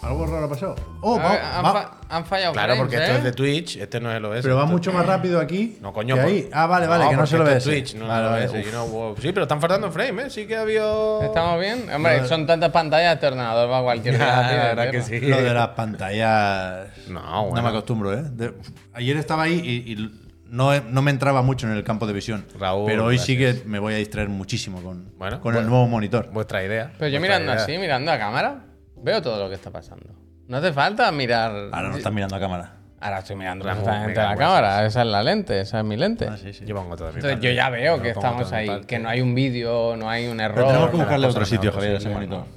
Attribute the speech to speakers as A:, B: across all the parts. A: Algo raro ha pasado.
B: Ah,
A: Oh,
C: A
A: va-
C: ver, han,
A: va-
C: fa- han fallado
B: Claro,
C: frames,
B: porque esto
C: ¿eh?
B: es de Twitch, este no es el OBS.
A: pero va
B: Entonces-
A: mucho más rápido aquí.
B: No, coño.
A: que
B: por-
A: ahí. Ah, vale, vale, que no
B: porque
A: se lo
B: esto
A: ve.
B: es Twitch, no
A: vale,
B: lo
A: vale,
B: ves,
A: uf.
B: yo no, wow. Sí, pero están faltando frames, ¿eh? Sí que había.
C: ¿Estamos bien? Hombre, son tantas pantallas, este ordenador va a cualquier
B: Ya,
C: día,
B: la
C: tío, de
B: verdad que
C: tierra.
B: sí.
A: Lo de las pantallas.
B: No, bueno.
A: No me acostumbro, ¿eh? De- ayer estaba ahí y, y no, no me entraba mucho en el campo de visión.
B: Raúl,
A: pero hoy sí
B: gracias.
A: que me voy a distraer muchísimo con,
B: Bueno,
A: con
B: bueno.
A: el nuevo monitor.
B: Vuestra idea.
C: Pero
A: Pues
C: yo
B: vuestra
C: mirando
B: idea.
C: así, mirando a cámara, veo todo lo que está pasando. No hace falta mirar.
A: Ahora no estás mirando a cámara.
C: Ahora estoy mirando
B: Ramón,
C: justamente
A: pues
B: mega
C: la
B: huesos.
C: cámara. Esa es la lente, esa es mi lente.
A: Ah,
B: Yo pongo todo de mi
C: Entonces
B: parte.
C: yo ya veo
B: Yo
C: que
B: pongo
C: estamos
B: todo de mi
C: ahí,
B: parte.
C: que no hay un vídeo, no hay un
A: Pero tenemos
C: error.
A: que
B: Las
A: buscarle otro
B: cosas
A: sitio,
B: no,
A: Javier, a ese
B: posible,
A: monitor.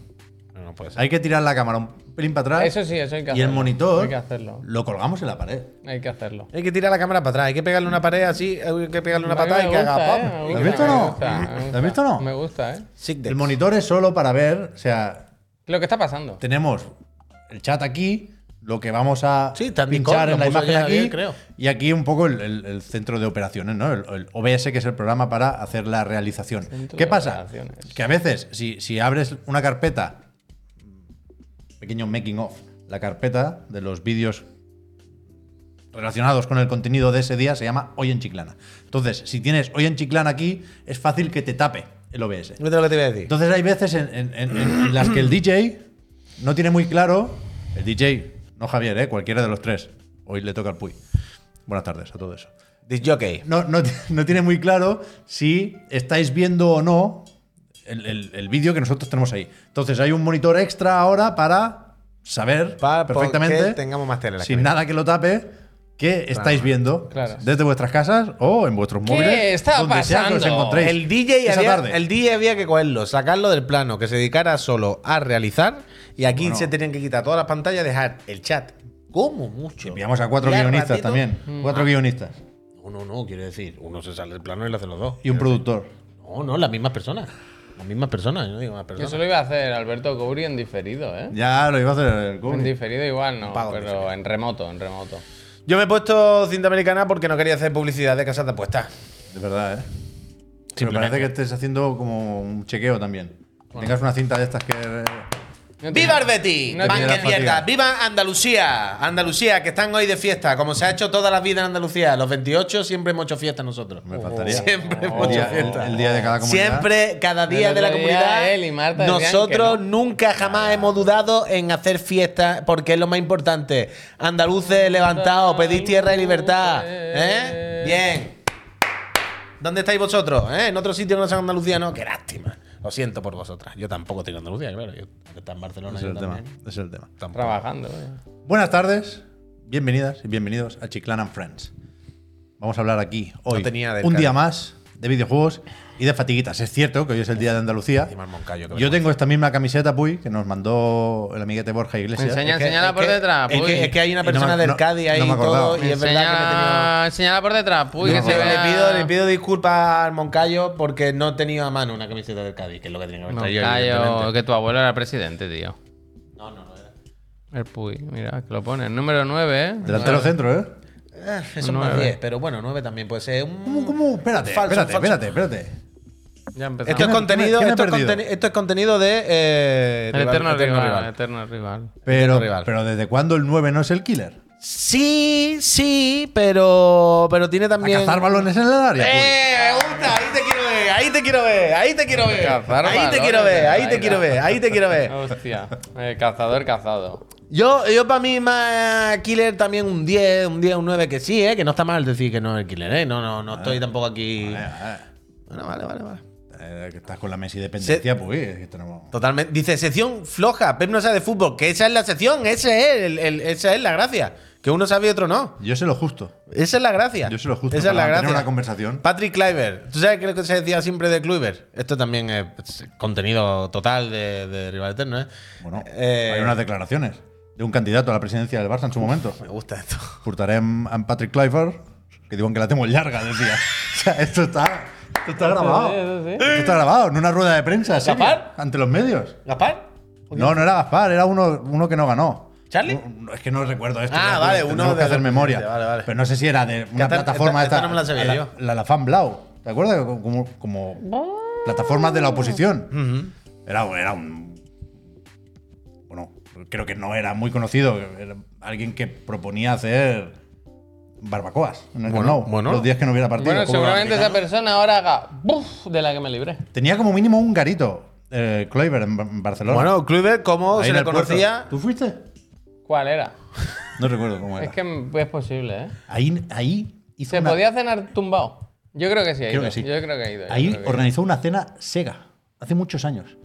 B: No, no puede ser.
A: Hay que tirar la cámara un pelín para atrás.
C: Eso sí, eso hay que hacerlo.
A: y el monitor
C: Hay que hacerlo.
A: lo colgamos en la pared.
C: Hay que hacerlo.
B: Hay que tirar la cámara para atrás, hay que pegarle una pared así, hay que pegarle una
C: A mí
B: patada
C: me
B: y que haga
C: gusta,
B: pop.
C: eh, me
B: Y
C: gusta,
B: que
A: ¿Lo has visto o
C: me
A: no?
C: gusta, me
A: ¿Lo has
C: gusta.
A: visto o no?
C: Me gusta, ¿eh?
B: Sick
A: El
B: Dex.
A: monitor es solo para ver, o sea,
C: Lo que está pasando.
A: tenemos el chat aquí, lo que vamos a
B: Sí, está en Discord,
A: pinchar
B: lo
A: en la
B: puso
A: imagen
B: ayer
A: aquí,
B: Javier, creo.
A: y aquí un poco el, el- el centro de operaciones, ¿no? El, el OBS, que es el programa para hacer la realización.
C: Centro
A: ¿Qué
C: de
A: pasa?
C: operaciones.
A: Que a veces, si, si abres una carpeta, pequeño making of, la carpeta de los vídeos relacionados con el contenido de ese día se llama Hoy en Chiclana. Entonces, si tienes Hoy en Chiclana aquí, es fácil que te tape el OBS.
B: Mira lo que te iba a decir.
A: Entonces hay veces en, en- en- en las que el DJ no tiene muy claro. El DJ, no Javier, ¿eh? cualquiera de los tres. Hoy le toca al Puy. Buenas tardes a todo eso.
B: Disc jockey.
A: No, no, no tiene muy claro si estáis viendo o no el, el- el vídeo que nosotros tenemos ahí. Entonces hay un monitor extra ahora para saber
B: Para
A: perfectamente,
B: que tengamos más tele en la
A: sin
B: cabeza.
A: nada que lo tape, qué estáis viendo
C: Claro.
A: desde vuestras casas o en vuestros
C: ¿Qué
A: móviles.
C: está
A: donde sea que os
C: pasando?
A: encontréis
B: El DJ,
A: esa
B: había,
A: tarde.
B: el DJ había que cogerlo, sacarlo del plano, que se dedicara solo a realizar. Y aquí
A: Bueno.
B: se tenían que quitar todas las pantallas y dejar el chat. Como mucho.
A: Enviamos a cuatro
B: Y al
A: guionistas
B: ratito- Mm.
A: también. Cuatro guionistas.
B: No, no, no, quiero decir, uno se sale del plano y lo hace los dos.
A: Y un productor.
B: No, no, las mismas personas. Las mismas personas, yo no digo más
C: Yo
B: personas.
C: solo iba a hacer Alberto Couri en diferido, ¿eh?
A: Ya lo iba a hacer el
C: En
A: Kubrick.
C: diferido igual no,
B: Pago en
C: pero
B: diferido.
C: en remoto, en remoto.
B: Yo me he puesto cinta americana porque no quería hacer publicidad de casas de apuestas.
A: De verdad, ¿eh? Me
B: Simplemente.
A: parece que estés haciendo como un chequeo también. Tengas una cinta de estas que.
C: No
B: ¡Viva el
C: tiene-
B: Betis!
C: No
B: ¡Van
A: tiene
B: que
A: la
B: mierda!
A: fatiga.
B: ¡Viva Andalucía! Andalucía, que están hoy de fiesta, como se ha hecho toda la vida en Andalucía. Los 28 siempre hemos hecho fiesta nosotros.
A: Me faltaría.
B: Oh,
C: Oh.
B: Siempre
A: El
B: hemos hecho
A: día-
B: fiesta.
A: el- el día de cada comunidad.
B: Siempre, cada
C: El
B: día
C: otro
B: de la
C: día
B: comunidad.
C: él y Marta decían
B: nosotros
C: que
B: nunca jamás hemos dudado en hacer fiesta porque es lo más importante. Andaluces, levantaos, pedid tierra y libertad. ¿Eh? Bien. ¿Dónde estáis vosotros? ¿Eh? ¿En otro sitio que no sea Andalucía? No, qué lástima. Lo siento por vosotras. Yo tampoco estoy en Andalucía, claro. Yo aunque está en Barcelona.
A: Ese
B: yo
A: es el tema.
B: también.
A: ese es el tema.
B: Tampoco.
C: Trabajando, ¿eh?
A: Buenas tardes. Bienvenidas y bienvenidos a Chiclan and Friends. Vamos a hablar aquí hoy.
B: tenía del
A: un
B: Cádiz.
A: día más de videojuegos y de fatiguitas. Es cierto que hoy es el día de Andalucía.
B: Encima el Moncayo, que
A: Yo
B: vergüenza.
A: tengo esta misma camiseta, Puy, que nos mandó el amiguete Borja Iglesias.
C: Enseña,
B: Es que-
C: enseñala
B: es
C: por
B: que-
C: detrás.
B: Es
C: Puy.
B: que, es que hay
A: Y
B: una
A: no me-
B: persona del
A: no-
B: Cádiz ahí
A: no me
B: y todo,
A: acordaba.
B: y es verdad que me he tenido.
C: Enseñala- enseñala por detrás, Puy,
A: No,
C: que se
B: Sí,
A: pero
C: vea.
B: le, pido, le pido disculpas al Moncayo porque no he tenido a mano una camiseta del Cádiz, que es lo que tenía que haber traído.
C: Moncayo,
B: evidentemente.
C: que tu abuelo era presidente, tío.
B: No, no, no era.
C: El Puy, mira, que lo pone. El número 9, ¿eh?
A: Delantero centro, ¿eh?
B: Eh, eso más
C: Nueve.
B: 10, pero bueno, 9 también puede ser. Un...
A: ¿Cómo, cómo? Espérate,
B: Falso,
A: espérate,
B: falso.
A: espérate, espérate.
C: Ya empezamos.
B: Esto Este es,
A: me-
B: contenido,
A: qué me he
B: esto, es
A: perdido?
B: conteni- esto es contenido de. Eh,
C: el eterno, rival,
B: rival.
C: Eterno rival.
A: Pero,
B: rival.
A: pero ¿desde cuándo el 9 no es el killer?
B: Sí, sí, pero, pero tiene
A: A
B: también.
A: cazar balones en el área. Puy.
B: ¡Eh! Me gusta, ahí te quiero ver, ahí te quiero ver, ahí te quiero ver.
C: Cazar
B: Ahí te
C: balones,
B: quiero ver, ahí
C: ahí
B: te
C: va.
B: quiero ver, ahí te quiero ver.
C: Hostia. Eh, cazador, cazado.
B: Yo, yo para mí más killer también un 10, un 10, un 9 que sí, ¿eh? que no está mal decir que no es el killer, ¿eh? No, no, no estoy tampoco aquí.
A: Eh, eh,
B: Bueno, vale, vale, vale.
A: eh, que estás con la Messi dependencia, Puy. es que tenemos-
B: Totalmente. Dice sección floja, Pep no sabe de fútbol, que esa es la sección, ese es el- el- esa es la gracia. Que uno sabe y otro no.
A: Yo sé lo justo.
B: Esa es la gracia.
A: Yo sé lo justo
B: Esa es
A: para
B: la
A: mantener
B: gracia.
A: una conversación.
B: Patrick Kluivert. ¿Tú sabes qué es lo que se decía siempre de Kluivert? Esto también es pues, contenido total de, de Rival Eterno, ¿eh?
A: Bueno,
B: Eh,
A: hay unas declaraciones de un candidato a la presidencia del Barça en su momento.
B: Me gusta esto.
A: Furtaré a Patrick Clifford, que digo que la tengo larga, decía. O sea, esto está, esto está grabado.
C: eso sí.
A: Esto está grabado en una rueda de prensa, seria,
B: ¿Gaspar?
A: ante los medios.
B: ¿Gaspar?
A: No, no era Gaspar, era uno, uno que no ganó.
B: ¿Charlie?
A: Un- Es que no recuerdo esto.
B: Ah,
A: ya,
B: vale,
A: tendremos
B: uno
A: que
B: de
A: hacer
B: los
A: memoria.
B: presidentes, vale, vale.
A: Pero no sé si era de una
B: esta-
A: plataforma
B: esta-
A: esta,
B: esta no me la sabía
A: la,
B: yo.
A: la Lafan Blau, ¿te acuerdas? Como, como plataformas de la oposición. Era, era un. Bueno, creo que no era muy conocido, era alguien que proponía hacer barbacoas en el Camp
B: Bueno,
A: Nou,
B: bueno.
A: los días que no hubiera partido.
C: Bueno,
A: fútbol
C: seguramente esa
A: americano.
C: persona ahora haga ¡buf! de la que me libré.
A: Tenía como mínimo un garito, eh, Kluivert en Ba- en Barcelona.
B: Bueno, Kluivert, ¿cómo
A: Ahí
B: se
A: en
B: le
A: el puerto.
B: conocía?
A: ¿Tú fuiste?
C: ¿Cuál era?
A: No recuerdo cómo era.
C: Es que m- es posible, ¿eh?
A: Ahí, ahí hizo
C: ¿Se
A: una-
C: podía cenar tumbado? Yo creo que sí. ha
A: Creo
C: ido.
A: que sí.
C: Yo creo que ha ido. yo
A: Ahí
C: creo que ha ido.
A: organizó una cena Sega, hace muchos años.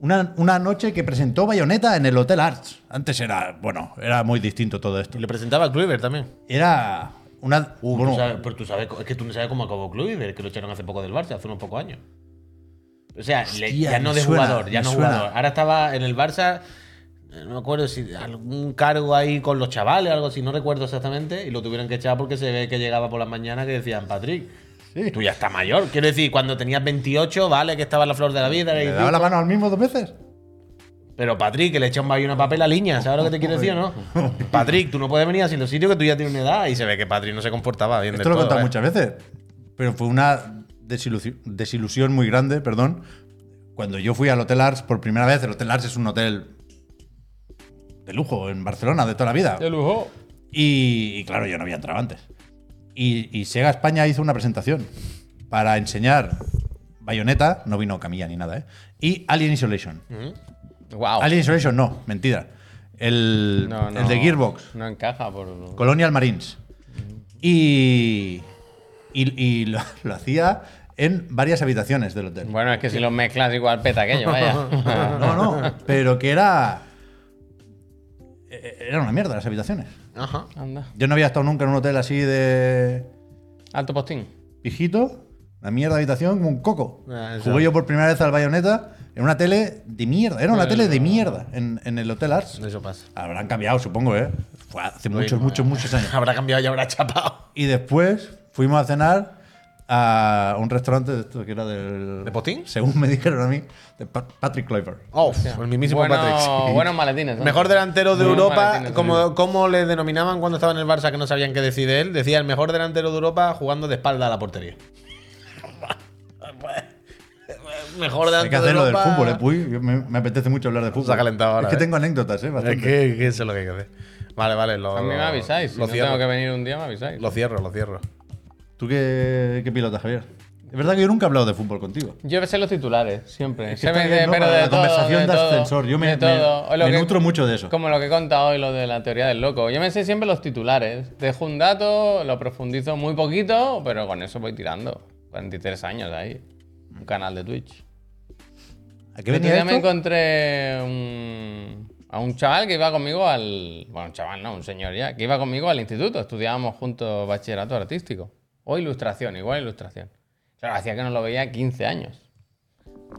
A: Una, una noche que presentó Bayonetta en el Hotel Arts. Antes era, bueno, era muy distinto todo esto.
B: Y le presentaba a Kluivert también.
A: Era una... bueno,
B: pero tú sabes, es que tú no sabes cómo acabó Kluivert, que lo echaron hace poco del Barça, hace unos pocos años. O sea, le-
A: Hostia,
B: ya no
A: me
B: de
A: suena,
B: jugador, ya
A: me
B: no
A: suena.
B: jugador. Ahora estaba en el Barça, eh, no me acuerdo si algún cargo ahí con los chavales o algo así, no recuerdo exactamente, y lo tuvieron que echar porque se ve que llegaba por las mañanas que decían, Patrick, tú ya estás mayor. Quiero decir, cuando tenías 28, vale, que estaba en la flor de la vida,
A: ¿Le
B: y
A: daba
B: tú-
A: la mano al mismo dos veces?
B: pero Patrick, que le echa un baile y una papel a línea, ¿sabes lo que te quiero decir o no? Patrick, tú no puedes venir así los sitios que tú ya tienes una edad y se ve que Patrick no se comportaba bien
A: Esto
B: del
A: lo he
B: todo,
A: contado
B: ¿eh?
A: muchas veces. Pero fue una desilusión, desilusión muy grande, perdón. Cuando yo fui al Hotel Arts por primera vez, el Hotel Arts es un hotel de lujo en Barcelona de toda la vida.
C: De lujo.
A: Y, y claro, yo no había entrado antes. Y, y Sega España hizo una presentación para enseñar Bayonetta, no vino Camilla ni nada, ¿eh? Y Alien Isolation.
C: Wow.
A: Alien Isolation no, mentira. El, el de Gearbox,
C: No encaja por.
A: Colonial Marines. Y, y, y lo, lo hacía en varias habitaciones del hotel.
C: Bueno, es que si los mezclas igual peta aquello, vaya.
A: No, no, pero que era... e- Era una mierda las habitaciones.
B: Ajá.
C: Anda.
A: Yo no había estado nunca en un hotel así de...
C: Alto postín.
A: pijito, una mierda de habitación como un coco.
B: Ah, eso.
A: Jugué yo por primera vez al bayoneta en una tele de mierda. Era una
C: Bueno.
A: tele de mierda en, en el Hotel Arts.
B: Eso eh. pasa.
A: Habrán cambiado, supongo, ¿eh? Fue hace muchos,
B: mismo,
A: muchos, muchos años.
B: Habrá cambiado y habrá chapado.
A: Y después fuimos a cenar a un restaurante de esto que era del.
B: ¿De postín?
A: Según me dijeron a mí, de Pat- Patrick Kluivert.
B: Oh, el
A: Pues
B: mismísimo
C: Bueno-
B: Patrick.
C: Buenos maletines. ¿no?
B: Mejor delantero de
C: Buenos
B: Europa,
C: maletines,
B: como, como le denominaban cuando estaba en el Barça que no sabían qué decir de él, decía el mejor delantero de Europa jugando de espalda a la portería. mejor
A: Hay que
B: delantero de
A: hacer lo del
B: Europa.
A: fútbol, ¿eh, Puy? Yo Me, me apetece mucho hablar de fútbol.
B: ha calentado ahora,
A: Es que
B: ¿eh?
A: tengo anécdotas, ¿eh? Bastante.
B: Es que, que eso es lo que hay que hacer. Vale, vale. Lo,
C: A mí me
B: lo-
C: avisáis. Si
B: Lo
C: no
B: cierro.
C: tengo que venir un día, me avisáis.
B: Lo cierro, lo cierro.
A: ¿Tú qué, qué pilotas, Javier? Es verdad que yo nunca he hablado de fútbol contigo.
C: Yo sé los titulares, siempre.
A: Es que
C: Sé
A: está
C: de-
A: bien, ¿no?
C: pero
A: Para
C: de
A: la
C: todo,
A: conversación de
C: todo,
A: ascensor. Yo me-
C: de
A: me-
C: todo. O lo
A: me nutro mucho de eso.
C: Como lo que he contado hoy, lo de la teoría del loco. Yo me sé siempre los titulares. Dejo un dato, lo profundizo muy poquito, pero con eso voy tirando. 43 años ahí. Un canal de Twitch.
A: ¿A qué
C: El otro
A: venía
C: día me
A: esto?
C: encontré un- a un chaval que iba conmigo al. Bueno, un chaval, no, un señor ya, que iba conmigo al instituto. Estudiábamos juntos bachillerato artístico. O ilustración, igual ilustración. Claro, hacía que no lo veía 15 años.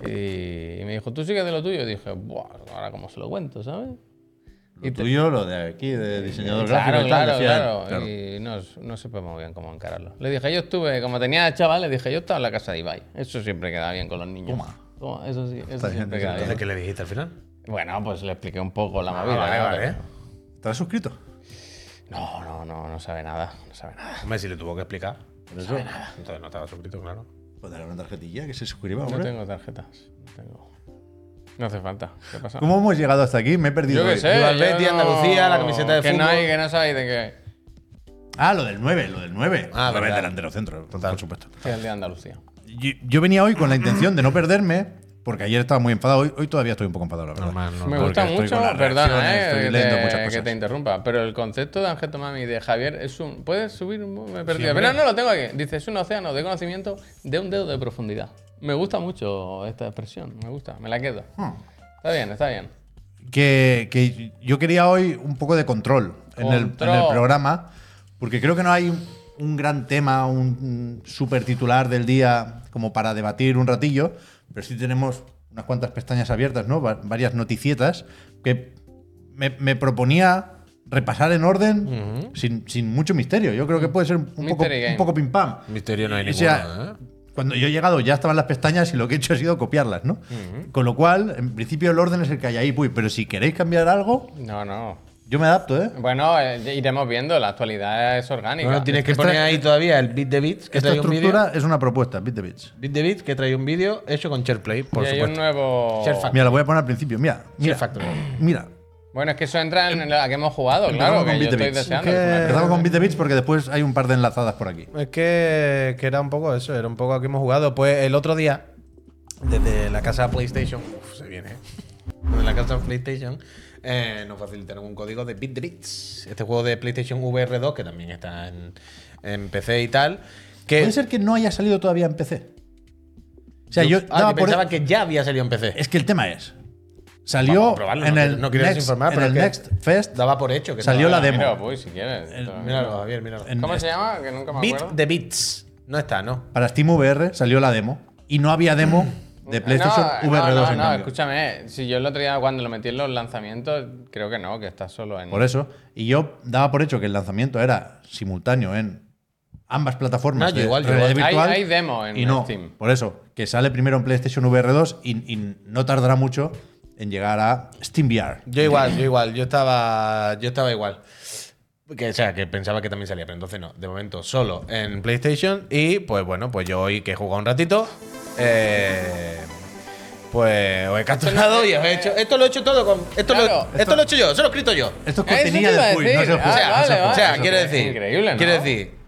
C: Y, y me dijo, ¿tú sigues de lo tuyo? Y dije, Buah, ahora cómo se lo cuento, ¿sabes?
A: Lo tuyo, lo de aquí, de diseñador
C: Eh, claro,
A: gráfico y tal,
C: claro,
A: decía él.
C: claro.
A: Claro.
C: Y no, no supe muy bien cómo encararlo. Le dije, yo estuve, como tenía chaval, le dije, yo estaba en la casa de Ibai. Eso siempre queda bien con los niños.
A: Toma.
C: Toma, eso sí, eso
A: bien,
C: siempre queda
A: eso está
C: bien.
B: ¿Qué le dijiste al final?
C: Bueno, pues le expliqué un poco la
B: Ah,
C: movida.
B: vale,
C: ¿no?
B: vale.
A: ¿Estás suscrito?
C: No, no, no, no sabe nada, no sabe nada.
B: Hombre, si le tuvo que explicar.
A: Por eso.
B: Entonces no estaba suscrito, claro.
A: Pues dale una tarjetilla que se suscriba,
C: No
A: hombre.
C: tengo tarjetas, no tengo. No hace falta. ¿Qué pasa?
A: ¿Cómo hemos llegado hasta aquí? Me he perdido.
C: Yo qué
A: hoy.
C: sé.
B: Yo al Betis,
C: no-
B: Andalucía, la camiseta de
C: que No
B: fútbol.
C: hay, que no sabéis de qué.
A: Ah, lo del 9, lo del 9.
B: Ah,
A: Otra vez
B: verdad.
A: delantero centro, por supuesto.
C: Que es el de Andalucía.
A: Yo, yo venía hoy con la intención de no perderme, porque ayer estaba muy enfadado. Hoy, hoy todavía estoy un poco enfadado, la verdad.
B: Normal, normal.
C: Me
A: Porque
C: gusta
A: estoy con
C: mucho,
A: las
C: perdona,
A: reacciones,
C: eh,
A: estoy
C: que,
A: leyendo
C: te,
A: muchas
C: que
A: cosas.
C: te interrumpa, pero el concepto de Ángel Tomami y de Javier es un. ¿Puedes subir un poco? Me he perdido.
A: hombre.
C: pero no lo tengo aquí. Dice: es un océano de conocimiento de un dedo de profundidad. Me gusta mucho esta expresión, me gusta, me la quedo.
A: Hmm.
C: Está bien, está bien.
A: que, que yo quería hoy un poco de control, en el- En, el,
C: Control.
A: programa, porque creo que no hay un gran tema, un super titular del día como para debatir un ratillo, pero sí tenemos unas cuantas pestañas abiertas, ¿no? Va- varias noticietas que me, me proponía repasar en orden sin, sin mucho misterio. Yo creo que puede ser un
C: Mystery
A: poco,
C: game.
A: un poco pim pam.
B: Misterio no hay
A: O
B: ninguno,
A: sea,
B: ¿eh?
A: cuando yo he llegado ya estaban las pestañas y lo que he hecho ha sido copiarlas, ¿no? Con lo cual, en principio el orden es el que hay ahí, Puy, pero si queréis cambiar algo,
C: No, no.
A: yo me adapto, ¿eh?
C: Bueno, eh, iremos viendo, la actualidad es orgánica.
B: No, no, tienes que
A: Esta-
B: poner ahí todavía el beat de beats que
A: Esta
B: trae un vídeo.
A: estructura es una propuesta, bit de bits.
B: Beat the Beat que trae un vídeo hecho con SharePlay, por
C: y hay un
B: supuesto.
C: nuevo.
B: Share Factory.
A: Mira, lo voy a poner al principio. Mira, mira,
B: Factory.
A: mira.
C: Bueno, es que eso entra en la que hemos jugado, claro.
A: Empezamos
C: Que
A: con
C: yo
A: Beat the
C: estoy
A: Beats.
C: deseando.
B: Es que-
C: alguna
A: Empezamos con Beat the Beats porque después hay un par de enlazadas por aquí.
B: Es que, que era un poco eso, era un poco a que hemos jugado. Pues el otro día, desde la casa PlayStation, uf, se viene, ¿eh? Desde la casa PlayStation, eh, nos facilitaron un código de Beat the Beats. Este juego de PlayStation VR 2, que también está en, en PC y tal. Que,
A: Puede ser que no haya salido todavía en PC. O sea, yo
B: Ah,
A: daba
B: que
A: por-
B: pensaba que ya había salido en PC.
A: Es que el tema es.
B: Vamos
A: Salió
B: a probarlo,
A: en
B: no
A: el
B: quiero- no quiero
A: Next- en
B: desinformar, pero
A: el
B: es que-
A: Next Fest.
B: Daba por hecho que
A: Salió la
B: estaba-
A: demo.
C: Mira, voy, si quieres.
B: Míralo, Javier, míralo.
A: En-
C: ¿Cómo se llama? Que nunca me acuerdo.
B: Beat the Beats. No está, ¿no?
A: Para Steam VR salió la demo. Y no había demo de PlayStation
C: Mm. Ah, no,
A: VR2.
C: No, no,
A: en
C: no,
A: cambio.
C: escúchame. Si yo el otro día cuando lo metí en los lanzamientos, creo que no, que está solo en.
A: Por eso. Y yo daba por hecho que el lanzamiento era simultáneo en ambas plataformas.
B: No,
A: de
B: yo igual, yo
A: realidad
B: igual.
C: Hay-
A: virtual,
C: hay demo en
A: y no,
C: Steam.
A: Por eso, que sale primero en PlayStation VR2 y, y no tardará mucho en llegar a Steam VR.
B: Yo igual, yo igual, yo estaba, yo estaba igual. Que, o sea, que pensaba que también salía, pero entonces no. De momento, solo en PlayStation. Y pues bueno, pues yo hoy que he jugado un ratito, eh, pues os he capturado y os he hecho. Esto lo he hecho todo con. Esto,
C: Claro.
B: lo, esto lo he hecho yo, eso lo he escrito yo.
A: Esto es
C: Eso te
A: cortinilla
C: iba a
A: de Puy, no
C: decir.
A: se
C: Ah,
A: juega.
C: vale,
A: no se
C: vale.
B: o sea,
A: juega.
B: quiero decir.
C: Increíble, ¿no?
B: Quiero decir.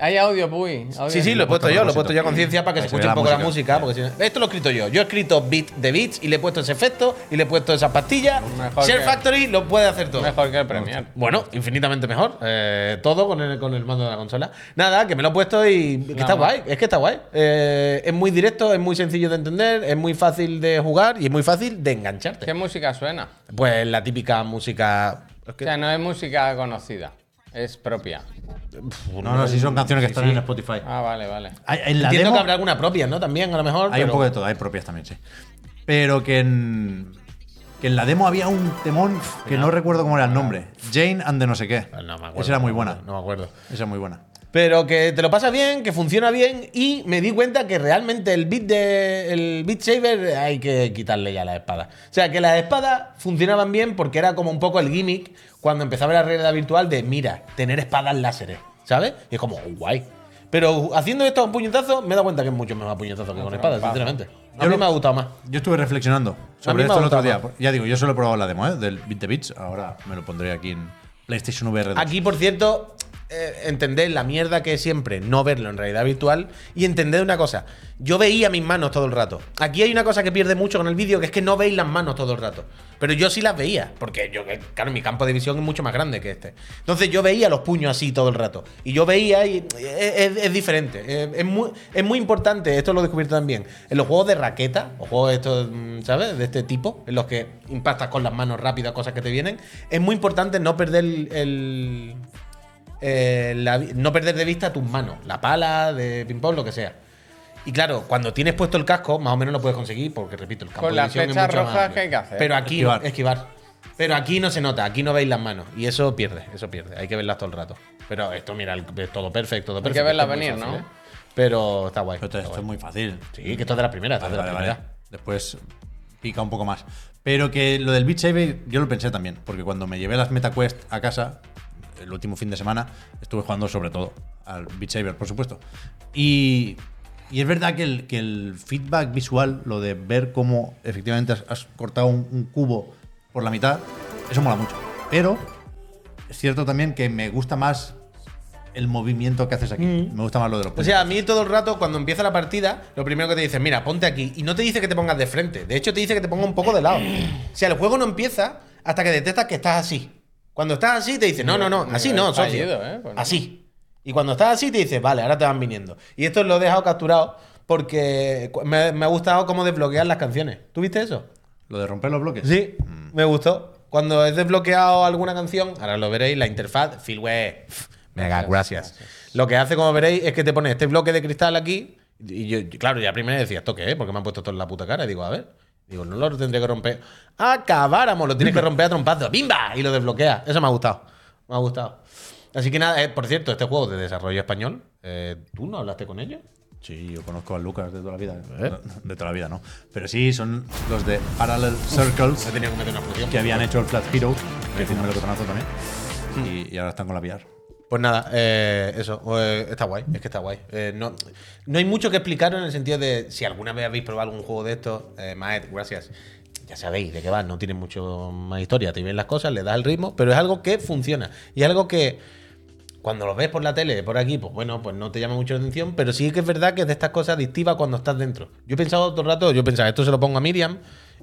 C: Hay audio, Puy. audio.
B: Sí, sí, lo he puesto
A: puesto
B: yo,
A: a
B: lo he puesto
A: propósito.
B: yo a conciencia para que
A: Para
B: se
A: que
B: escuche
A: se vea
B: un poco
A: la
B: la música. Porque si no- esto lo he escrito yo. Yo he escrito beat de beats y le he puesto ese efecto y le he puesto esas pastillas.
C: Mejor
B: Share
C: que-
B: Factory lo puede hacer todo.
C: Mejor que el Premiere.
B: Bueno, infinitamente mejor. Eh, todo con el, con el mando de la consola. Nada, que me lo he puesto y que
C: Nada
B: está
C: más.
B: guay. Es que está guay. Eh, es muy directo, es muy sencillo de entender, es muy fácil de jugar y es muy fácil de
C: ¿Qué
B: engancharte.
C: música suena?
B: Pues la típica música. es que-
C: O sea, no es música conocida, es propia.
B: Pff,
A: No, no, sí son canciones que están en Spotify.
C: Ah, vale, vale.
A: Hay- En la
B: Entiendo
A: demo
B: que habrá alguna propia, ¿no? También, a lo mejor.
A: hay un
B: pero-
A: poco de todo, hay propias también, sí. Pero que en, que en la demo había un temón que no recuerdo cómo era el nombre. Jane and the no sé qué.
B: Ah. pues No me acuerdo.
A: Esa era muy buena.
B: No me acuerdo.
A: Esa es muy buena.
B: Pero que te lo pasa bien, que funciona bien y me di cuenta que realmente el beat de el beat saber hay que quitarle ya las espadas. O sea, que las espadas funcionaban bien porque era como un poco el gimmick cuando empezaba la realidad virtual de mira, tener espadas láseres, ¿sabes? Y es como oh, guay. Pero haciendo esto a un puñetazo, me he dado cuenta que es mucho mejor a puñetazo que con espadas,
C: Pasa.
B: sinceramente. A
A: Yo
B: mí
A: lo-
B: me ha gustado más.
A: Yo estuve reflexionando sobre
B: mí me
A: esto
B: ha
A: el otro día.
B: gustado.
A: Ya digo, yo solo he probado la demo, ¿eh? Del Beat the Beats. Ahora me lo pondré aquí en PlayStation VR. 2.
B: Aquí, por cierto, eh, entender la mierda que es siempre no verlo en realidad virtual y entender una cosa. Yo veía mis manos todo el rato. Aquí hay una cosa que pierde mucho con el vídeo, que es que no veis las manos todo el rato. Pero yo sí las veía, porque yo, eh, claro, mi campo de visión es mucho más grande que este. Entonces yo veía los puños así todo el rato. Y yo veía y eh, es, es diferente. Eh, Es, muy, es muy importante, esto lo he descubierto también, en los juegos de raqueta, o juegos estos, mm, ¿sabes? De este tipo, en los que impactas con las manos rápidas cosas que te vienen, es muy importante no perder el- el eh, la vi- no perder de vista tus manos, la pala de ping-pong, lo que sea. Y claro, cuando tienes puesto el casco, más o menos lo puedes conseguir, porque repito, el campo
C: Con
B: de
C: las
B: visión es
C: flechas
B: mucho más
C: rojas
B: amplio.
C: que hay que hacer.
B: Pero aquí
A: Esquivar.
B: esquivar. Pero aquí no se nota, aquí no veis las manos. Y eso pierde, eso pierde. Hay que verlas todo el rato. Pero esto, mira, el- es todo perfecto, todo
C: que
B: perfecto.
C: verla
B: es muy ¿eh?
C: venir, ¿no?
B: Pero está guay.
A: Esto,
B: está
A: esto es
B: guay.
A: muy fácil.
B: Sí, que esto es de las primeras. esto
A: Vale,
B: es de
A: vale,
B: las
A: vale.
B: primeras.
A: Después pica un poco más. Pero que lo del Beat Saber yo lo pensé también, porque cuando me llevé las MetaQuest a casa, el último fin de semana, estuve jugando sobre todo al Beat Saber, por supuesto. Y, y es verdad que el, que el feedback visual, lo de ver cómo efectivamente has, has cortado un, un cubo por la mitad, eso mola mucho. Pero es cierto también que me gusta más el movimiento que haces aquí. Me gusta más lo de los
B: Mm. O sea, a mí todo el rato, cuando empieza la partida, lo primero que te dice, mira, ponte aquí. Y no te dice que te pongas de frente. De hecho, te dice que te pongas un poco de lado. O sea, el juego no empieza hasta que detectas que estás así. Cuando estás así, te dice, no, no, no, así no, socio.
C: Fallido, ¿eh? Bueno.
B: Así. Y cuando estás así, te dice, vale, ahora te van viniendo. Y esto lo he dejado capturado porque cu- me, me ha gustado cómo desbloquear las canciones. ¿Tuviste eso?
A: Lo de romper los bloques.
B: Sí, me gustó. Cuando he desbloqueado alguna canción, ahora lo veréis, la interfaz, Filwe, mega, gracias. Lo que hace, como veréis, es que te pone este bloque de cristal aquí. Y yo, yo, claro, ya primero decía, ¿esto qué es? Porque me han puesto esto en la puta cara. Y digo, a ver. Digo, no lo tendría que romper. Acabáramos, lo tienes que romper a trompazo. ¡Bimba! Y lo desbloquea. Eso me ha gustado. Me ha gustado. Así que nada, eh, por cierto, este juego de desarrollo español, eh, ¿tú no hablaste con ellos?
A: Sí, yo conozco a Lucas de toda la vida.
C: Eh.
A: De toda la vida, ¿no? Pero sí, son los de Parallel Circles
B: He tenido que meter una función.
A: que habían hecho el Flat Heroes, que fue un melocotonazo también.
C: Hmm.
A: Y, y ahora están con la VR.
B: Pues nada, eh, eso, eh, está guay, es que está guay. Eh, no, no hay mucho que explicar en el sentido de si alguna vez habéis probado algún juego de estos, eh, Maed, gracias. ya sabéis de qué va, no tiene mucho más historia, te ven las cosas, le das el ritmo, pero es algo que funciona. Y algo que cuando lo ves por la tele, por aquí, pues bueno, pues no te llama mucho la atención, pero sí que es verdad que es de estas cosas adictivas cuando estás dentro. Yo he pensado todo el rato, yo pensaba, esto se lo pongo a Miriam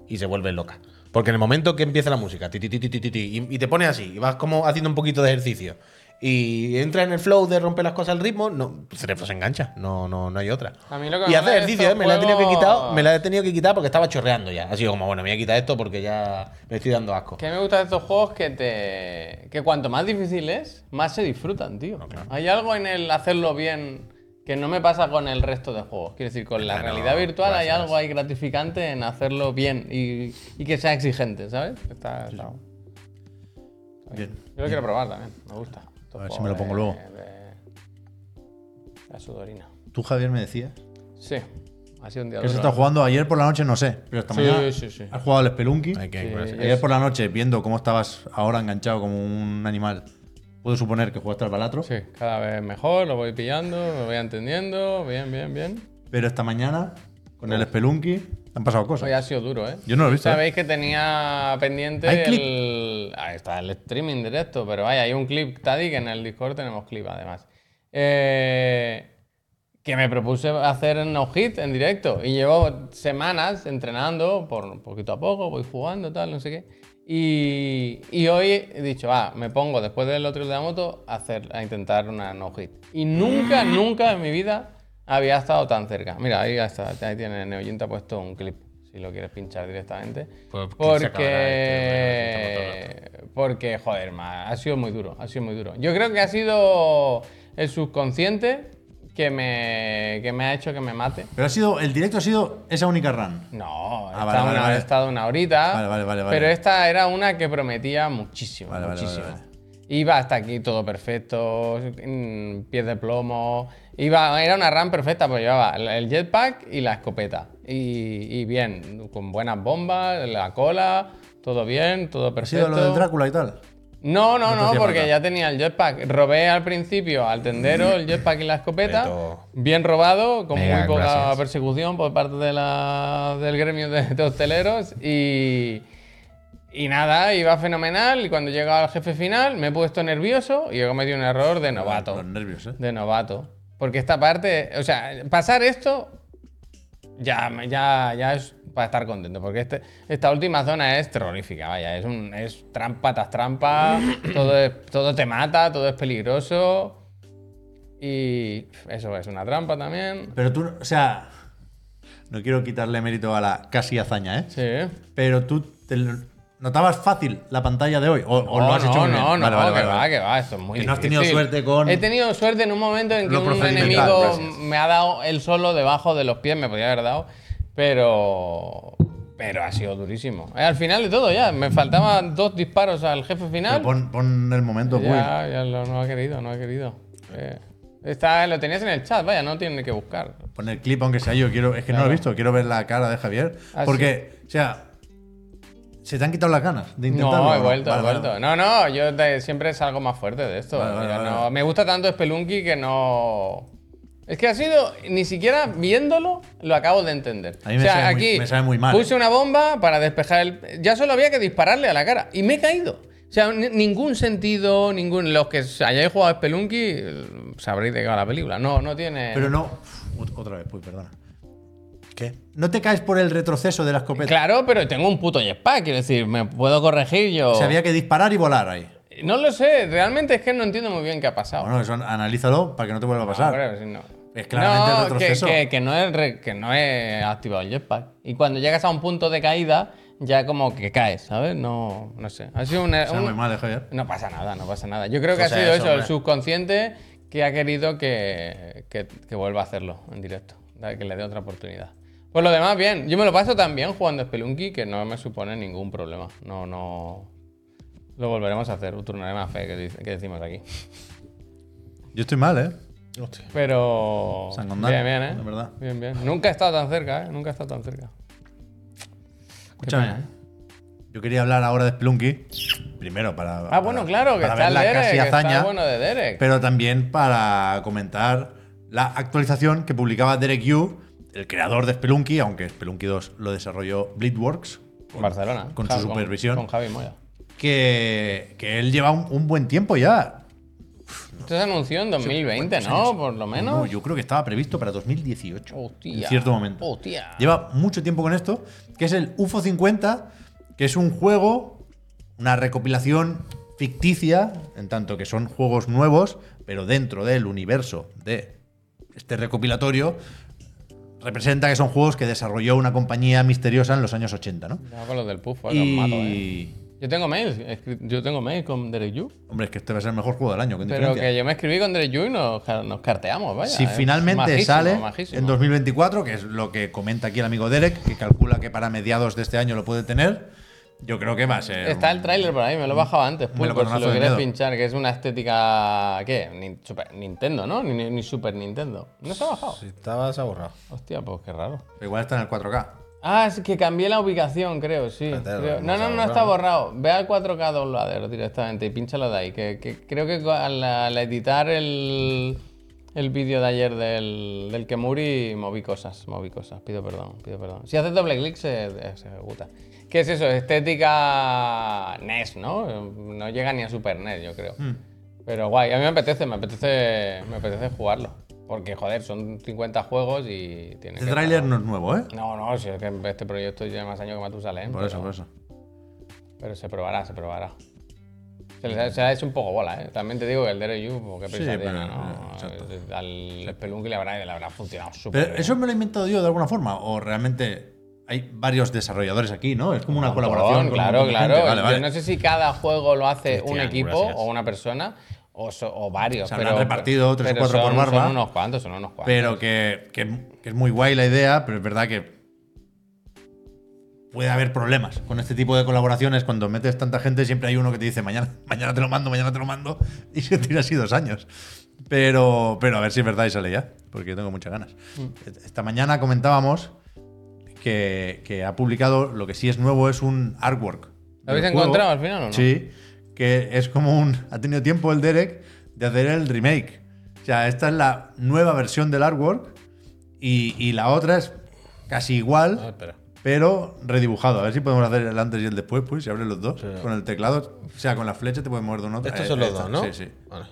B: y se vuelve loca. Porque en el momento que empieza la música, ti, ti, ti, ti, ti, ti, ti, y, y te pones así, y vas como haciendo un poquito de ejercicio. Y entras en el flow de romper las cosas al ritmo, no, tu cerebro se engancha, no, no, no hay otra.
C: A mí lo que
B: y
C: me
B: hace
C: mola de
B: ejercicio,
C: estos
B: ¿eh? me la he tenido que
C: juegos-
B: quitar, me la he tenido que quitar porque estaba chorreando ya. Ha sido como, bueno, me voy a quitar esto porque ya me estoy dando asco.
C: Que me gustan estos juegos que te. que cuanto más difícil es, más se disfrutan, tío. Hay algo en el hacerlo bien que no me pasa con el resto de juegos. Quiero decir, con la
B: Claro,
C: realidad virtual hay
B: gracias.
C: algo ahí gratificante en hacerlo bien y, y que sea exigente, ¿sabes? Está. está-
A: Bien.
C: Yo lo quiero probar también, me gusta. Estos
A: A ver si
C: juegos
A: me lo pongo
C: de-
A: luego.
C: de- La sudorina.
A: Tú, Javier, me decías
C: Sí, ha sido un día
A: que has
C: duro. ¿eh?
A: estado jugando ayer por la noche, no sé, pero esta
C: Sí,
A: mañana
C: sí, sí.
A: has jugado al Spelunky.
B: Hay que-
C: Sí,
B: gracias.
A: Ayer por la noche, viendo cómo estabas ahora enganchado como un animal, puedo suponer que jugaste al balatro.
C: Sí, cada vez mejor, lo voy pillando, me voy entendiendo, bien, bien, bien.
A: Pero esta mañana, con el Spelunky, te han pasado cosas.
C: Hoy ha sido duro, ¿eh?
A: Yo no lo he visto,
C: Sabéis que tenía pendiente
A: ¿Hay clip?
C: el... Ah, está el streaming directo, pero vaya, hay un clip, Tadi, que en el Discord tenemos clip, además. Eh, que me propuse hacer en no hit en directo. Y llevo semanas entrenando, por poquito a poco, voy jugando, tal, no sé qué. Y, y hoy he dicho, va, me pongo después del otro de la moto a, hacer, a intentar una no hit. Y nunca, nunca en mi vida había estado tan cerca. Mira, ahí, hasta, ahí tiene Neoyenta puesto un clip, si lo quieres pinchar directamente.
B: Pues que se acabará
C: porque, Eh, porque, joder, ma, ha sido muy duro, ha sido muy duro. Yo creo que ha sido el subconsciente que me, que me ha hecho que me mate.
A: Pero ha sido, el directo ha sido esa única run.
C: No,
A: Ah,
C: he,
A: vale,
C: estado
A: vale,
C: una,
A: vale.
C: he estado una horita.
A: Vale, vale, vale, vale.
C: Pero esta era una que prometía muchísimo.
A: Vale, vale,
C: muchísimo.
A: vale,
C: Iba hasta aquí todo perfecto, mm, pies de plomo. Iba, era una RAM perfecta, pues llevaba el- el jetpack y la escopeta. Y, y bien, con buenas bombas, la cola, todo bien, todo
A: Ha
C: perfecto.
A: sido lo del Drácula y tal.
C: No, no,
A: No te
C: no,
A: hacía
C: porque
A: falta.
C: ya tenía el jetpack. Robé al principio al tendero el jetpack y la escopeta.
B: Beto.
C: Bien robado, con
B: Mega
C: muy poca
B: gracias.
C: persecución por parte de la- del gremio de, de hosteleros. Y, y nada, iba fenomenal. Y cuando llegaba al jefe final me he puesto nervioso y he cometido un error de novato.
A: Los nervios, ¿eh?
C: De novato. Porque esta parte, o sea, pasar esto ya, me- ya, ya es para estar contento, porque este, esta última zona es terrorífica, vaya, es, un, es trampa tras trampa, todo, es- todo te mata, todo es peligroso. Y eso es una trampa también.
A: Pero tú, o sea, no quiero quitarle mérito a la casi hazaña, ¿eh?
C: Sí.
A: Pero tú te l- notabas fácil la pantalla de hoy. O, o lo has
C: no,
A: hecho muy
C: no,
A: bien?
C: no,
A: Vale, vale,
C: que
A: vale,
C: va,
A: vale.
C: que va, esto es muy
A: Que no has
C: difícil.
A: tenido suerte con-
C: He tenido suerte en un momento en que
A: Lo
C: un
A: procedimental,
C: enemigo
A: gracias.
C: me ha dado el solo debajo de los pies, me podía haber dado, pero... Pero ha sido durísimo. Eh, Al final de todo ya, me faltaban dos disparos al jefe final.
A: Pero pues. Pon, pon el momento, Puy.
C: Ya, ya lo, no ha querido, no ha querido. Eh, está, lo tenías en el chat, vaya, no tiene que buscar.
A: Pon el clip, aunque sea yo. Quiero, es que no lo he visto. Quiero ver la cara de Javier.
C: Ah,
A: porque, o sea, se te han quitado las ganas de intentarlo.
C: No, he
A: ¿no?
C: vuelto,
A: Vale,
C: he
A: vale.
C: vuelto. No, no, yo de- siempre salgo más fuerte de esto.
A: Vale, vale,
C: Ya
A: vale,
C: no-
A: vale.
C: Me gusta tanto Spelunky que no. Es que ha sido, ni siquiera viéndolo, lo acabo de entender.
A: A mí me
C: o sea,
A: sabe muy-
C: aquí
A: me sabe muy mal, eh.
C: puse una bomba para despejar el. Ya solo había que dispararle a la cara y me he caído. O sea, ni- ningún sentido, ningún. Los que hayáis jugado a Spelunky eh, sabréis de qué va la película. No, no tiene.
A: Pero no. Uf, Otra vez, Puy, perdona.
B: ¿Qué?
A: No te caes por el retroceso de la escopeta.
C: Claro, pero tengo un puto jetpack, quiero decir, me puedo corregir yo.
A: O sea, había que disparar y volar ahí.
C: No lo sé, realmente es que no entiendo muy bien qué ha pasado.
A: Ah, Bueno, eso analízalo para que no te vuelva a pasar.
C: Hombre, si no.
A: Es claramente el
C: No,
A: retroceso.
C: Que, que- que no he, re- que no he activado el jetpack. Y cuando llegas a un punto de caída, ya como que caes, ¿sabes? No, no sé. Ha sido una-
A: O sea,
C: un-
A: muy mal, eh, Javier.
C: No pasa nada, no pasa nada. Yo creo que
B: O
C: ha
B: sea,
C: sido
B: Pues eso,
C: eso, el
B: hombre.
C: subconsciente que ha querido que, que- que vuelva a hacerlo en directo. da- Que le dé otra oportunidad. Por lo demás, bien. Yo me lo paso tan bien jugando a Spelunky que no me supone ningún problema. No, no. Lo volveremos a hacer, un turno de más fe que, dice- que decimos aquí.
A: Yo estoy mal, ¿eh?
B: Hostia.
C: Pero.
A: San Gondán,
C: bien, bien, ¿eh?
A: la verdad.
C: Bien, bien. Nunca he estado tan cerca, ¿eh? Nunca he estado tan cerca. ¿eh?
A: Escúchame. Yo quería hablar ahora de Splunky. Primero para.
C: Ah, bueno, claro, que
A: para
C: está
A: ver
C: el
A: la
C: Derek.
A: casi
C: que Está
A: hazaña,
C: el bueno de Derek.
A: Pero también para comentar la actualización que publicaba Derek Yu, el creador de Spelunky, aunque Spelunky 2 lo desarrolló Blitworks,
C: en Barcelona.
A: con su
C: Ja-
A: supervisión.
C: Con, Javi Moya.
A: que, que él lleva un, un buen tiempo ya.
C: Esto se anunció en 2020,
A: ¿Cuántos
C: ¿no?
A: años?
C: Por lo menos.
A: No, yo creo que estaba previsto para 2018. En
C: Hostia.
A: cierto momento.
C: Hostia.
A: Lleva mucho tiempo con esto, que es el UFO 50, que es un juego, una recopilación ficticia, en tanto que son juegos nuevos, pero dentro del universo de este recopilatorio, representa que son juegos que desarrolló una compañía misteriosa en los años 80, ¿no?
C: Ya con los del puff, los mato, eh.
A: Y...
C: Yo tengo mail, escri- yo tengo mail con Derek Yu.
A: Hombre, es que este va a ser el mejor juego del año. con
C: Pero
A: diferencia.
C: que yo me escribí con Derek Yu y nos, ca- nos carteamos, vaya.
A: Si
C: es
A: finalmente
C: majísimo,
A: sale
C: majísimo.
A: en 2024, que es lo que comenta aquí el amigo Derek, que calcula que para mediados de este año lo puede tener, yo creo que va a ser.
C: Está
A: un-
C: el tráiler por ahí, me lo he bajado antes,
A: Em, Me lo
C: Pulpo, si
A: conozo de
C: lo quieres
A: miedo.
C: pinchar, que es una estética. ¿Qué? Ni- Super Nintendo, ¿no? Ni, ni- ni Super Nintendo. No se ha bajado.
B: Si estabas aborrado.
C: Hostia, pues qué raro.
A: Igual está en el 4K.
C: Ah, es que cambié la ubicación, creo, sí.
B: Espérate,
C: creo.
B: Ah, lo
C: No,
B: hemos
C: no, no
B: borrado.
C: está borrado. Ve al 4K dobladero directamente y pínchalo de ahí. Que, que creo que al, al editar el, el vídeo de ayer del, del Kemuri moví cosas, moví cosas. Pido perdón, pido perdón. Si haces doble clic se, se ejecuta. ¿Qué es eso? Estética NES, ¿no? No llega ni a Super NES, yo creo.
B: Hmm.
C: Pero guay, a mí me apetece, me apetece, me apetece jugarlo. Porque, joder, son 50 juegos y tiene
A: Este tráiler no es nuevo, ¿eh?
C: no, no, si es que este proyecto lleva más años que Matusalén.
A: Por
C: pero,
A: eso, por eso.
C: Pero se probará, se probará. Se le, ha- se le ha hecho un poco bola, ¿eh? También te digo que el Dere Yu, porque
A: Sí,
C: pensaría,
A: pero,
C: ¿no?
A: eh, exacto.
C: Al Spelunky le habrá, le habrá funcionado súper
A: Pero
C: bien.
A: eso me lo he inventado yo de alguna forma, o realmente hay varios desarrolladores aquí, ¿no? Es como una colaboración. con un
C: Claro,
A: montón de gente.
C: claro.
A: Vale, vale.
C: Yo no sé si cada juego lo hace un
B: Cristian,
C: equipo
B: gracias.
C: o una persona o, so- o varios.
A: Se
C: pero,
A: habrán repartido tres o
C: pero
A: cuatro por
C: son-
A: barba.
C: Son unos cuantos, son unos cuantos.
A: Pero que, que- que es muy guay la idea, pero es verdad que puede haber problemas con este tipo de colaboraciones. Cuando metes tanta gente, siempre hay uno que te dice mañana, mañana te lo mando, mañana te lo mando, y se tira así dos años. Pero, pero a ver si es verdad y sale ya, porque tengo muchas ganas.
C: Mm.
A: Esta mañana comentábamos que, que ha publicado, lo que sí es nuevo, es un artwork.
C: ¿Lo
A: del
C: habéis
A: juego.
C: encontrado al final o no?
A: Sí, que es como un. Ha tenido tiempo el Derek de hacer el remake. O sea, esta es la nueva versión del artwork y, y la otra es casi
C: Ah.
B: No,
A: igual,
B: espera.
A: pero redibujado. A ver si podemos hacer el antes y el después, pues, si abres los dos. Con el teclado, o sea, con la flecha te puedes mover de uno a otro.
B: Estos
A: Eh,
B: son los
A: esta,
B: dos, ¿no?
A: Sí, sí.
B: Vale.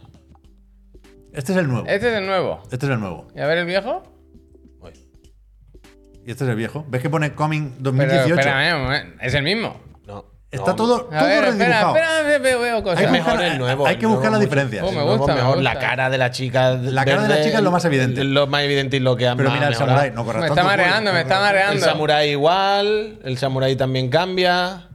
A: Este es el nuevo.
C: Este es el nuevo.
A: Este es el nuevo.
C: ¿Y a ver el viejo?
B: Voy.
A: Y este es el viejo. ¿Ves que pone Coming
C: Pero
A: 2018?
C: espérame, un momento, es el mismo.
B: No.
A: Está
B: no.
A: todo,
C: A
A: todo
C: ver, espera,
A: redibujado.
C: espera, veo, veo cosas.
A: Hay que
B: mejor
A: buscar,
B: el nuevo,
A: hay que
B: el nuevo
A: buscar las
B: mucho.
A: diferencias.
C: Oh, me gusta,
B: El nuevo
C: me
B: mejor. La
C: gusta.
B: cara de la chica.
A: La cara de la chica es lo más evidente.
B: Lo más evidente y lo que
A: Pero
B: más
A: mira, el
B: mejorado.
A: samurai, no corras
C: me está
A: tanto,
C: mareando,
A: Julio.
C: me está
B: El
C: mareando.
B: samurái igual. El samurái también cambia.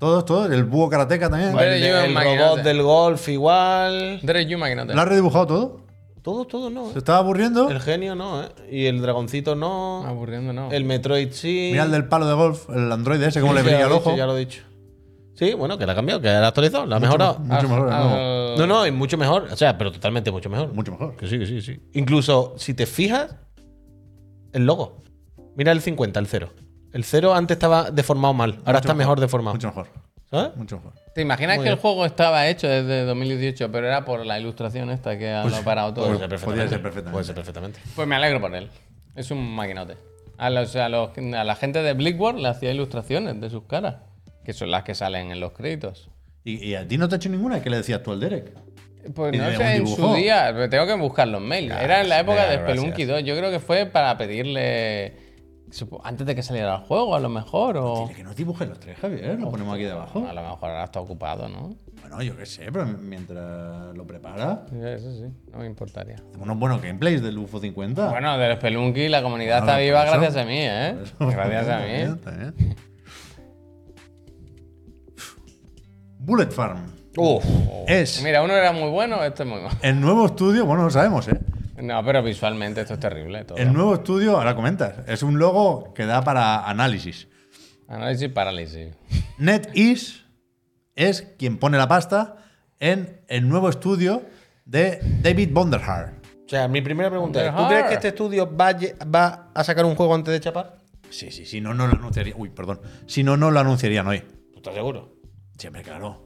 A: Todos, todos. El búho karateca también.
C: Vale. Pero
B: el
C: yo
B: el
C: imagínate.
B: robot del golf igual.
C: Derek Yu Maquinote.
A: ¿Lo has redibujado todo?
B: Todo, todo no.
A: ¿Se
B: ¿eh?
A: estaba aburriendo?
B: El genio no, ¿eh? Y el dragoncito no.
C: Aburriendo, no.
B: El Metroid sí.
A: Ah, Mira el del palo de golf, el androide ese, cómo le
B: Sí,
A: brilla
B: ya
A: el
B: lo he dicho,
A: ojo.
B: Ya lo he dicho. Sí, bueno, que la ha cambiado, que la ha actualizado, la ha mejorado.
C: Ah,
A: Mucho mejor,
B: Ah,
C: Al-
A: no.
C: al-
B: No, no, es mucho mejor. O sea, pero totalmente mucho mejor.
A: Mucho mejor.
B: Que sí, que sí, sí. Incluso si te fijas, el logo. Mira el 50, el 0. El 0 antes estaba deformado mal, ahora está mejor deformado.
A: Mucho mejor.
B: ¿Sabes?
A: Mucho mejor.
C: ¿Te imaginas
B: Muy
C: que el
B: bien.
C: juego estaba hecho desde 2018, pero era por la ilustración esta que ha lo ha parado todo?
B: Puede
C: Pues,
B: ser
A: Podría ser
B: perfectamente.
A: perfectamente.
B: Puede ser perfectamente.
C: me alegro por él. Es un maquinote. A, los- a los- a la gente de Blizzard le hacía ilustraciones de sus caras, que son las que salen en los créditos.
A: ¿Y, y a ti no te ha hecho ninguna? ¿Qué le decías tú al Derek?
C: Pues
A: Y
C: no
A: de un
C: sé, en su
A: dibujo.
C: día, pero tengo que buscar los mails. Era en la época de
B: venga,
C: Spelunky 2. Yo creo que fue para pedirle. supo- Antes de que saliera el juego, a lo mejor. O...
A: Dile que nos dibujen los tres, Javier. Lo ponemos aquí debajo.
C: A lo mejor ahora está ocupado, ¿no?
A: Bueno, yo qué sé, pero mientras lo prepara.
C: Eso sí, no me importaría.
A: Hacemos unos buenos gameplays del UFO 50.
C: Bueno, del Spelunky la comunidad
A: Bueno,
C: está viva
A: por eso.
C: gracias a mí, ¿eh? Gracias a mí.
A: Está bien. Bullet Farm.
B: Uf.
A: Es
C: Mira, uno era muy bueno, este es muy malo.
A: el nuevo estudio, bueno, lo sabemos, ¿eh?
C: No, pero visualmente esto es terrible. Todo.
A: El nuevo estudio, ahora comentas, es un logo que da para análisis.
C: Análisis parálisis.
A: NetEase es quien pone la pasta en el nuevo estudio de David Bonderhard.
B: O sea, mi primera pregunta es: ¿tú
C: Mejor.
B: crees que este estudio va, a lle- va a sacar un juego antes de chapar?
A: Sí, sí, si no, no lo anunciarían. Uy, perdón. Si no, no lo anunciarían hoy.
B: ¿Tú estás seguro?
A: Siempre, claro.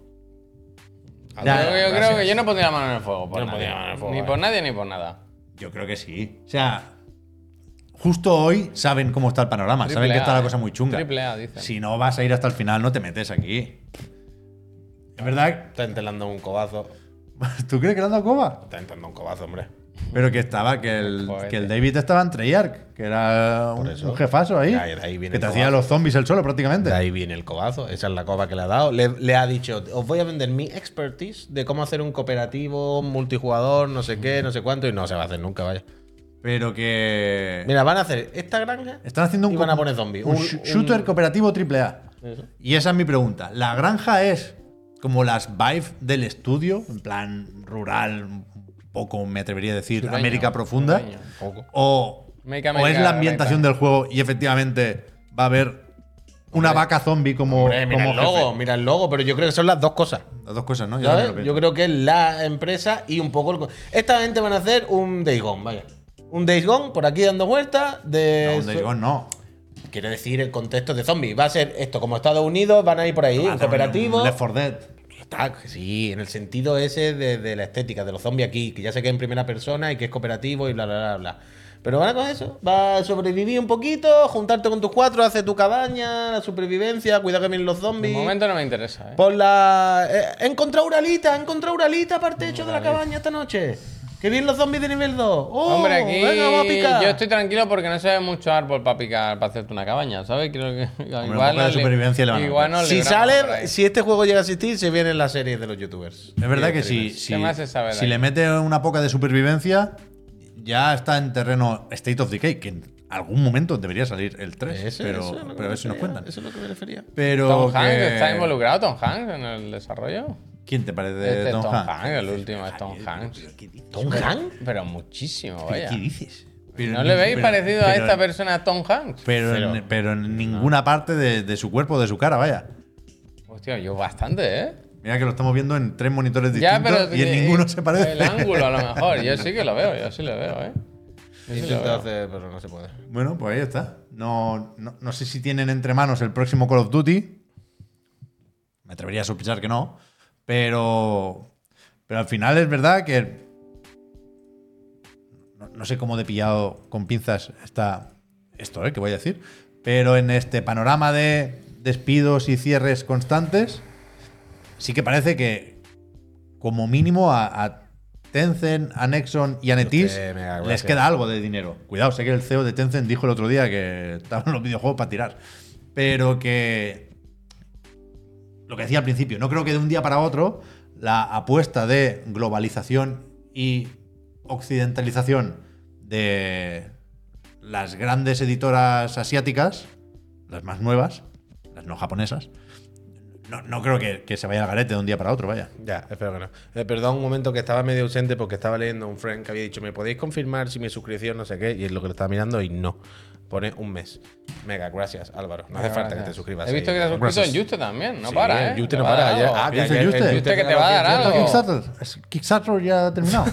C: Yo,
A: Ya,
C: yo creo que yo no pondría la mano en el fuego. eh. Por
B: Yo no
C: nadie.
B: pondría la mano en el fuego,
C: ni
B: eh.
C: por nadie ni por nada.
A: Yo creo que sí. O sea, justo hoy saben cómo está el panorama, Ah, saben
C: Triple
A: que
C: A,
A: está la
C: eh.
A: cosa muy chunga.
C: Triple A, dicen.
A: Si no vas a ir hasta el final, no te metes aquí. Es verdad,
B: Está entelando un cobazo.
A: ¿tú crees que le han dado coba?
B: Está entelando un cobazo, hombre.
A: Pero que estaba, que el,
C: Joder.
A: que el David estaba en Treyarch, que era un,
B: eso.
A: un jefazo ahí.
B: Ya, y de ahí viene
A: que te
B: el
A: hacía
B: cobazo.
A: los zombies el solo prácticamente.
B: De ahí viene el cobazo. Esa es la coba que le ha dado. Le, le ha dicho, os voy a vender mi expertise de cómo hacer un cooperativo, multijugador, no sé qué, no sé cuánto. Y no se va a hacer nunca, vaya.
A: Pero que.
B: Mira, van a hacer esta granja.
A: Están haciendo un.
B: Y van a
A: co-
B: poner zombies.
A: Un,
B: Un-
A: sh- shooter cooperativo AAA. Y esa es mi pregunta. ¿La granja es como las vibe del estudio? En plan rural, un poco me atrevería a decir,
C: Sureño,
A: América profunda.
C: sureño, un
B: poco.
A: O,
C: Make
A: o es
C: America
A: la ambientación del juego y efectivamente va a haber una vaca zombie como.
B: Hombre, mira
A: como
B: el logo,
A: jefe?
B: mira el logo, pero yo creo que son las dos cosas.
A: Las dos cosas, ¿no? Ya
B: ¿sabes?
A: no me lo
B: Yo
A: pienso.
B: creo que es la empresa y un poco el. co- Esta gente van a hacer un Days Gone, vaya. Un Days Gone por aquí dando vueltas. De...
A: No, un Days Gone no.
B: Quiero decir, el contexto de zombies. Va a ser esto, como Estados Unidos, van a ir por ahí,
A: Va a
B: un
A: hacer un-
B: cooperativo.
A: un Left 4 Dead.
B: Está, sí, en el sentido ese de, de la estética de los zombies aquí, que ya sé que es en primera persona y que es cooperativo y bla, bla, bla, bla. Pero van a con eso, va a sobrevivir un poquito, juntarte con tus cuatro, hacer tu cabaña, la supervivencia, cuidado que vienen los
C: De
B: zombies.
C: momento no me interesa, ¿eh?
A: ¡Oh!
B: Por la. eh, He encontrado Uralita, he encontrado Uralita para el techo de la cabaña esta noche. Que vienen los zombies de nivel 2. ¡Oh!
C: Hombre, aquí
B: venga, vamos a picar.
C: yo estoy tranquilo porque no se ve mucho árbol para picar, para hacerte una cabaña, ¿sabes? Creo que
A: un poco de
C: nos li-
A: supervivencia le van a
C: igual
A: meter.
C: nos
B: si
C: libramos por
B: sale,
C: ahí.
B: si este juego llega a existir, se vienen las series de los youtubers.
A: Es verdad que si,
C: ¿Qué
A: si,
C: me haces saber
A: si
C: ahí?
A: le mete una poca de supervivencia, ya está en terreno State of Decay, que en algún momento debería salir el 3,
B: Ese-
A: pero,
B: eso es lo que
A: pero
B: me
A: a ver si nos
B: refería,
A: cuentan.
B: Eso es lo que me refería.
A: Pero
C: Tom Hanks
A: que-
C: está involucrado, Tom Hanks, en el desarrollo.
A: ¿Quién te parece
C: Este es
A: Tom,
C: Tom
A: Hanks?
C: Hanks, el último es Tom Hanks.
B: ¿Tom Hank?
C: Pero muchísimo,
A: ¿Qué,
C: vaya.
A: qué dices? Pero-
C: ¿No le veis
A: pero-
C: parecido a
A: pero-
C: esta persona a Tom Hanks?
A: Pero, en, pero en ninguna parte de, de su cuerpo, de su cara, vaya.
C: Hostia, yo bastante, ¿eh?
A: Mira que lo estamos viendo en tres monitores distintos y en
C: que-
A: ninguno se parece.
C: El ángulo, a lo mejor. Yo sí que lo veo, yo sí lo veo, ¿eh? Yo sí lo
B: Intento
C: veo.
B: hacer, pero no se puede.
A: Bueno, pues ahí está. No, no, no sé si tienen entre manos el próximo Call of Duty. Me atrevería a sospechar que no. Pero. Pero al final es verdad que. No, no sé cómo de pillado con pinzas está esto, ¿eh? Que voy a decir. Pero en este panorama de despidos y cierres constantes, sí que parece que, como mínimo, a, a Tencent, a Nexon y a Netis
B: Usted me da
A: les
B: gracias.
A: queda algo de dinero. Cuidado, sé que el CEO de Tencent dijo el otro día que estaban los videojuegos para tirar. Pero que. Lo que decía al principio, no creo que de un día para otro la apuesta de globalización y occidentalización de las grandes editoras asiáticas, las más nuevas, las no japonesas, no, no creo que, que se vaya al garete de un día para otro, vaya.
B: Ya, espero que no. Eh, perdón un momento que estaba medio ausente porque estaba leyendo un friend que había dicho, ¿me podéis confirmar si mi suscripción no sé qué? Y es lo que lo estaba mirando y no. Pone un mes. Mega, gracias, Álvaro. No
C: Venga,
B: hace falta
C: gracias.
B: que te suscribas.
C: He visto
B: ahí.
C: que te has suscrito
A: Gracias.
C: el Juste también, no
B: Sí,
C: para, ¿eh?
B: el
C: Te
B: Juste no
C: va a dar
B: para. ya.
C: algo.
B: Ah, que
A: ¿Qué dice
B: el- el
A: Juste?
B: Juste
C: Juste que te
B: era
C: va a dar
B: lo que-
C: algo.
A: Kickstarter, Kickstarter ya ha terminado.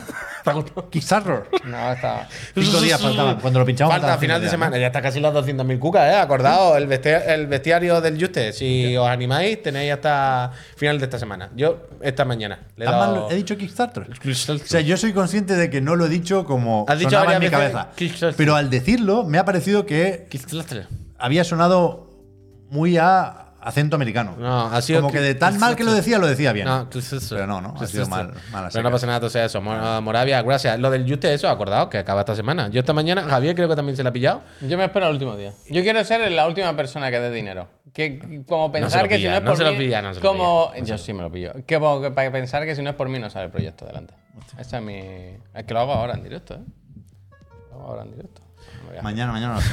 A: Kickstarter.
B: Ah.
C: No, está.
A: Cinco días faltaban. Cuando lo pinchamos
B: Falta
A: faltaban
B: a final
A: cinco
B: de
A: días,
B: semana. Ya está casi las 200.000 cucas, ¿eh? Acordaos, el, vesti- el bestiario del Juste. Si os animáis, tenéis hasta final de esta semana. Yo, esta mañana. Le he
A: Tan mal
B: dado-
A: he dicho Kickstarter. O sea, yo soy consciente de que no lo he dicho como
B: Has dicho
A: sonaba en mi
B: varias veces
A: cabeza.
B: Kickstarter.
A: Pero al decirlo, me ha parecido que había sonado muy a acento americano.
B: No, ha sido
A: Como que de tan mal que lo decía, lo decía bien.
B: No, Kickstarter.
A: Pero no, no, ha sido mal, mal así.
B: Pero no pasa nada, o sea, eso. Mor- ah, Moravia, gracias. Lo del Juste, eso, acordado, que acaba esta semana. Yo esta mañana, Javier creo que también se la ha pillado.
C: Yo me espero el último día. Yo quiero ser la última persona que dé dinero. Que como pensar
B: lo
C: que
B: pilla,
C: si no es
B: no
C: por
B: se
C: mí,
B: lo pilla, no se lo
C: como yo sí me lo pillo. Que como que para pensar que si no es por mí no sale el proyecto adelante. Esa es mi es que lo hago ahora en directo, ¿eh? Lo hago ahora en directo. Me voy a-
A: Mañana, mañana. no sé.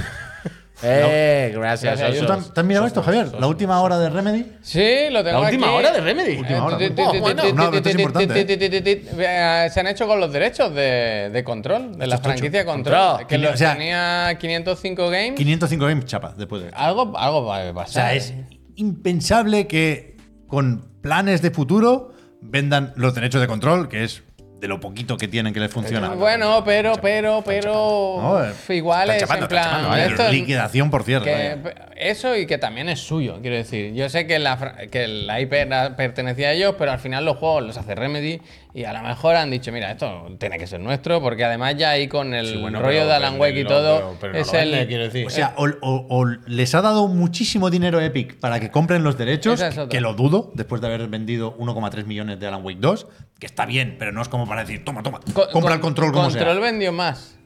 B: Eh, gracias.
C: Gracias,
A: ¿Tú
B: Osos.
A: te has- te has mirado esto, Javier? La última hora de Remedy.
C: Sí, lo tengo
B: ¿La última
C: aquí.
B: hora de Remedy?
A: Última hora.
C: Eh, ti, ti,
A: Oh,
C: ti,
A: bueno.
C: ti, ti,
A: No, pero esto
C: ti,
A: es
C: ti,
A: importante,
C: ti, ti, ti, ti, ti. Eh, Se han hecho con los derechos de, de control, de la franquicia control.
A: Control.
C: Que
A: Quini-
C: los
A: o sea,
C: tenía 505 Games.
A: 505 games chapa después de
C: Algo, algo va a
A: O
C: pasar. ¿eh?
A: sea, es impensable que con planes de futuro vendan los derechos de control, que es de lo poquito que tienen que les funciona.
C: Eh, Bueno, pero, pero, pero.
A: No, eh,
C: uf, igual
A: están
C: es
A: chapando,
C: en
A: están
C: plan.
A: chapando, ¿eh?
C: esto es-
A: Liquidación, por cierto.
C: que-
A: eh.
C: eso y que también es suyo, quiero decir. Yo sé que la, fra- que la IP era- pertenecía a ellos, pero al final los juegos los hace Remedy Y a lo mejor han dicho, mira, esto tiene que ser nuestro, porque además ya ahí con el
B: Sí, bueno,
C: rollo
B: pero
C: de Alan Wake y
B: venderlo,
C: todo,
B: pero- pero no
C: es
B: lo
C: el...
B: vende, quiero decir.
A: O
C: eh.
A: sea, o, o- o les ha dado muchísimo dinero a Epic para que compren los derechos,
C: Esa es otra.
A: que lo dudo, después de haber vendido 1,3 millones de Alan Wake 2, que está bien, pero no es como para decir, toma, toma,
C: Co-
A: compra
C: con-
A: el control como
C: Control
A: sea.
C: vendió más.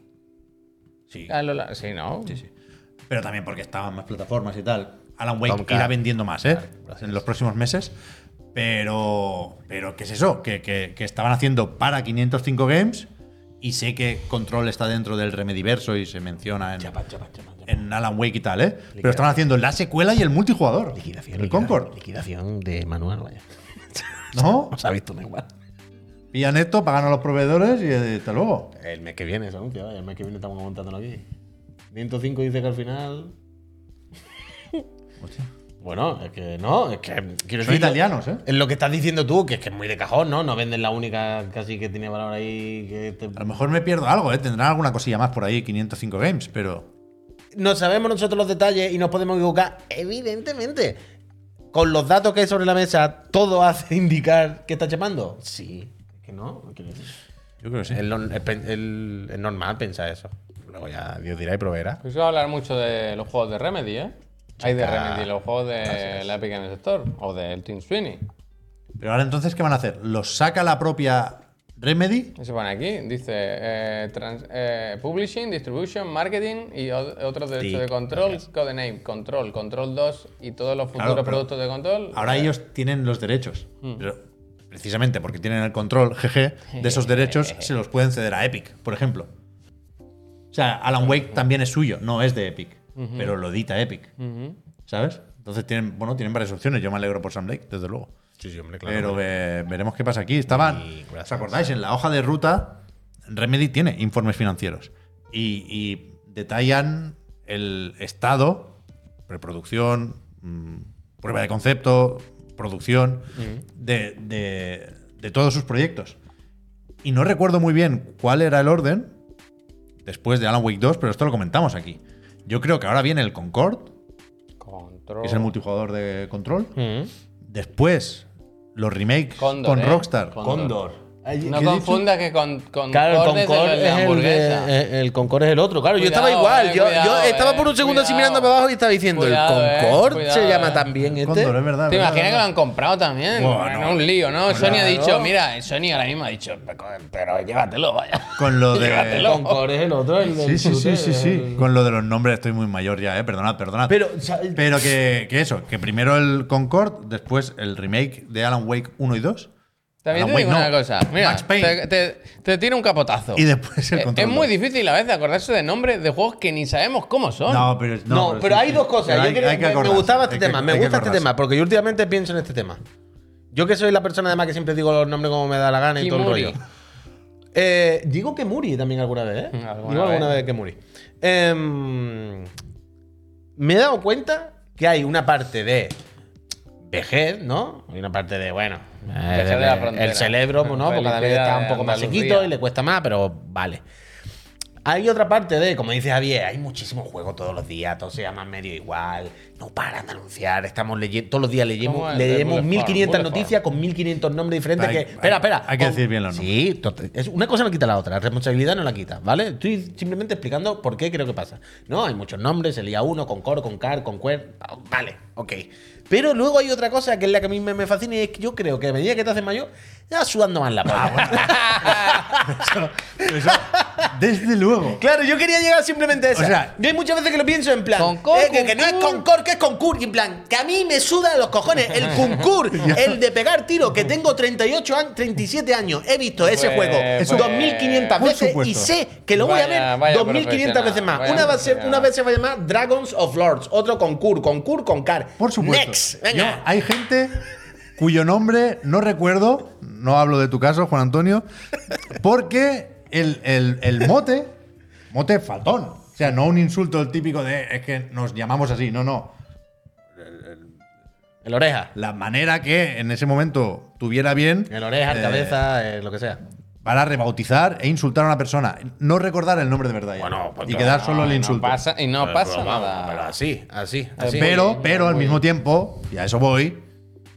A: Sí,
C: A lo la- sí, ¿no?
A: sí. Pero también porque estaban más plataformas y tal. Alan Wake
B: Tomcat.
A: irá vendiendo más, ¿eh? en los próximos meses. Pero, pero ¿qué es eso? Que, que- que estaban haciendo para 505 Games y sé que Control está dentro del Remediverso y se menciona en, en Alan Wake y tal, ¿eh? Pero estaban haciendo la secuela y el multijugador. el Concord.
B: Liquidación de manual, vaya.
A: ¿No?
B: Os ha visto no igual.
A: Pillan esto, pagan a los proveedores y eh, hasta luego.
B: El mes que viene se anuncia, vaya. El mes que viene estamos montándolo aquí. 105 dice que al final. Bueno, es que no, es que quiero
A: Son
B: decir,
A: italianos, ¿eh?
B: Es lo que estás diciendo tú, que es que es muy de cajón, ¿no? No venden la única casi que tiene valor ahí. Que te-
A: A lo mejor me pierdo algo, ¿eh? Tendrán alguna cosilla más por ahí, 505 Games, pero...
B: No sabemos nosotros los detalles y nos podemos equivocar, evidentemente. Con los datos que hay sobre la mesa, todo hace indicar que está chapando. Sí, es que no, no quiero decir.
A: Yo creo que sí.
B: Es, lo- es pen- el- es normal pensar eso. Luego ya Dios dirá y proveerá.
C: Pues se va a hablar mucho de los juegos de Remedy, ¿eh? Hay de
B: Chica.
C: Remedy los juegos de la Epic Games Store o del Team Sweeney.
A: Pero ahora entonces, ¿qué van a hacer? ¿Los saca la propia Remedy?
C: Y Se pone aquí, dice eh, trans- eh, Publishing, Distribution, Marketing y o- otros derechos
B: Sí,
C: de control, Codename, Control, Control 2 y todos los futuros
A: Claro, pero
C: productos de control.
A: Ahora ellos tienen los derechos. Pero precisamente porque tienen el control, jeje, de esos derechos se los pueden ceder a Epic, por ejemplo. O sea, Alan Wake también es suyo, no es de Epic, pero lo edita Epic,
C: Ujú.
A: ¿sabes? Entonces tienen, bueno, tienen varias opciones. Yo me alegro por Sam Lake, desde luego.
B: Sí, sí, hombre,
A: Pero eh, veremos qué pasa aquí. Estaban,
B: Y gracias.
A: ¿os acordáis? En la hoja de ruta, Remedy tiene informes financieros y, y detallan el estado, preproducción, mm, prueba de concepto, producción, de, de- de todos sus proyectos. Y no recuerdo muy bien cuál era el orden después de Alan Wake 2, pero esto lo comentamos aquí. Yo creo que ahora viene el Concord,
C: Control.
A: que
C: Oh.
A: es el multijugador de Control.
B: Mm.
A: Después, los remakes
C: Cóndor,
A: con
C: eh.
A: Rockstar.
C: Cóndor.
B: Condor.
C: No confundas que con, con
B: Claro, el
C: Concord es
B: Concord
C: el de
B: es el,
C: hamburguesa.
B: de- eh, el Concord es el otro. Claro,
C: Cuidado,
B: yo estaba igual.
C: eh,
B: yo,
C: cuidado,
B: yo estaba por
C: eh,
B: un segundo así
C: cuidado.
B: mirando para abajo y estaba diciendo,
C: Cuidado, eh,
B: ¿el Concord
C: cuidado,
B: se llama
C: eh.
B: también este?
A: Cóndor, es verdad.
C: ¿Te
A: verdad,
C: imaginas que lo
A: verdad.
C: han comprado también?
A: Buah,
C: Bueno,
A: no.
C: un lío, ¿no? Sony ha
B: Claro.
C: dicho, mira, Sony ahora mismo ha dicho, pero llévatelo, vaya.
A: Con lo
B: El
A: de.
C: Llévatelo.
B: Concord es el otro.
A: Sí,
B: El
A: sí,
B: del
A: sí,
B: shooter,
A: sí,
B: el-
A: sí. Con lo de los nombres estoy muy mayor ya, eh. Perdonad, perdonad.
B: Pero, o sea,
A: Pero que, que eso, que primero el Concord, después el remake de Alan Wake 1 y 2.
C: También
A: Alan
C: te digo
A: Wake
C: una
A: no,
C: cosa. Mira,
A: Max Payne.
C: te, te- te tira un capotazo.
A: Y después el
C: Eh,
A: control.
C: es muy difícil a veces acordarse de nombres de juegos que ni sabemos cómo son.
A: No, pero,
B: No, pero,
A: sí,
B: hay
A: sí.
B: dos cosas.
A: Pero
B: Yo
A: hay-
B: quería-
A: hay que
B: me- me,
A: acordarse,
B: gustaba este
A: hay que-
B: tema, me
A: hay que
B: gusta este
A: acordarse.
B: tema, porque yo últimamente pienso en este tema. Yo que soy la persona además que siempre digo los nombres como me da la gana y todo el
C: Kimuri.
B: rollo. Eh, digo que muri también alguna vez, ¿eh?
C: Alguna
B: digo alguna
C: vez.
B: vez que muri. Em, me he dado cuenta que hay una parte de vejez, ¿no? Hay una parte de, bueno,
C: Vejez de la frontera.
B: el cerebro, ¿no? Porque cada vez
C: Felicidad
B: está
C: de
B: un poco más
C: Andalucía.
B: sequito y le cuesta más, pero vale. Hay otra parte de, como dice Javier, hay muchísimos juegos todos los días, todos se llaman medio igual, no paran de anunciar, estamos leyendo, todos los días
C: ¿Cómo
B: leyemos,
C: es?
B: leemos
C: Bullet
B: 1500
C: Farm, Bullet
B: noticias con 1500 nombres diferentes
A: Hay-
B: que...
A: hay-
B: espera, espera.
A: hay que
B: con-
A: decir bien los nombres.
B: Sí, tot- es- una cosa no quita la otra, la responsabilidad no la quita, ¿vale? Estoy simplemente explicando por qué creo que pasa. No, hay muchos nombres, el IA 1, con Cor, con Car, con Quer, vale, ok. Pero luego hay otra cosa que es la que a mí me, me fascina y es que yo creo que a medida que te haces mayor, ya vas sudando más la
A: Ah,
B: polla.
A: Eso, desde luego.
B: Claro, yo quería llegar simplemente a esa.
A: O sea-
B: yo hay muchas veces que lo pienso en plan.
C: Concor,
B: eh, que, que no es
C: concur.
B: Concor, que es Concur. Y en plan, que a mí me suda los cojones. El Concur, el de pegar tiro, que tengo 38 años, 37 años. He visto ese
C: Pues,
B: juego
C: pues,
B: 2500
A: por
B: veces y
A: supuesto.
B: sé que lo voy
C: Vaya-
B: a ver
C: vaya
B: 2500 veces
C: profesional,
B: más.
C: vaya
B: Una, va a ser-
C: profesional.
B: una vez se va a llamar Dragons of Lords, otro Concur, Concur con Car.
A: Por supuesto.
B: Next, venga.
A: Yo- hay gente cuyo nombre no recuerdo, no hablo de tu caso, Juan Antonio, porque el, el- el mote, mote faltón. O sea, no un insulto el típico de es que nos llamamos así, no, no.
B: El oreja.
A: La manera que en ese momento tuviera bien.
B: El oreja, el
A: eh,
B: cabeza, eh, lo que sea.
A: Para rebautizar e insultar a una persona. No recordar el nombre de verdad. ya.
B: Bueno, pues
A: y
B: no,
A: quedar
C: No,
A: solo el
C: y
A: insulto.
C: No pasa, y no
B: Pero-
C: pasa
B: pero vamos,
C: nada.
B: Pero así, así.
C: Así.
B: así.
A: pero,
C: muy
A: pero al
C: muy
A: mismo tiempo, y a eso voy,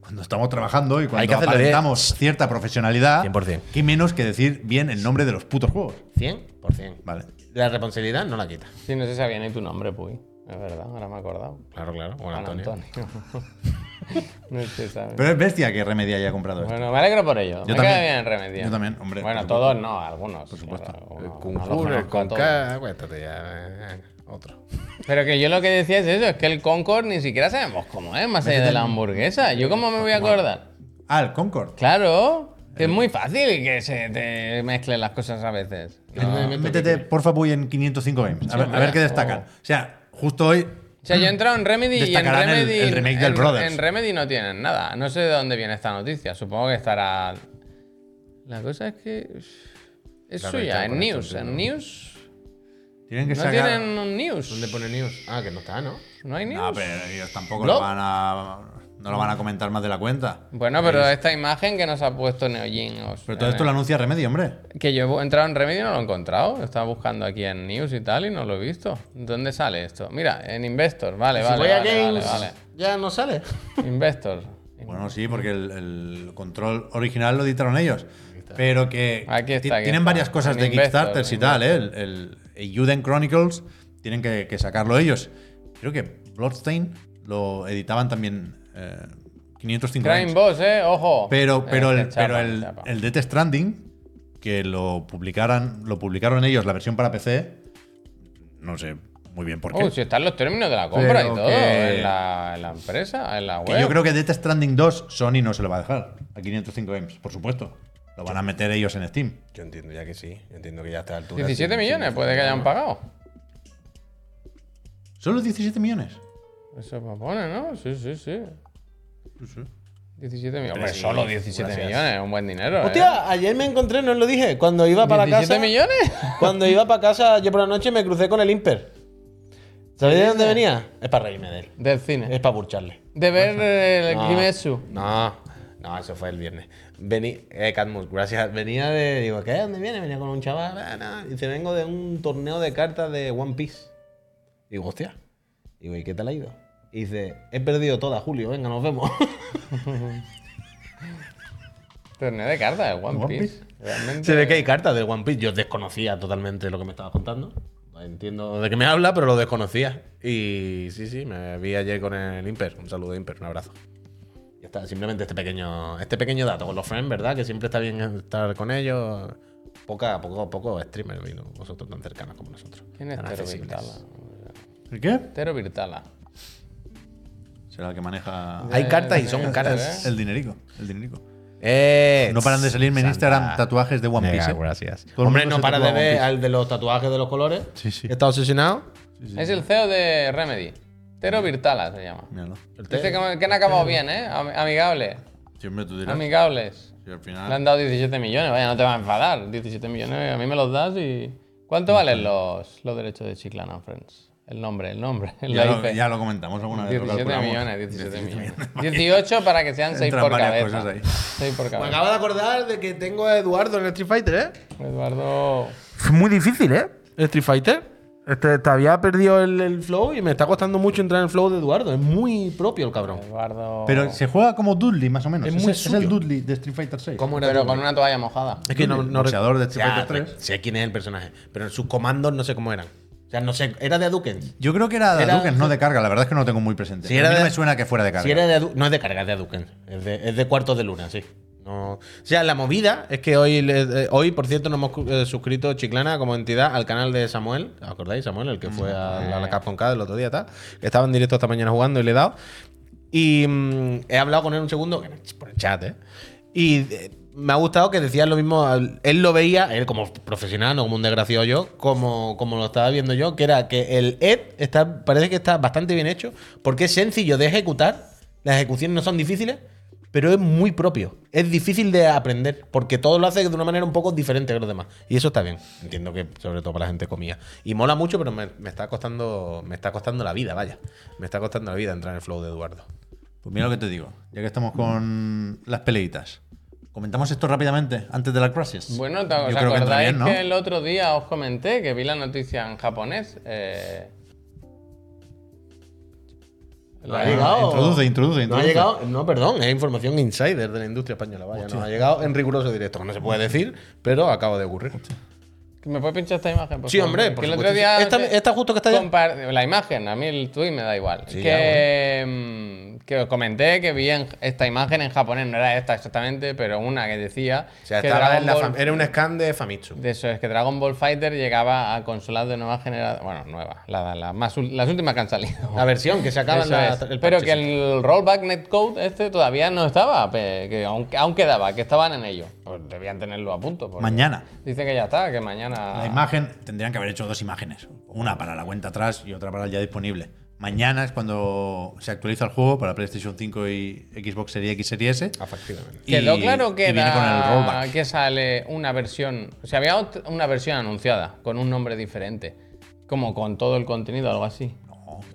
A: cuando estamos trabajando y cuando
B: Hay que hacerlo bien.
A: aparentamos cierta profesionalidad,
B: 100%.
A: ¿qué menos que decir bien el nombre de los putos juegos?
B: 100%.
A: Vale.
B: La responsabilidad no la quita.
C: Sí, no se sabía ni tu nombre, Puy. Es verdad, ahora me he acordado.
B: Claro, claro. Juan
C: Juan
B: Antonio.
C: no se sabe.
A: Pero es bestia que Remedy haya comprado esto.
C: Bueno, me alegro por ello.
A: Yo
C: me queda
A: también.
C: bien Remedy.
A: Yo también, hombre,
C: Bueno,
A: por
C: todos no, algunos. Por
A: supuesto.
B: Con Q, con K, acuéstate ya. eh, Otro.
C: Pero que yo lo que decía es eso, es que el Concord ni siquiera sabemos cómo es, más allá de la hamburguesa. ¿Yo cómo me
A: Pues
C: voy a acordar?
A: Ah, el Concord.
C: Claro, que es muy fácil que se te mezclen las cosas a veces. No.
A: Métete, porfa, voy en 505 games. A ver, a ver qué
C: oh.
A: destacan. O sea, justo hoy.
C: O sea, yo he entrado en Remedy y en
A: Mm. Destacarán el-
C: Remedy.
A: el remake del
C: en-
A: Brothers.
C: En Remedy no tienen nada. No sé de dónde viene esta noticia. Supongo que estará. La cosa es que. Es
B: Claro,
C: suya,
B: está
C: en
B: con esto,
C: News.
B: sí,
C: En
B: ¿no?
C: News.
A: Tienen que
C: No
A: sacar.
C: tienen un News.
B: ¿Dónde pone news? Ah, que no está, ¿no?
C: No hay News.
A: No, pero ellos tampoco
C: ¿No?
A: lo van a. No lo van a comentar más de la cuenta.
C: Bueno, pero esta imagen que nos ha puesto Neojin. os-
A: Pero todo esto lo anuncia Remedy, hombre.
C: Que yo he entrado en Remedy y no lo he encontrado. Lo estaba buscando aquí en News y tal y no lo he visto. ¿Dónde sale esto? Mira, en Investor. Vale, vale.
B: si voy
C: vale,
B: a
C: vale,
B: Games, ya no sale.
C: vale. Investor.
A: Bueno, sí, porque el, el control original lo editaron ellos. Pero que
C: Aquí está,
A: ti-
C: aquí
A: tienen
C: está.
A: varias cosas
C: Un
A: de
C: investor,
A: Kickstarters y
C: un
A: tal, ¿eh? El, el Juden Chronicles tienen que, que sacarlo ellos. Creo que Bloodstain lo editaban también eh, 505
C: Crime
A: años.
C: Boss, eh, ojo.
A: Pero, pero,
C: Eh,
A: el,
C: chapa,
A: pero el,
C: chapa.
A: el Death Stranding, que lo publicaran, lo publicaron ellos, la versión para PC, no sé muy bien por qué.
C: Uh, si están los términos de la compra
A: Pero
C: y todo.
A: que-
C: En, la, en la empresa, en la
A: Que
C: web.
A: yo creo que Death Stranding 2 Sony no se lo va a dejar a 505 games, por supuesto. Lo van a meter ellos en Steam.
B: Yo entiendo ya que sí. Yo entiendo que ya está a esta altura.
C: 17
B: sí,
C: millones
B: sí,
C: puede que hayan pagado.
A: Solo 17 millones.
C: Eso me pone, ¿no? Sí, sí, sí. 17 millones. Hombre,
B: sí,
C: solo 17
B: gracias.
C: millones, es un buen dinero. ¿eh?
D: Hostia, ayer me encontré, no os lo dije, cuando iba para casa.
C: ¿17 millones?
D: Cuando iba para casa, yo por la noche me crucé con el Imper. ¿Sabéis de dónde venía? Es para reírme de él.
C: Del cine.
B: Eh,
D: Es para burcharle.
C: De ver el
B: No,
C: Kimetsu.
B: No, no, eso fue el viernes. Vení, eh, Cadmus, gracias. Venía de. Digo, ¿qué? ¿Dónde viene? Venía con un chaval. ah, nah. Dice, vengo de un torneo de cartas de One Piece. Digo, hostia. Digo, ¿y qué tal ha ido? Y dice, he perdido toda, Julio, venga, nos vemos.
C: Torneo de cartas de One
A: One
C: Piece. Realmente.
B: Se ve que hay cartas de One Piece. Yo desconocía totalmente lo que me estaba contando. Entiendo de qué me habla, pero lo desconocía. Y sí, sí, me vi ayer con el Imper. Un saludo, Imper, un abrazo. Ya está, simplemente este pequeño, este pequeño dato con los friends, ¿verdad? Que siempre está bien estar con ellos. Poca, poco, poco streamer y no vosotros tan cercanos como nosotros.
C: ¿Quién es
B: Tan
C: Tero
B: accesibles.
C: Virtala?
A: ¿El qué?
C: Tero Virtala.
A: Será el que maneja
B: Hay cartas y
C: Eh,
B: son
C: eh,
B: caras.
A: el dinerico. El dinerico.
B: Eh,
A: No paran de salirme en
B: Sandra.
A: Instagram tatuajes de One
B: Venga,
A: Piece. ¿eh?
B: gracias.
A: Todo el
B: Hombre,
A: mundo
B: no
A: se
B: para de
A: tatúa One
B: ver
A: Piece.
B: al de los tatuajes de los colores.
A: Sí, sí.
B: Está obsesionado.
C: Es el CEO de Remedy. Tero Virtala se llama.
A: Míralo.
B: E
C: Dice que, que han acabado bien, ¿eh? Am- Amigable.
A: Siempre tú dirás.
C: Amigables.
A: Y al
C: Le
A: final.
C: han dado 17 millones, vaya, no te va a enfadar. 17 millones, a mí me los das y. ¿Cuánto valen los, los derechos de Chiclana Friends? El nombre, el nombre,
A: Ya
C: la
A: lo,
C: IP.
A: ya lo comentamos alguna vez. lo
C: 17
A: calculamos.
C: millones, 17 millones. 18 para que sean 6
A: Entran
C: por
A: varias
C: cabeza.
A: cosas ahí.
C: 6 por
B: Me
C: cabeza.
B: acabo de acordar de que tengo a Eduardo en el Street Fighter, ¿eh?
C: Eduardo.
B: Es muy difícil, ¿eh? El Street Fighter. Este, todavía ha perdido el, el flow y me está costando mucho entrar en el flow de Eduardo. Es muy propio el cabrón.
C: Eduardo.
A: Pero se juega como Dudley, más o menos.
B: Es
A: Es,
B: muy
A: es el
B: suyo.
A: Dudley de Street Fighter 6.
B: ¿Cómo era?
C: Pero
B: Dudley?
C: con una toalla mojada.
B: Es que no,
A: El
B: no
A: boxeador de
B: rec-
A: Street
B: Ya,
A: Fighter 3.
B: rec- Sé quién es el personaje, pero sus comandos no sé cómo eran. O sea, no sé. Era de Adukens.
A: Yo creo que era de
B: Era-
A: Hadouken, no de carga. La verdad es que no lo tengo muy presente.
B: Si era
A: a mí no
B: de-
A: me suena que fuera de carga.
B: Si era de Adu- no es de carga, es de Aduken. Es de, es de cuartos de luna, sí. No. O sea, la movida es que hoy, le- eh, hoy por cierto, nos hemos cu- eh, suscrito Chiclana como entidad al canal de Samuel. ¿Os ¿Acordáis, Samuel? El que fue a, a la Capcom K el otro día, tal. Que estaba en directo esta mañana jugando y le he dado. Y mm, he hablado con él un segundo, que me- por el chat, ¿eh? Y eh, me ha gustado que decía lo mismo. al- Él lo veía, él como profesional, no como un desgraciado yo, como, como lo estaba viendo yo, que era que el ED está, parece que está bastante bien hecho, porque es sencillo de ejecutar. Las ejecuciones no son difíciles, pero es muy propio. Es difícil de aprender, porque todo lo hace de una manera un poco diferente que los demás. Y eso está bien. Entiendo que, sobre todo para la gente comía. Y mola mucho, pero me, me está costando. Me está costando la vida, vaya. Me está costando la vida entrar en el flow de Eduardo.
A: Pues mira lo que te digo, ya que estamos con las peleitas. Comentamos esto rápidamente antes de la crisis.
C: Bueno, ¿te- ¿os acordáis que, el otro día os comenté que vi la noticia en japonés? Eh,
D: No ha llegado.
A: Ah, Introduce, introduce,
D: No ha
A: introduce.
D: llegado. No, perdón, es información insider de la industria española. Vaya, no ha llegado en riguroso directo. No se puede decir, pero acaba de ocurrir.
C: ¿Me puedes pinchar esta imagen? por
D: Sí,
C: favor?
D: hombre,
C: Que
D: por
C: el otro
D: supuesto.
C: día.
D: Esta-
C: que-
D: esta justo que está allá.
C: compar- La imagen, a mí el tweet me da igual.
D: Sí,
C: que, mm, que os comenté que vi en- esta imagen en japonés, no era esta exactamente, pero una que decía.
B: O sea,
C: que
B: estaba
C: Dragon
B: en la
C: Ball-
B: fam- eh. era un scan de Famitsu.
C: De eso es que Dragon Ball Fighter llegaba a consolas de nueva generación. Bueno, nueva, la- la más ul- las últimas que han salido.
D: La versión que se acaba en
C: Eso
D: la-
C: es.
D: el
C: Pero
D: parche,
C: que
D: sí.
C: el rollback netcode este todavía no estaba, pe- que aún, aún quedaba, que estaban en ello. Pues debían tenerlo a punto. porque
A: Mañana.
C: Dicen que ya está, que mañana.
A: La imagen, tendrían que haber hecho dos imágenes. Una para la cuenta atrás y otra para el ya disponible. Mañana es cuando se actualiza el juego para PlayStation 5 y Xbox Series X Series S.
B: Efectivamente.
A: Y-
C: Ah, Quedó claro que,
A: y viene
C: era-
A: con el rollback.
C: que sale una versión. O sea, había ot- una versión anunciada con un nombre diferente. Como con todo el contenido, algo así.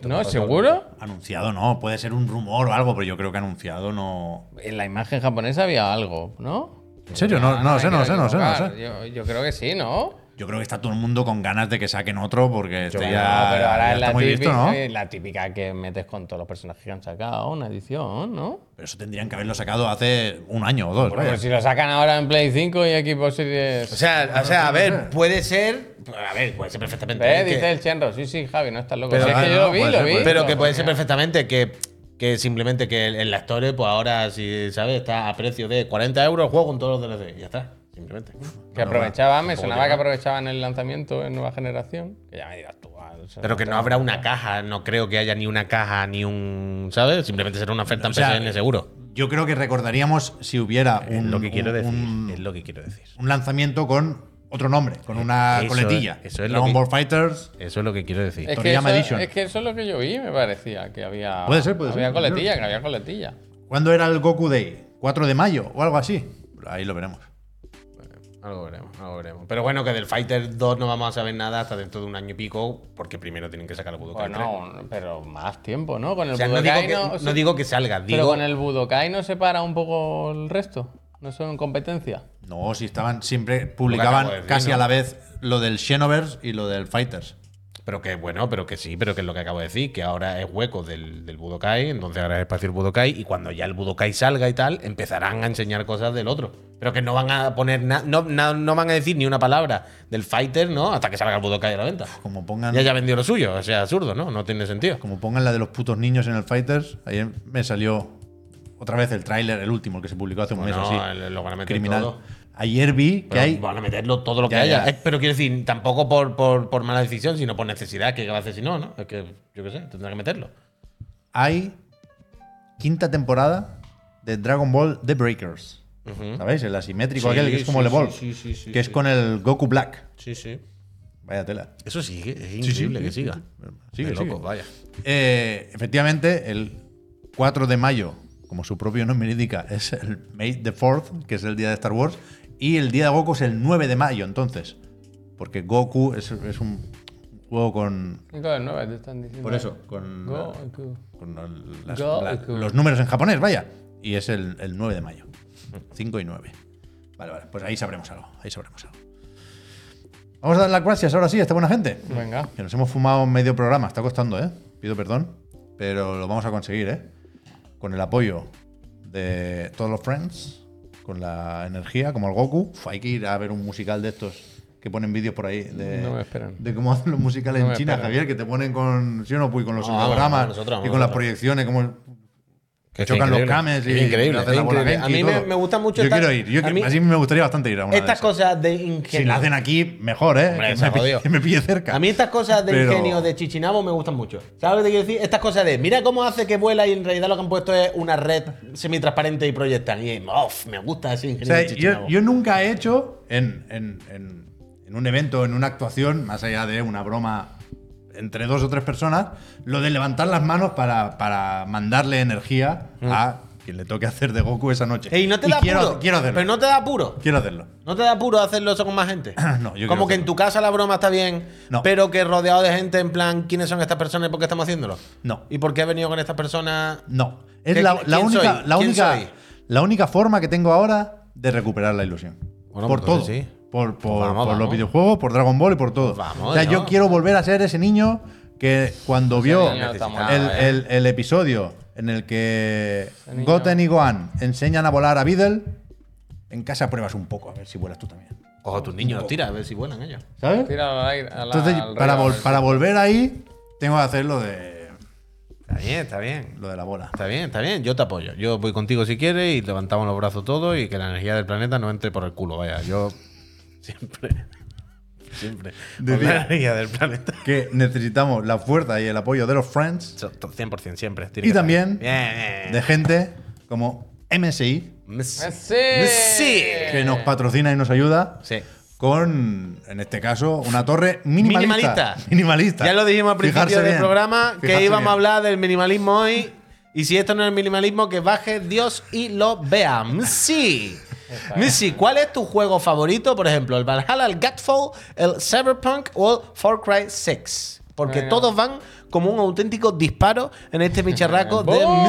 A: No,
C: ¿No? ¿Seguro?
A: anunciado no, puede ser un rumor o algo, pero yo creo que anunciado no.
C: En la imagen japonesa había algo, ¿no?
A: En serio, no, no,
C: me
A: sé, no sé,
C: quiero
A: no sé, no
C: equivocar.
A: sé.
C: Yo, yo creo que sí, ¿no?
A: Yo creo que está todo el mundo con ganas de que saquen otro porque esto ya,
C: No, pero ahora
A: ya
C: es
A: está
C: la
A: muy
C: típica,
A: visto, ¿no?
C: eh, la típica que metes con todos los personajes que han sacado, una edición, ¿no?
A: Pero eso tendrían que haberlo sacado hace un año o dos.
C: Bueno,
A: vaya.
C: pues si lo sacan ahora en Play 5 y Xbox Series.
B: O
D: Pues,
B: sea, o sea, a ver,
D: Puede ser. A ver, puede ser perfectamente.
C: ¿Ves?
D: que-
C: Dice el Chenro, sí, sí, Javi, no estás loco.
A: Pero-
C: Si es que
A: ah,
C: yo
A: no,
C: lo vi,
A: puede
C: lo
A: ser,
C: vi.
A: puede
D: Pero
C: lo
D: que puede ser
C: ponía.
D: perfectamente que, que simplemente que el, el actor, pues ahora, si sabes, está a precio de 40 euros, juego con todos los DLC. y Ya está, simplemente.
C: Que aprovechaban, me sonaba que aprovechaban el lanzamiento en nueva generación. Que ya me dirás tú. ah, o sea,
D: Pero que no habrá una caja, no creo que haya ni una caja ni un. ¿Sabes? Simplemente será una oferta en
A: O sea,
D: PSN seguro.
A: Yo creo que recordaríamos si hubiera
B: es
A: un,
B: lo que quiero
A: un-
B: decir.
A: un-
B: Es lo que quiero decir.
A: un lanzamiento con otro nombre, con una
B: Eso
A: coletilla.
B: es- eso es lo
A: Dragon
B: que-
A: Ball Fighters.
B: Eso es lo que quiero decir.
C: es que,
A: Toriyama
C: eso,
A: Edition.
C: es que eso es lo que yo vi, me parecía. Que había.
A: Puede ser, puede ser,
C: Había
A: puede ser.
C: coletilla, que había coletilla.
A: ¿Cuándo era el Goku Day? ¿4 de mayo o algo así? Ahí lo veremos.
B: Algo veremos, algo veremos. Pero bueno, que del Fighter 2 no vamos a saber nada hasta dentro de un año y pico, porque primero tienen que sacar el Budokai 3.
C: Bueno, pero más tiempo, ¿no? Con el
B: O sea, no digo,
C: Budokai
B: que,
C: no- o
B: no
C: sea,
B: digo que salga,
C: Pero
B: digo.
C: con el Budokai no separa un poco el resto. No son competencia.
A: No, si estaban siempre
B: Lo
A: publicaban
B: que acabo de
A: casi
B: decir,
A: a
B: ¿no?
A: la vez lo del Xenoverse y lo del Fighters.
B: Pero que bueno, pero que sí, pero que es lo que acabo de decir, que ahora es hueco del, del Budokai, entonces ahora es espacio el Budokai, y cuando ya el Budokai salga y tal, empezarán a enseñar cosas del otro. Pero que no van a poner nada, no, na- no van a decir ni una palabra del Fighter, ¿no? Hasta que salga el Budokai a la venta.
A: Como pongan,
B: Ya ya vendió lo suyo, o sea, absurdo, ¿no? No tiene sentido.
A: como pongan la de los putos niños en el Fighters, ayer me salió otra vez el tráiler, el último, el que se publicó hace un mes
B: Bueno, el-
A: así.
B: lo van a meter
A: Criminal.
B: todo.
A: Ayer vi que
B: Pero
A: hay
B: Van a meterlo todo lo que
A: Ya,
B: haya.
A: ya.
B: Eh, Pero quiero decir, tampoco por, por, por mala decisión, sino por necesidad, que va a hacer si no, ¿no? Es que, yo qué sé, tendrá que meterlo.
A: hay quinta temporada de Dragon Ball The Breakers. ¿Sabéis? El asimétrico
B: Sí,
A: aquel que es como
B: sí,
A: el Evolve.
B: sí, sí, sí, sí,
A: que es
B: sí.
A: con el Goku Black.
B: Sí, sí.
A: Vaya tela.
B: Eso sí, es increíble que siga.
A: Sigue,
B: De
A: sigue.
B: loco, vaya.
A: Eh, efectivamente, el 4 de mayo, como su propio nombre indica, es el May the 4th, que es el día de Star Wars. Y el día de Goku es el 9 de mayo, entonces. Porque Goku es, es un juego con.
C: 5 de 9 te están diciendo.
A: Por eso, con.
C: Goku.
A: con el- las-
C: Go-
A: la-
C: Goku.
A: los números en japonés, vaya. Y es el, el 9 de mayo. 5 y 9. Vale, vale, pues ahí sabremos algo. Ahí sabremos algo. Vamos a dar las gracias ahora sí a esta buena gente.
C: Venga.
A: Que nos hemos fumado medio programa, está costando, ¿eh? Pido perdón, pero lo vamos a conseguir, ¿eh? Con el apoyo de todos los friends, con la energía, como el Goku. Uf, hay que ir a ver un musical de estos que ponen vídeos por ahí de,
C: No me esperan.
A: de cómo hacen los musicales
C: No
A: en
C: me
A: China,
C: esperan.
A: Javier, que te ponen con, ¿sí o no? Pues con los
B: No, vamos,
A: hologramas
B: vamos Ah, nosotros, vamos
A: y con las
B: nosotros.
A: proyecciones, como
B: Que es
A: chocan los
B: increíble.
A: cames y
B: Es increíble,
A: y hacen
B: es
A: la bola
B: increíble.
A: Genki
B: A
A: y
B: mí me-
A: todo.
B: me gusta mucho
A: Yo
B: esta-
A: quiero ir, yo
B: a
A: quiero-
B: mí-
A: así me gustaría bastante ir a una
D: Estas
A: de esas.
D: cosas de
A: Si la
D: ingenio.
A: hacen aquí, mejor, ¿eh?
B: Hombre,
A: que,
B: se
A: me,
B: ha jodido.
A: pi- que me pille cerca.
D: A mí estas cosas de
A: Pero-
D: ingenio de Chichinabo me gustan mucho. ¿Sabes lo que te quiero decir? Estas cosas de, mira cómo hace que vuela y en realidad lo que han puesto es una red semitransparente y proyectan. Y, uff, me gusta ese
A: O
D: ingenio
A: sea,
D: de
A: yo,
D: Chichinabo.
A: yo nunca he hecho en, en- en- en un evento, en una actuación, más allá de una broma entre dos o tres personas, lo de levantar las manos para, para mandarle energía a quien le toque hacer de Goku esa noche.
D: Ey, no te da
A: quiero,
D: apuro.
A: quiero hacerlo.
D: Pero no te da apuro.
A: Quiero hacerlo.
D: No te da apuro hacerlo eso con más gente.
A: No, yo
D: Como
A: quiero
D: que
A: hacerlo.
D: en tu casa la broma está bien,
A: No.
D: pero que rodeado de gente en plan, ¿quiénes son estas personas y por qué estamos haciéndolo?
A: No.
D: ¿Y por qué he venido con estas personas?
A: No. Es
D: ¿Qué-
A: la, la
D: quién
A: única,
D: soy?
A: la,
D: ¿Quién
A: única,
D: soy?
A: la única forma que tengo ahora de recuperar la ilusión.
B: Bueno,
A: por
B: pues
A: todo.
B: entonces sí.
A: Por, por-
B: Pues vamos,
A: por los
B: vamos.
A: videojuegos, por Dragon Ball y por todo.
B: Pues vamos,
A: o sea, yo
B: ¿no?
A: quiero volver a ser ese niño que cuando vio
C: niño no está
A: el,
C: molado, ¿eh?
A: el- el episodio en el que
C: Ese niño-
A: Goten y Gohan enseñan a volar a Beedle, en casa pruebas un poco, a ver si vuelas tú también.
B: Ojo, tus niños los tira, a ver si vuelan ellos.
A: ¿Sabes?
C: Tíralo al aire. a la-
A: Entonces,
C: al
A: para,
C: río,
A: vol-
C: al-
A: para volver ahí, tengo que hacer lo de,
B: Está bien, está bien.
A: lo de la bola.
B: Está bien, está bien. Yo te apoyo. Yo voy contigo si quieres y levantamos los brazos todos y que la energía del planeta no entre por el culo. Vaya, yo siempre. Siempre. Con
A: Decía-
B: la energía del planeta.
A: Que necesitamos la fuerza y el apoyo de los friends,
B: 100% siempre.
A: Y también-
B: Bien, bien.
A: de gente como MSI,
B: Messi.
C: ¡Sí!
B: Sí.
A: que nos patrocina y nos ayuda.
B: Sí.
A: Con, en este caso, una torre minimalista.
B: Minimalista.
A: Minimalista.
B: Ya lo dijimos al principio
A: Fijarse
B: del
A: bien.
B: programa que
A: Fijarse
B: íbamos
A: bien.
B: a hablar del minimalismo hoy. Y si esto no es el minimalismo, que baje Dios y lo vea. Sí. Missy, ¿cuál es tu juego favorito? Por ejemplo, el Valhalla, el Godfall, el Cyberpunk o el Far Cry 6. Porque
C: Venga.
B: todos van como un auténtico disparo en este bicharraco de
C: ¡Boom!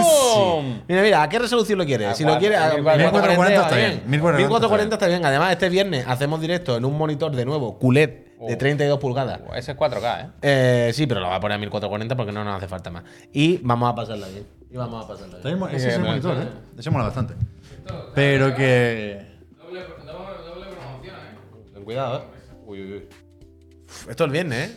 B: Missy. Mira, mira, ¿a qué resolución lo
C: A
B: quieres? Si
C: cuatro,
B: lo quieres, a
C: 1440
A: 1440
B: va
A: está bien. 1440
B: 1440 está bien. Además, este viernes hacemos directo en un monitor de nuevo, QLED, de
C: Oh.
B: 32 pulgadas.
C: Ese es 4K, ¿eh?
B: Eh, sí, pero lo va a poner a 1440 porque no nos hace falta más. Y vamos a pasarla bien. Y vamos a pasarla bien.
A: Tenemos- Ese es
C: Sí,
A: el
C: bueno,
A: monitor,
C: sí.
A: ¿eh? Ese mola bastante. Pero que.
C: Doble, promoción, ¿eh?
B: Ten cuidado, eh. Uy, uy, uy. Uf, Esto es el viernes, eh.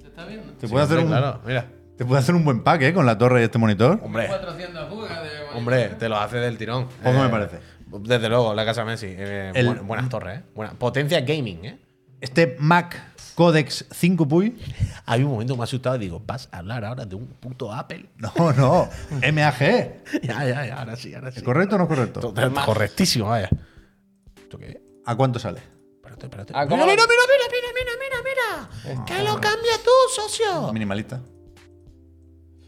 C: ¿Se está viendo?
A: Te puede, hacer
B: Sí,
A: un,
B: Claro, mira.
A: te puede hacer un buen pack, ¿eh? Con la torre y este monitor.
B: Hombre,
C: 400 fugas de...
B: hombre, te lo hace del tirón. Eh,
A: Poco me parece.
B: Desde luego, la casa Messi. eh,
A: El-
B: buen- buenas torres, eh. Buena- Potencia gaming, eh.
A: Este Mac Codex 5 Puy.
B: Hay un momento que me ha asustado y digo, ¿vas a hablar ahora de un puto Apple?
A: No, no. MAG.
B: ya, ya, ya, ahora sí, ahora sí.
A: ¿Es correcto o no es correcto?
B: Total- Correctísimo, vaya. ¿Esto qué es?
A: ¿A cuánto sale?
B: Espérate, espérate.
C: Ah, ¿cómo
B: mira, mira, mira,
C: lo-
B: mira, mira, mira, mira. ¿Qué lo cambia tú, socio?
A: Minimalista.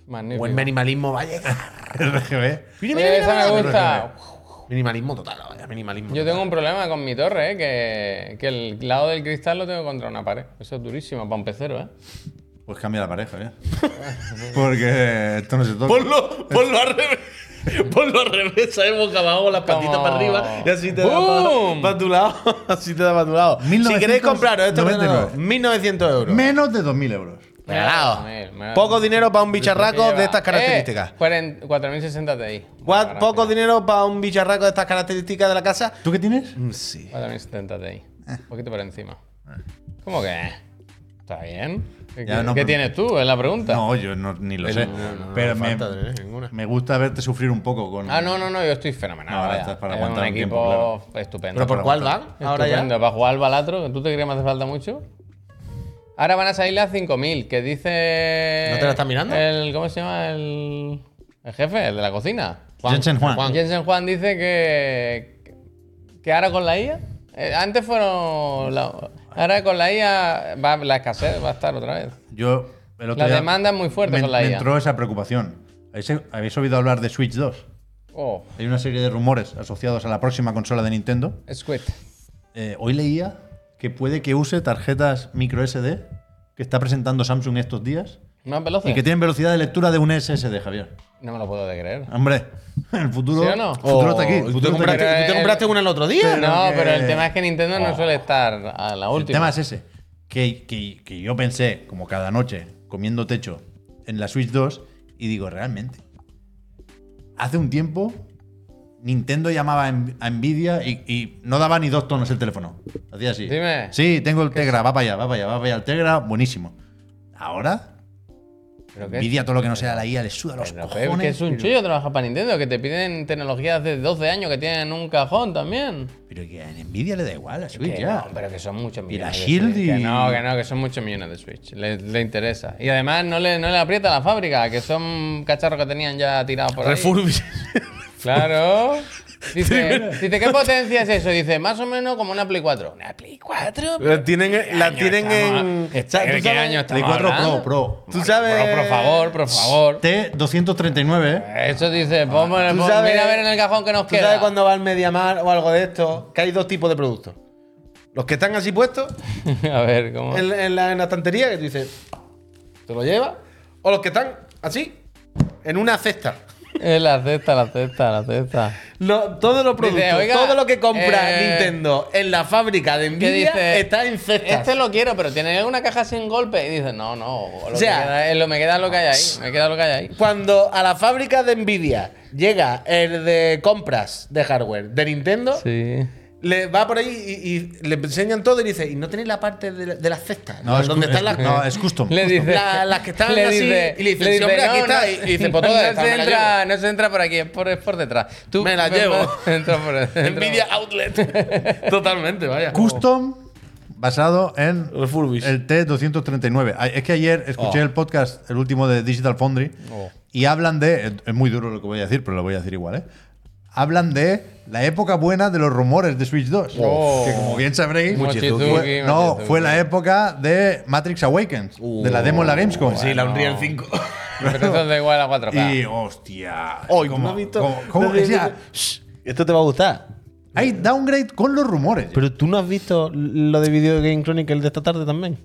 C: Magnífico.
B: Buen minimalismo, vaya.
A: RGB.
B: Mira, mira,
C: Esa
B: mira,
C: me
B: mira.
C: gusta.
B: Minimalismo total, vaya, minimalismo.
C: Yo
B: total.
C: tengo un problema con mi torre, ¿eh? que, que el lado del cristal lo tengo contra una pared. Eso es durísimo para un pecero, ¿eh?
A: Pues cambia la pareja, ¿eh? Porque esto no se toca.
B: Ponlo, ponlo al revés. Ponlo al revés, ¿sabes? Boca abajo, las patitas
C: Como-
B: para arriba. Y así te da para
C: ¡Boom!
B: tu lado. Así te da para tu lado. Si queréis compraros este
A: 1999.
B: ordenador, 1900 euros.
A: Menos de 2.000 euros.
B: Regalado.
C: Mil, mil.
B: Poco dinero para un bicharraco
C: Lleva,
B: de estas características.
C: eh, 40 4060 Ti.
B: Guau,
C: Buena
B: Poco
C: gráfica.
B: dinero para un bicharraco de estas características de la casa.
A: ¿Tú qué tienes?
B: Mm, Sí.
C: 4070 Ti. Un poquito por encima. ¿Cómo que? ¿Está bien? ¿Qué,
A: Ya, no,
C: qué
A: pero-
C: tienes tú? Es la pregunta.
A: No, yo no- ni lo sé. Pero
B: no
A: me,
B: falta tener ninguna.
A: me gusta verte sufrir un poco con.
C: Ah, no, no, no, yo estoy fenomenal.
A: No, ahora
C: vaya.
A: estás para
C: es
A: aguantar
C: un
A: un
C: equipo
A: tiempo,
C: estupendo.
B: ¿Pero por
A: para
B: cuál
A: aguantar.
B: van? Ahora ya.
C: Estupendo, para jugar al balatro, que tú te crees que me hace falta mucho. Ahora van a salir las 5000, que dice.
B: ¿No te la estás mirando?
C: El, ¿Cómo se llama? El, el jefe, el de la cocina.
A: Jensen Juan.
C: Jensen Juan dice que. que ahora con la IA. eh, antes fueron. la- ahora con la IA va, la escasez va a estar otra vez.
A: Yo. el otro
C: La
A: día
C: demanda es muy fuerte
A: me-
C: con la
A: me
C: IA.
A: entró esa preocupación. ¿Habéis, habéis oído hablar de Switch 2?
C: Oh,
A: Hay una serie de rumores asociados a la próxima consola de Nintendo.
C: Squid.
A: Eh, hoy leía que puede que use tarjetas micro SD que está presentando Samsung estos días
C: Más veloz.
A: y que tienen velocidad de lectura de un SSD, Javier.
C: No me lo puedo de creer.
A: Hombre, el futuro,
C: ¿Sí o no?
A: el futuro está aquí.
B: Oh,
A: el
B: ¿Tú
A: futuro está
B: te
A: aquí.
B: compraste,
C: Pero
B: tú te
C: el-
B: compraste una el otro día?
C: no,
A: que-
C: pero el tema es que Nintendo no suele estar a la
A: El
C: última.
A: tema es ese. Que, que- que yo pensé, como cada noche, comiendo techo en la Switch 2, y digo, realmente. Hace un tiempo, Nintendo llamaba a Nv- a Nvidia y, y no daba ni dos tonos el teléfono. Hacía así.
C: Dime.
A: Sí, tengo el Tegra, va para allá, va para allá, va para allá el Tegra, buenísimo. Ahora,
C: ¿Pero qué?
A: Nvidia todo lo que no sea la IA le suda los
C: Pero, pero
A: cojones.
C: que es un chullo trabajar para Nintendo, que te piden tecnologías de 12 años que tienen en un cajón también.
A: Pero que a Nvidia le da igual la Switch
C: Que
A: ya.
C: no, pero que son muchos
A: Y la
C: millones. de
A: Shield
C: Switch. Que
A: y-
C: no, que no, que son muchos millones de Switch. Le, le interesa. Y además no le, no le aprieta la fábrica, que son cacharros que tenían ya tirados por ahí.
B: Refurbish.
C: Claro. Dice, dice, ¿qué potencia es eso? Dice, más o menos como una Play 4. ¿Una Play 4?
B: La tienen, la
C: año
B: tienen en.
C: estamos?
B: Sa- ¿tú
C: ¿De qué
B: sabes-
C: año
A: Play
C: estamos
A: 4 Pro,
C: hablando?
A: Pro.
B: ¿Tú sabes?
C: Por, por favor, por favor.
A: T239, ¿eh?
C: Eso dice, ponme,
B: ¿Tú
C: pon-
B: sabes-
C: mira a ver en el cajón que nos
B: ¿Tú
C: queda.
B: sabes cuando va al Mediamar o algo de esto? Que hay dos tipos de productos. Los que están así puestos
C: a ver, ¿cómo?
B: en, en la, en la estantería, que tú dices, te lo llevas. O los que están así, en una cesta.
C: Eh, la cesta, la cesta, la cesta.
B: Lo- todo lo
C: Dice,
B: producto,
C: "Oiga,
B: todo lo que compra
C: eh,
B: Nintendo en la fábrica de
C: ¿Qué
B: Nvidia
C: dice?
B: está en cestas.
C: Este lo quiero, pero tiene alguna caja sin golpe. Y dices, no, no. Lo
B: O sea-
C: que queda es lo, me queda lo que hay ahí. Me queda lo que hay ahí.
B: Cuando a la fábrica de Nvidia llega el de compras de hardware de Nintendo,
C: Sí.
B: le va por ahí y, y le enseñan todo y dice, ¿y no tenéis la parte de, la- de las cestas?
A: No, es,
B: donde
A: cu-
B: están
A: es-
B: las
A: no, es custom.
C: Le dice.
B: La- las que estaban así, y le dice, "Sí, hombre, aquí está", y- y dice, "Pues
C: no,
B: todas estas
C: se
B: me las
C: entra, no se entra por aquí, es por, es por detrás. Tú,
B: Me las llevo.
C: Entra por entra por-
B: Nvidia Outlet. Totalmente, vaya.
A: Custom basado en
B: Refurbish.
A: el T239. Ay, Es que ayer
B: Oh.
A: escuché el podcast, el último de Digital Foundry, y hablan de. Es muy duro lo que voy a decir, pero lo voy a decir igual, ¿eh? Hablan de la época buena de los rumores de Switch 2.
C: Oh.
A: Que como bien sabréis,
C: Mochizuki,
A: fue- no,
C: Mochizuki.
A: fue la época de Matrix Awakens, de la demo en la Gamescom.
B: Oh. Sí, la Unreal 5.
C: Pero eso da igual a 4K.
A: Y hostia.
B: Hoy,
A: ¿cómo-
B: ¿no has visto?
A: cómo- cómo-
B: Desde-
A: o sea,
B: Shh, Esto te va a gustar.
A: hay downgrade con los rumores.
B: Pero tú no has visto lo de Video Game Chronicle de esta tarde también.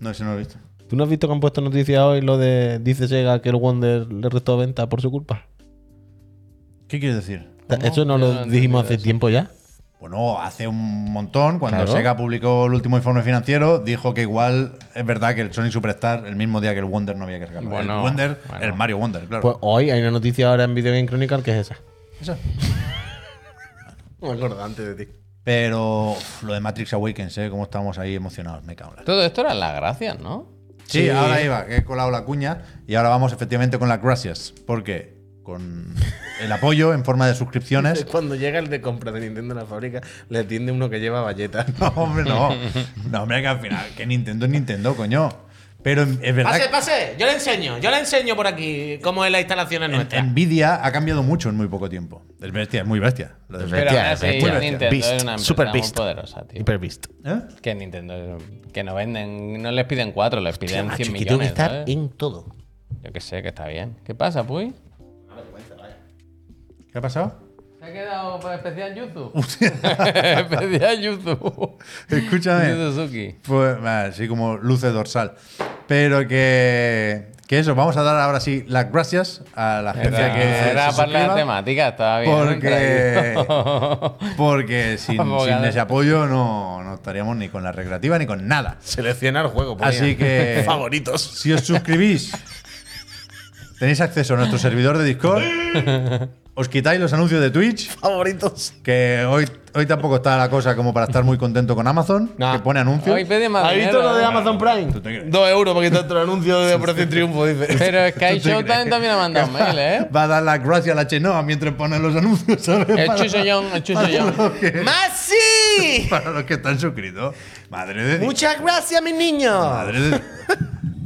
A: No, ese no lo he visto.
B: ¿Tú no has visto que han puesto noticias hoy lo de dice Sega que el Wonder le restó venta por su culpa?
A: ¿Qué quieres decir?
B: Ta-
C: ¿Cómo?
B: Eso
C: Yo
B: no lo
C: no he entendido
B: dijimos hace
C: eso.
B: tiempo ya.
A: Bueno, hace un montón, cuando
B: Claro.
A: Sega publicó el último informe financiero, dijo que igual es verdad que el Sonic Superstar, el mismo día que el Wonder, no había que sacarlo.
C: Bueno,
A: el Wonder,
C: bueno.
A: el Mario Wonder, claro.
B: Pues hoy hay una noticia ahora en Video Game Chronicle que es esa.
A: Eso.
B: Me acuerdo antes de ti.
A: Pero uf, lo de Matrix Awakens, ¿eh? Cómo estábamos ahí emocionados, me cago en la...
C: Todo esto eran las gracias, ¿no?
A: Sí, ahora iba, que he colado la cuña y ahora vamos efectivamente con las gracias, porque con el apoyo en forma de suscripciones...
B: Cuando llega el de compra de Nintendo a la fábrica, le atiende uno que lleva valletas.
A: No, hombre, no. No, hombre, que al final, que Nintendo es Nintendo, coño. Pero es verdad que...
D: Pase, pase. Yo le enseño. Yo le enseño por aquí cómo es la instalación
A: En-
D: nuestra.
A: Nvidia ha cambiado mucho en muy poco tiempo. Es bestia, es muy bestia. Lo de
C: Pero
B: Bestia,
C: ahora sí,
B: bestia.
C: Nintendo es
B: Beast,
C: una empresa
B: super
C: muy
B: beast.
C: poderosa, tío.
B: Hyperbeast.
A: ¿Eh?
C: Que Nintendo, que no venden, no les piden cuatro, les piden 100
B: Macho,
C: millones.
B: que tengo que estar
C: ¿sabes?
B: en todo.
C: Yo que sé, que está bien. ¿Qué pasa, Puy?
A: ¿Qué ha pasado?
C: Se ha quedado para especial Yuzu. especial Yuzu.
A: Escúchame.
C: Yuzu Suzuki.
A: Pues así como luces dorsal. Pero que, que eso, vamos a dar ahora sí las gracias a la gente
C: Era,
A: que.
C: era
A: se
C: para la
A: suscriba,
C: temática, estaba bien.
A: Porque-
C: traído.
A: Porque sin,
C: Abogada.
A: sin ese apoyo no, no estaríamos ni con la recreativa ni con nada.
B: Selecciona el juego. ponía.
A: Así que.
B: Favoritos.
A: Si os suscribís, tenéis acceso a nuestro servidor de Discord. Os quitáis los anuncios de Twitch.
B: Favoritos.
A: Que hoy, hoy tampoco está la cosa como para estar muy contento con Amazon,
B: No.
A: que pone anuncios.
C: Hoy pide más
B: ¿Has visto
C: dinero,
B: lo de
C: ¿eh?
B: Amazon
A: ¿Tú te
B: Prime?
A: crees?
B: Dos euros porque tanto el anuncio de Operación Triunfo, dice.
C: Pero Sky
A: ¿Tú te
C: Showtime
A: crees?
C: también ha mandado
A: Que va-
C: mail, ¿eh?
A: Va a dar las gracias a la Chenoa mientras pone los anuncios, ¿sabes?
B: Eh,
C: El
A: Para-
C: chusollón, el chusollón.
A: para los que-
B: ¡Masi!
A: Para los que están suscritos. Madre de Dios.
B: Muchas gracias, mis niños.
A: Madre de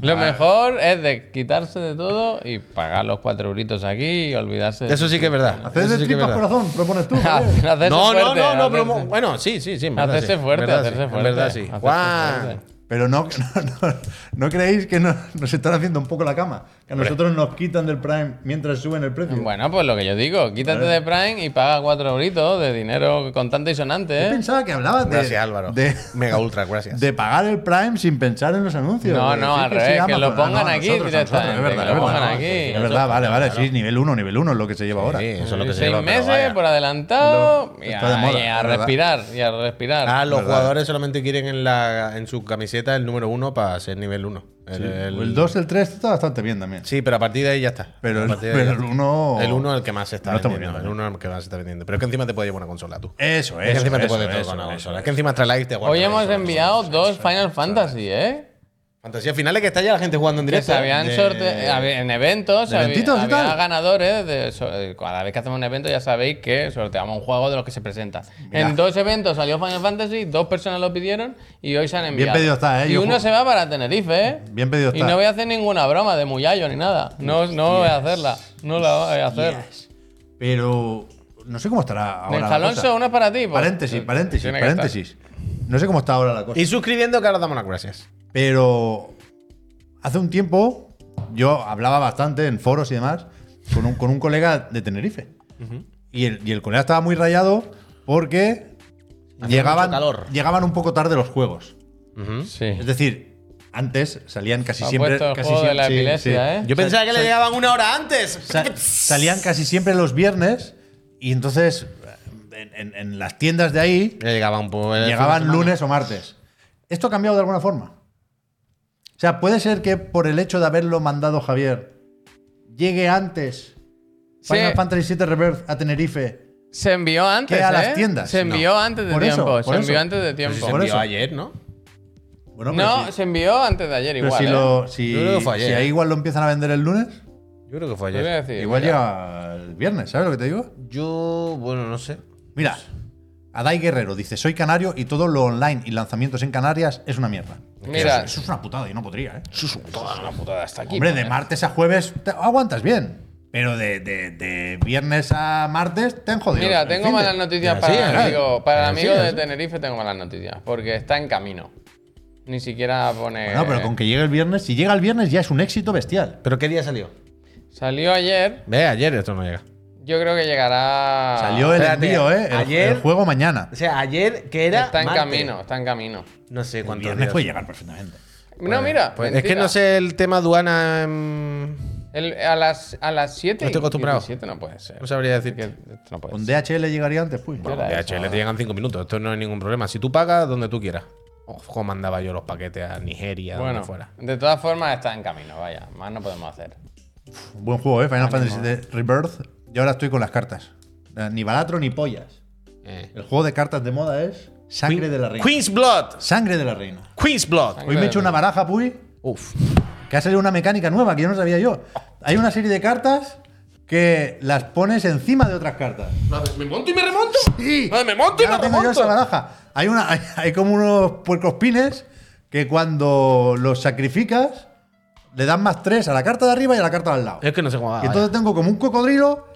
C: Lo mejor es de quitarse de todo y pagar los cuatro euritos aquí y olvidarse de
B: Eso sí que es verdad.
A: Haces
B: Eso
A: de
B: sí que Ah. es
A: tripas
B: verdad.
A: corazón, lo pones tú. joder.
C: Hacerse
B: No, no,
C: fuerte,
B: no, no,
C: hacerse-
B: pero mo- bueno, sí, sí, sí. en verdad
C: Hacerse
B: sí,
C: fuerte,
B: en verdad sí,
C: hacerse
B: en
C: fuerte.
B: verdad sí.
C: hacerse
B: Guau.
C: fuerte.
A: Pero no, no, no, no creéis que no- nos están haciendo un poco la cama. Que a nosotros nos quitan del Prime mientras suben el precio.
C: Bueno, pues lo que yo digo, quítate de Prime y paga cuatro euritos de dinero contante y sonante,
A: Yo
C: ¿eh?
A: pensaba que hablabas de.
B: Gracias, Álvaro.
A: de-
B: Mega Ultra, gracias.
A: de pagar el Prime sin pensar en los anuncios.
C: No,
A: De
C: no,
A: decir
C: al
A: sí,
C: revés, que
A: Amazon.
C: lo pongan
A: a
C: aquí
A: nosotros, a nosotros,
C: directamente,
A: es verdad,
C: que lo
A: es verdad.
C: pongan
A: No,
C: aquí.
A: Es verdad, vale, vale, sí, nivel 1, nivel 1 es lo que se lleva ahora.
B: Sí, eso es lo que se
C: Seis
B: lleva, pero
C: meses
B: vaya.
C: por adelantado
A: Lo-
C: y
A: está de
C: a,
A: moda,
C: y a
A: es verdad.
C: respirar, y a respirar.
B: Ah, los
A: Verdad.
B: jugadores solamente quieren en, la, en su camiseta el número uno para ser nivel 1.
A: El 2, el 3 está bastante bien también.
B: Sí, pero a partir de ahí ya está.
A: Pero
B: A
A: el-
B: partir de ahí
A: pero
B: ya
A: el
B: está.
A: uno-
B: El 1 es el que más se está
A: No está muy
B: vendiendo.
A: bien,
B: el 1 es el que más se está vendiendo. Pero es que encima te puede llevar una consola tú.
A: Eso,
B: es que
A: eso,
B: encima te
A: eso,
B: puede llevar
A: eso,
B: una
A: eso,
B: consola.
A: eso.
B: Es que encima Astralife te guarda.
C: Hoy hemos em- enviado dos Final Fantasy, ¿eh?
B: Fantasía finales que está ya la gente jugando en
C: Que
B: directo.
C: se habían
B: De-
C: sorte- eh, hab- en eventos,
A: ¿De
C: había,
A: eventitos y
C: había
A: tal?
C: ganadores. de so- eh, cada vez que hacemos un evento ya sabéis que sorteamos un juego de los que se presentan.
A: Mirad.
C: En dos eventos salió Final Fantasy, dos personas lo pidieron y hoy se han enviado.
A: pedido está, ¿eh?
C: Y
A: Yo
C: uno
A: ju-
C: se va para Tenerife, ¿eh?
A: Bien pedido
C: Y
A: está.
C: no voy a hacer ninguna broma de Muyallo ni nada. No, no voy a hacerla. No la voy a hacer.
A: Yes. Pero no sé cómo estará ahora. la
C: Benja Alonso,
A: cosa.
C: uno es para ti, pues.
A: Paréntesis, paréntesis,
C: Tiene que
A: paréntesis. No sé cómo está ahora la cosa.
B: Y suscribiendo que ahora damos las gracias.
A: Pero hace un tiempo yo hablaba bastante en foros y demás con un, con un colega de Tenerife. y, el, y el colega estaba muy rayado porque llegaban,
B: mucho calor.
A: llegaban un poco tarde los juegos.
C: Sí.
A: Es decir, antes salían casi
C: Ha
A: siempre.
C: puesto el
A: casi
C: juego de
A: siempre-
C: la
A: sí,
C: epilepsia,
A: sí.
C: ¿eh?
B: Yo pensaba que le llegaban una hora antes.
A: Sa- salían casi siempre los viernes Y entonces, en, en- en las tiendas de ahí,
B: Ya llegaban, pues,
A: llegaban lunes o martes. ¿Esto ha cambiado de alguna forma? O sea, puede ser que por el hecho de haberlo mandado Javier, llegue antes
C: Sí.
A: Final Fantasy VII Rebirth a Tenerife.
C: Se envió antes.
A: ¿Qué, a
C: ¿eh?
A: las tiendas?
C: Se envió
A: No.
C: antes de
A: Por eso,
C: tiempo.
A: por
C: se envió
A: eso.
C: antes de tiempo.
A: Por
B: Envió
A: eso.
B: ayer, ¿no?
A: Bueno, pero
C: no,
A: sí.
C: se envió antes de ayer
A: Pero
C: igual.
A: si,
C: ¿eh?
A: lo, si,
B: Yo creo que fue ayer,
A: si ahí
B: ¿eh?
A: igual lo empiezan a vender el lunes,
B: Yo creo que fue
C: Te voy a
B: ayer.
C: decir,
A: igual
C: mira.
A: llega el viernes, ¿sabes lo que te digo?
B: Yo, bueno, no sé.
A: Mira,
C: Pues-
A: Adai Guerrero dice: Soy canario y todo lo online y lanzamientos en Canarias es una mierda.
C: Mira.
A: Eso, eso es una putada, yo no podría, ¿eh?
C: Toda la putada hasta aquí.
A: Hombre, de
C: joder.
A: martes a jueves te aguantas bien. Pero de, de- de viernes a martes te han jodido.
C: Mira,
A: El
C: tengo
A: fin de-
C: malas noticias
B: Así
C: para el
B: es.
C: amigo, para el
B: Así
C: amigo de
B: es.
C: Tenerife. Tengo malas noticias porque está en camino. Ni siquiera pone.
A: No, pero con que llegue el viernes, si llega el viernes ya es un éxito bestial.
B: ¿Pero qué día salió?
C: Salió ayer.
B: Ve, ayer esto no llega.
C: Yo creo que llegará.
A: Salió el
B: Ah, espérate,
A: envío, ¿eh? El,
B: ayer-
A: el juego mañana.
B: O sea, ayer que era.
C: Está en
B: martes.
C: camino, está en camino.
B: No sé
A: El
B: cuántos
A: viernes
B: días.
A: puede llegar perfectamente.
C: no, mira.
B: Pues es
C: mentira.
B: que no sé el tema aduana. em,
C: El- a las a las 7
B: No estoy acostumbrado.
C: no puede ser.
B: No sabría decir.
C: Que esto no puede
A: Con
C: ser.
A: DHL llegaría antes, pues.
C: Bueno,
B: De HL te llegan 5 minutos, esto no es ningún problema. Si tú pagas, donde tú quieras. Ojo, mandaba yo los paquetes a Nigeria,
C: Bueno,
B: donde fuera.
C: de todas formas está en camino, vaya. Más no podemos hacer.
A: Buen juego, ¿eh? Final Fantasy VII Rebirth. Yo ahora estoy con las cartas. Ni balatro ni pollas.
B: Eh.
A: El juego de cartas de moda es Sangre de la Reina.
B: Queen's Blood.
A: Sangre de la Reina.
B: Queen's Blood.
A: Hoy me he hecho una baraja, Puy,
B: Uf.
A: que ha salido una mecánica nueva que yo no sabía yo. Hay una serie de cartas que las pones encima de otras cartas.
B: ¿Me monto y me remonto?
A: Sí.
B: Madre, me monto y
A: Ya
B: me
A: la tengo yo
B: remonto.
A: esa baraja. Hay, una, hay, hay como unos puercos pines que cuando los sacrificas le dan más tres a la carta de arriba y a la carta de al lado.
B: Es que no sé cómo.
A: Y entonces tengo como un cocodrilo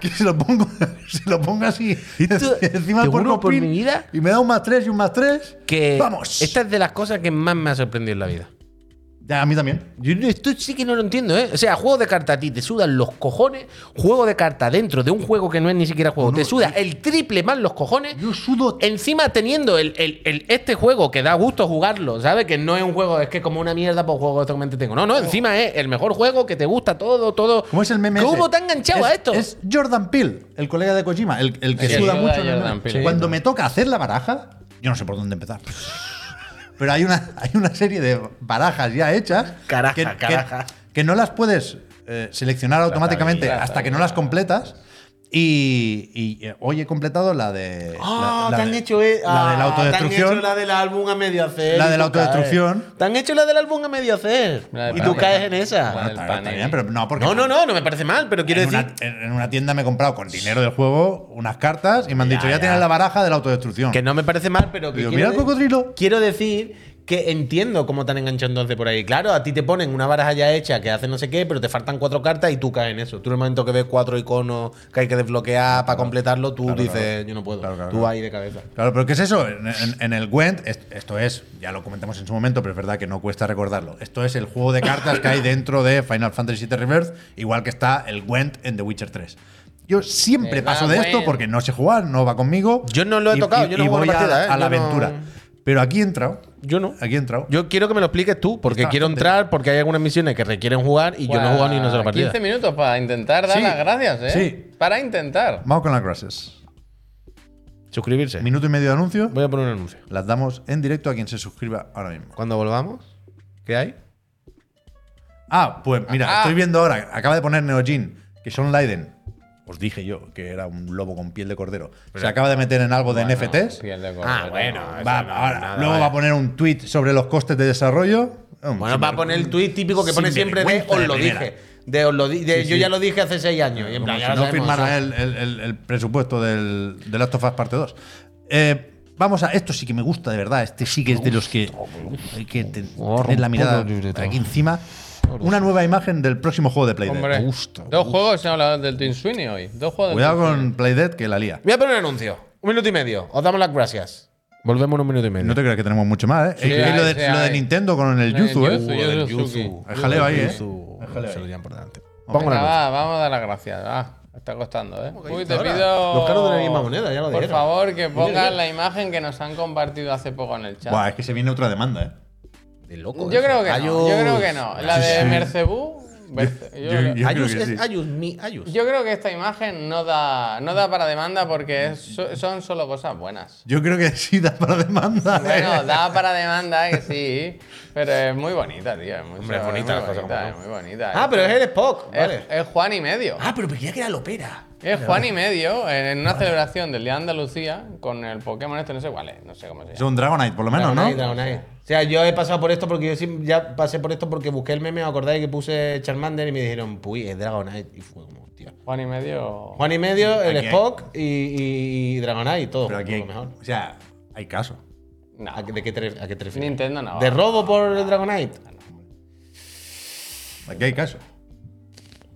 A: que se lo pongo, se lo pongo así encima
B: te
A: del
B: juro
A: puerco
B: por
A: pin
B: mi vida
A: y me da un más tres y un más tres.
B: que
A: ¡Vamos!
B: Eh, Esta es de las cosas que más me ha sorprendido en la vida.
A: Ya, a mí también.
B: Yo no- esto sí que no lo entiendo, ¿eh? O sea, juego de carta a ti te sudan los cojones, juego de carta dentro de un juego que no es ni siquiera juego, te suda el triple más los cojones.
A: Yo sudo
B: Encima teniendo el, el- el- este juego que da gusto jugarlo, ¿sabes? Que no es un juego, es que como una mierda por juego totalmente tengo. No, no, encima es el mejor juego que te gusta todo, todo.
A: ¿Cómo es el meme
B: Oh. ¿Cómo
A: ese?
B: te ha enganchado
A: Es-
B: a esto?
A: Es Jordan Peele, el colega de Kojima, el, el que
C: Sí,
A: suda
C: ayuda
A: mucho.
C: a
A: en el
C: Jordan
A: meme.
C: Peele.
A: Cuando me toca hacer la baraja, yo no sé por dónde empezar. Pero hay una, hay una serie de barajas ya hechas
B: Caraja,
A: que, que-
B: caraja.
A: que no las puedes eh, seleccionar automáticamente
C: habilidad,
A: hasta que no las completas. Y, y, eh, hoy he completado la de.
B: Ah,
A: la, la
B: te han
A: de-
B: hecho eh,
A: la de la
B: ah, te han
A: autodestrucción.
B: hecho la del álbum a medio hacer.
A: La
B: y
A: de la
B: tú caes.
A: autodestrucción.
B: Te han hecho la del álbum a medio hacer.
C: La del
B: Y tú
C: panini.
B: caes en esa.
C: La
A: Bueno,
C: del
A: está- está
C: panini.
A: bien, pero no, porque
B: No, no, no, no me parece mal, pero quiero
A: en,
B: decir.
A: una, en- en una tienda me he comprado con dinero del juego unas cartas y me han dicho, ya,
B: ya.
A: tienes la baraja de la autodestrucción.
B: Que no me parece mal, pero que.
A: Digo,
B: quiero
A: mira el
B: de-
A: cocodrilo.
B: Quiero decir que entiendo cómo están enganchando entonces por ahí. Claro, a ti te ponen una baraja ya hecha que hace no sé qué, pero te faltan cuatro cartas y tú caes en eso. Tú en el momento que ves cuatro iconos que hay que desbloquear para completarlo, tú dices, yo no puedo.
A: Claro, claro,
B: tú
A: claro.
B: ahí de cabeza.
A: Claro, pero ¿qué es eso? En, en- en el Gwent, es- esto es, ya lo comentamos en su momento, pero es verdad que no cuesta recordarlo. Esto es el juego de cartas que hay dentro de Final Fantasy VII Rebirth, igual que está el Gwent en The Witcher 3. Yo siempre
C: Venga,
A: paso de esto
C: Gwent.
A: porque no sé jugar, no va conmigo.
B: Yo no lo he tocado, yo no
A: y
B: juego
A: voy
B: una
A: a-
B: partida,
A: a
B: ¿eh?
A: la
B: Yo no-
A: aventura. Pero aquí he entrado.
B: Yo no.
A: Aquí he entrado.
B: Yo quiero que me lo expliques tú, porque
A: Está
B: quiero
A: bastante
B: entrar, porque hay algunas misiones que requieren jugar y yo no he jugado ni una sola partida.
C: 15 minutos para intentar dar
A: Sí,
C: las gracias, ¿eh?
A: sí.
C: Para intentar.
A: Vamos con las gracias.
B: Suscribirse.
A: Minuto y medio de anuncio.
B: Voy a poner un anuncio.
A: Las damos en directo a quien se suscriba ahora mismo.
B: Cuando volvamos, ¿qué hay?
A: Ah, pues mira,
C: Ah.
A: estoy viendo ahora, acaba de poner Neojin, que Sean Leiden, os dije yo que era un lobo con piel de cordero, se acaba de meter en algo de NFTs.
C: Piel de
B: Ah,
C: cordero.
B: bueno. eso
A: Va,
B: no,
A: ahora,
B: nada,
A: luego
B: vale.
A: va a poner un tweet sobre los costes de desarrollo. Un
B: Bueno, va a poner el tuit típico que pone siempre de
A: sinvergüenza
B: os
A: de
B: lo
A: primera".
B: dije. De, os lo di- de,
A: Sí,
B: Yo
A: sí.
B: ya lo dije hace seis años. Y en
A: Como
B: plan,
A: si
B: ya lo
A: no
B: sabemos,
A: firmara
B: ¿sabes?
A: el, el- el- el presupuesto del, del Last of Us Parte 2. Eh, vamos a. Esto sí que me gusta, de verdad. Este sí que es de los que hay que te- tener la mirada aquí encima. Una nueva imagen del próximo juego de Playdead.
C: Hombre, dos juegos se han hablado del Twin Sweeney hoy. Dos juegos del
A: Cuidado
C: Twin Sweeney.
A: con Playdead que la lía.
B: Voy a poner un anuncio. Un minuto y medio. Os damos las gracias. Volvemos en un minuto y medio.
A: No te creas que tenemos mucho más, ¿eh?
C: Sí,
A: Eh,
C: hay,
A: lo, de,
C: sí,
A: lo de
C: hay.
A: Nintendo con el
C: Lo de
A: Yuzu,
C: Yuzu.
A: ¿eh?
C: Yo del
B: Yuzu.
C: Yuzu.
A: Hay jaleo ahí, ¿eh?
B: Yuzu.
A: Hay jaleo
B: Eso
A: ahí.
B: es lo importante.
A: Hombre.
B: Pongo
C: Venga,
B: una luz.
C: va, vamos a dar las gracias. Ah, está costando, ¿eh? Uy, te
B: ahora?
C: pido.
B: Los caros de la misma moneda, ya lo
C: Por
B: dijeron.
C: favor, que
B: Mira,
C: pongan la imagen que nos han compartido hace poco en el chat.
A: Buah, es que se viene otra demanda, ¿eh?
B: De loco.
C: Yo
B: eso.
C: creo que no.
B: Ayúd.
C: Yo creo que no. La
A: Sí,
C: de
A: sí.
C: Mercebú Verte- yo
A: yo-
C: creo-
A: yo-
E: Ayus
A: creo que
E: es
A: sí.
E: Ayus, mi Ayus.
C: Yo creo que esta imagen no da, no da para demanda porque es- so- son solo cosas buenas.
A: Yo creo que sí da para demanda. ¿eh?
C: Bueno, da para demanda que sí, pero es muy bonita, tío. Es muy-
E: Hombre, es
C: muy
E: bonita la cosa como
C: bonita,
E: son.
C: es muy bonita.
B: Ah, pero es el Spock.
C: Es-
B: Vale.
C: es Juan y medio.
E: Ah, pero creía que era Lopera.
C: Es Juan y medio en una celebración del Día de Andalucía con el Pokémon este, no sé cuál es, no sé cómo se
A: Es
C: llama.
A: un Dragonite, por lo menos,
B: Dragonite,
A: ¿no?
B: Dragonite. O sea, yo he pasado por esto porque yo sí- ya pasé por esto porque busqué el meme, ¿os acordáis que puse Charmander y me dijeron, puy, es Dragonite? Y fue como, hostia.
C: Juan y medio.
B: Juan y medio, el
A: Aquí hay-
B: Spock y, y, y Dragonite, todo.
A: Pero aquí
B: lo
A: hay,
B: mejor.
A: o sea, hay caso.
C: No,
B: ¿A qué- ¿De qué te, ref- a qué te refieres?
C: Nintendo no.
B: ¿De robo por Dragonite?
A: Aquí hay caso.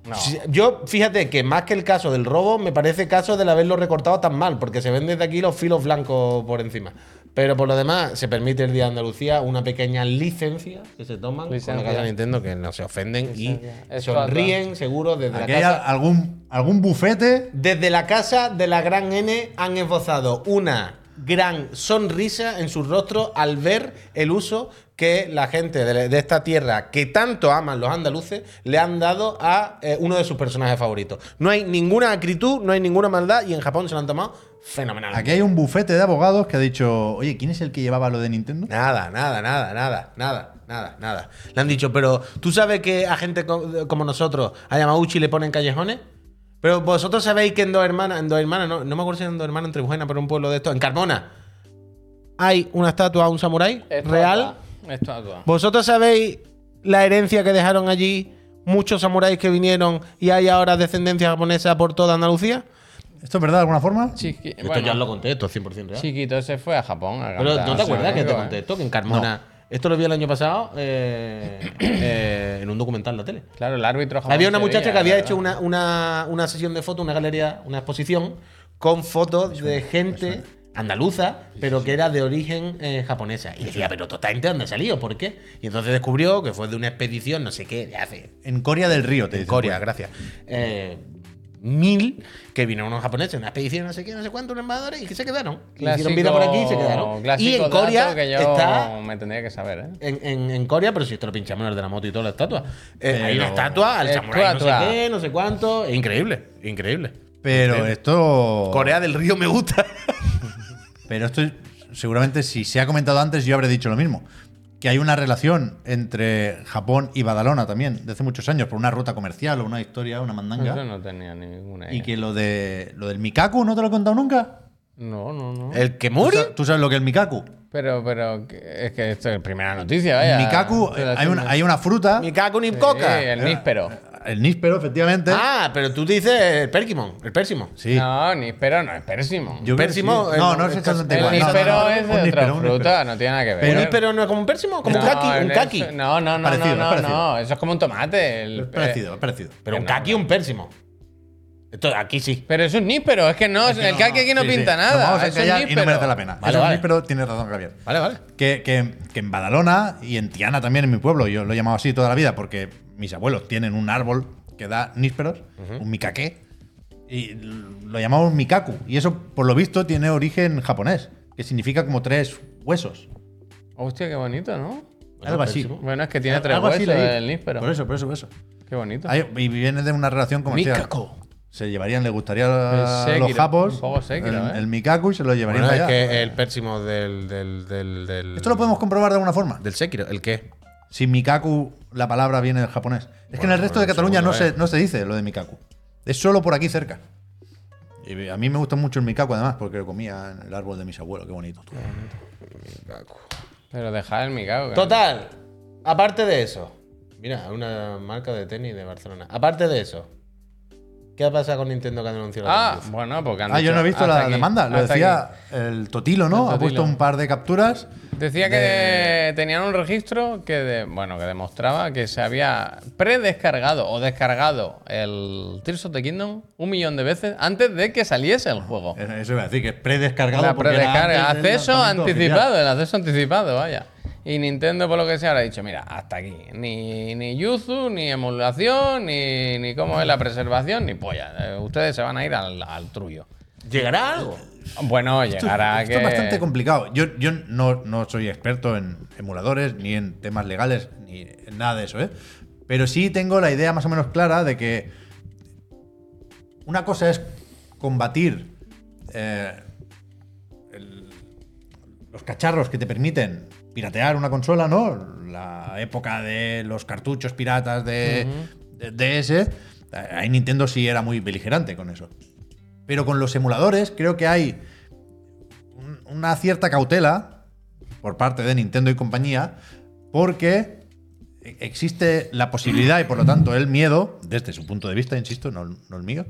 C: No.
B: Sí, Yo, fíjate que más que el caso del robo, me parece caso del haberlo recortado tan mal, porque se ven desde aquí los filos blancos por encima. Pero por lo demás, se permite el Día de Andalucía una pequeña licencia que se toman con
C: Licencia.
B: la casa de Nintendo, que no se ofenden
C: Licencia.
B: y
C: Es
B: sonríen, seguro, desde la
A: Aquí hay
B: casa.
A: algún, algún bufete.
B: Desde la casa de la gran N han esbozado una gran sonrisa en su rostro al ver el uso que la gente de, de esta tierra que tanto aman los andaluces le han dado a eh, uno de sus personajes favoritos. No hay ninguna acritud, no hay ninguna maldad y en Japón se lo han tomado fenomenal.
A: Aquí hay un bufete de abogados que ha dicho, oye, ¿quién es el que llevaba lo de Nintendo?
B: Nada, nada, nada, nada, nada, nada, nada. Le han dicho, pero ¿tú sabes que a gente co- como nosotros a Yamauchi le ponen callejones? Pero vosotros sabéis que en dos hermanas, en dos hermanas, no, no me acuerdo si en dos hermanas, en Trebujena, pero en un pueblo de estos, en Carmona, hay una estatua a un samurái
C: Estatua,
B: real.
C: Estatua.
B: ¿Vosotros sabéis la herencia que dejaron allí muchos samuráis que vinieron y hay ahora descendencia japonesa por toda Andalucía?
A: ¿Esto es verdad de alguna forma?
C: Chiqui-
B: Esto
C: bueno,
B: ya lo conté, esto es 100%
E: ¿eh?
B: real.
C: Chiquito se fue a Japón. a
B: Pero
C: cantar,
B: ¿no te
C: sí,
B: acuerdas que te
C: amigo,
B: conté
C: eh?
B: esto? Que en Carmona. Esto lo vi el año pasado eh, eh, en un documental de la tele.
C: Claro, el árbitro japonés.
B: Había una
C: se
B: muchacha
C: veía,
B: que había
C: la
B: hecho una, una- una sesión de fotos, una galería, una exposición con fotos de gente andaluza, pero que era de origen eh, japonesa. Y decía, pero totalmente dónde ha salido, ¿por qué? Y entonces descubrió que fue de una expedición, no sé qué, de hace
A: En Corea del Río, te pues.
B: en
A: dicen.
B: Corea, gracias. Eh, mil que vinieron unos japoneses, una expedición, no sé qué, no sé cuánto, unos embajadores y que se quedaron. Que hicieron vida por aquí y se quedaron.
C: clásico
B: Y en
C: dato
B: Corea
C: que yo
B: está.
C: me tendría que saber, ¿eh?
B: En, en, en Corea, pero si esto lo pinchamos en el de la moto y toda la estatua. Eh,
A: Pero-
B: hay una estatua al samurái, no sé
C: Estatua.
B: qué, no sé cuánto. Es increíble, increíble.
A: Pero esto.
B: Corea del Río me gusta.
A: Pero esto, seguramente, si se ha comentado antes, yo habré dicho lo mismo. Que hay una relación entre Japón y Badalona también, de hace muchos años, por una ruta comercial o una historia, una
C: Eso
A: mandanga.
C: no tenía ninguna
A: Y
C: idea.
A: que lo de lo del Mikaku no te lo he contado nunca.
C: No, no, no.
B: ¿El que
A: ¿Tú,
B: muere?
A: sa- tú sabes lo que es el Mikaku?
C: Pero, pero, que- es que esto es primera noticia, vaya.
A: Mikaku,
C: Te la
A: hay una,
C: hacemos.
A: hay una fruta,
B: Mi caco ni
C: Sí,
B: coca.
C: el níspero.
A: el níspero, efectivamente.
B: Ah, pero tú dices el Perkimon, el Pérsimo.
A: Sí.
C: No, níspero no, es pésimo.
A: Yo creo que sí.
B: Pérsimo, el-
A: No, no es
B: el-
A: exactamente
C: el
A: igual. No, no,
C: níspero
A: no, no,
C: es
A: un
C: de otra
A: níspero, un níspero.
C: fruta, no tiene nada que ver.
B: Pero, Eh, pero no es como un Pérsimo, como un
C: No,
B: kaki, un
C: no,
B: kaki.
C: eso- No, no, no,
A: Parecido,
C: no, no,
A: parecido.
C: no, Eso es como un tomate. el-
A: Es parecido, es parecido.
B: Pero un
C: no,
B: kaki, un Pérsimo. Esto aquí sí.
C: eh, Pero es un níspero, es que no,
A: Es que
C: Pues el caqui aquí no
A: sí, sí.
C: pinta
A: Nos
C: nada.
A: Vamos a
C: es un
A: callar y no
C: níspero.
A: merece la pena.
B: Vale,
A: es un
B: vale.
A: níspero, tienes razón, Javier.
B: Vale, vale.
A: Que, que- que en Badalona y en Tiana también, en mi pueblo, yo lo he llamado así toda la vida porque mis abuelos tienen un árbol que da nísperos, un micaqué, y lo llamamos mikaku. Y eso, por lo visto, tiene origen japonés, que significa como tres huesos.
C: Hostia, qué bonito, ¿no?
A: algo así.
C: Bueno, es que tiene tres
A: Algo
C: huesos
A: así leí.
C: el níspero.
A: Por eso, por eso, por eso.
C: Qué bonito.
A: Hay- y viene de una relación comercial.
B: Mikaku.
A: Se llevarían, le gustaría a
C: El
A: los
C: Sekiro,
A: japos
C: un poco Sekiro,
A: el,
C: ¿eh?
A: el mikaku y se lo llevarían
B: Bueno, es
A: para allá.
B: que el Pérsimo del, del, del, del-
A: Esto lo podemos comprobar de alguna forma.
B: Del Sekiro, ¿el qué?
A: Si Mikaku, la palabra viene del japonés. Es que en el resto de
B: bueno,
A: Cataluña no
B: seguro,
A: se, no se dice lo de Mikaku. Es solo por aquí cerca. Y a mí me gusta mucho el Mikaku, además, porque lo comía en el árbol de mis abuelos. Qué bonito. tú.
C: Pero dejar el micao. que-
B: Total, aparte de eso. Mira, una marca de tenis de Barcelona. Aparte de eso. ¿Qué ha pasado con Nintendo que ha denunciado la
C: Ah,
B: Bluetooth?
C: bueno, porque han
A: Ah, yo
C: dicho,
A: no he visto
C: hasta
A: la
C: aquí,
A: demanda. Lo
C: hasta
A: decía el Totilo, ¿no?
C: El
A: Ha puesto
C: Totilo.
A: un par de capturas.
C: Decía que tenían un registro que de- bueno que demostraba que se había predescargado o descargado el Tears of the Kingdom un millón de veces antes de que saliese el juego.
A: Eh, Eso iba a decir que es predescargado.
C: La
A: porque era
C: predescarga,
A: antes del
C: acceso
A: lanzamiento
C: anticipado,
A: oficial.
C: el acceso anticipado, vaya. Y Nintendo, por lo que sea, ahora ha dicho, mira, hasta aquí. Ni, ni Yuzu, ni emulación, ni, ni cómo es la preservación, ni polla. Eh, ustedes se van a ir al, al trullo.
B: ¿Llegará algo?
C: Bueno,
A: Esto,
C: llegará
A: esto
C: que...
A: es bastante complicado. Yo, yo no, no soy experto en emuladores, ni en temas legales, ni en nada de eso, ¿eh? Pero sí tengo la idea más o menos clara de que una cosa es combatir eh, el- los cacharros que te permiten piratear una consola, ¿no? La época de los cartuchos piratas de, de DS. Ahí Nintendo sí era muy beligerante con eso. Pero con los emuladores creo que hay un- una cierta cautela por parte de Nintendo y compañía porque e- existe la posibilidad y por lo tanto el miedo, desde su punto de vista, insisto, no, no el mío,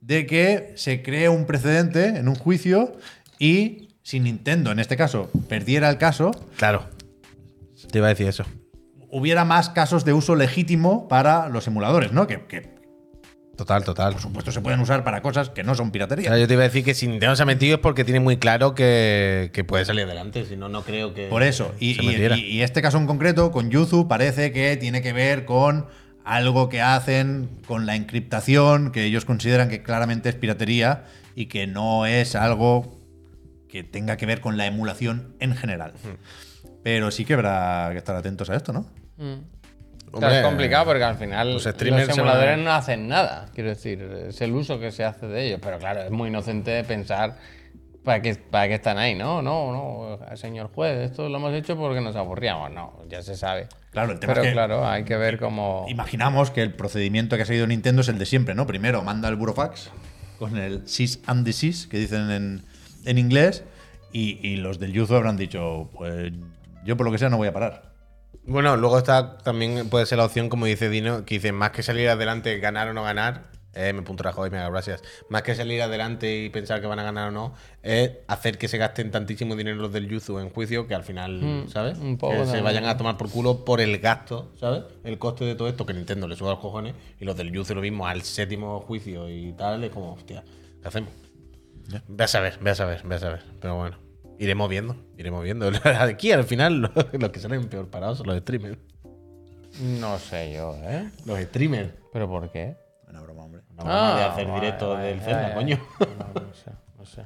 A: de que se cree un precedente en un juicio y si Nintendo en este caso perdiera el caso,
E: Claro. Te iba a decir eso.
A: hubiera más casos de uso legítimo para los emuladores, ¿no? Que, que, por
E: Total, total.
A: supuesto se pueden usar para cosas que no son piratería.
E: Claro, yo te iba a decir que si Nintendo se ha metido es porque tiene muy claro que, que puede salir adelante. Si no, no creo que.
A: Por eso. Y,
E: se
A: y-
E: metiera.
A: y- y este caso en concreto, con Yuzu, parece que tiene que ver con algo que hacen con la encriptación, que ellos consideran que claramente es piratería y que no es algo que tenga que ver con la emulación en general. Pero sí que habrá que estar atentos a esto, ¿no?
C: Mm.
E: Hombre,
C: Claro, es complicado porque al final
E: los
C: los,
E: streamers se
C: emuladores
E: van-
C: no hacen nada. Quiero decir, es el uso que se hace de ellos. Pero claro, es muy inocente pensar para qué, para qué están ahí. No, no, no, señor juez, esto lo hemos hecho porque nos aburríamos. No, ya se sabe.
A: Claro, el tema
C: Pero
A: es que
C: claro, hay que ver cómo...
A: Oh. imaginamos que el procedimiento que ha seguido Nintendo es el de siempre, ¿no? Primero manda el burofax con el sis and the sis, que dicen en, en inglés, y, y los del Yuzu habrán dicho, pues yo por lo que sea no voy a parar.
E: Bueno, luego está también puede ser la opción, como dice Dino, que dice más que salir adelante, ganar o no ganar. Eh, me punto Rajoy, me da gracias. Más que salir adelante y pensar que van a ganar o no, es hacer que se gasten tantísimo dinero los del Yuzu en juicio que al final,
C: Mm,
E: ¿sabes?
C: un poco
E: que se
C: también.
E: vayan a tomar por culo por el gasto, ¿sabes? El coste de todo esto que Nintendo le sube a los cojones y los del Yuzu lo mismo al séptimo juicio y tal. Es como, hostia, ¿qué hacemos? Ve a saber, ve a saber, ve a saber. Pero bueno, iremos viendo, iremos viendo. Aquí al final los, los que salen peor parados son los streamers.
C: No sé yo, ¿eh?
E: Los streamers.
C: ¿Pero por qué?
A: Buena broma, hombre.
E: No vamos
C: Ah,
E: a hacer
C: vale,
E: directo
C: vale,
E: del
C: ya,
E: Zelda,
C: ya.
E: coño.
C: No, no sé, no sé.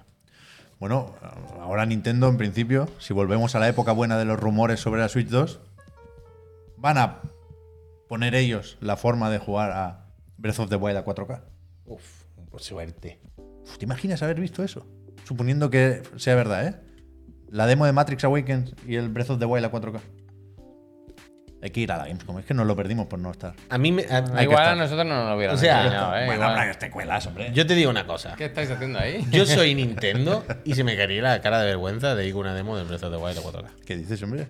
A: Bueno, ahora Nintendo, en principio, si volvemos a la época buena de los rumores sobre la Switch 2, van a poner ellos la forma de jugar a Breath of the Wild a 4K.
E: Uf, por suerte.
A: Uf, ¿Te imaginas haber visto eso? Suponiendo que sea verdad, ¿eh? La demo de Matrix Awakens y el Breath of the Wild a 4K. Hay que ir a la Gamescom, es que nos lo perdimos por no estar.
E: A mí me. a- hay que
C: Igual a
E: estar.
C: nosotros no nos hubieran
E: O sea,
C: enseñado, ¿eh?
A: bueno,
C: Igual.
A: habrá que te cuelas, hombre.
E: Yo te digo una cosa.
C: ¿Qué estáis haciendo ahí?
E: Yo soy Nintendo y se me caería la cara de vergüenza de ir con una demo de Breath of the Wild a 4K.
A: ¿Qué dices, hombre?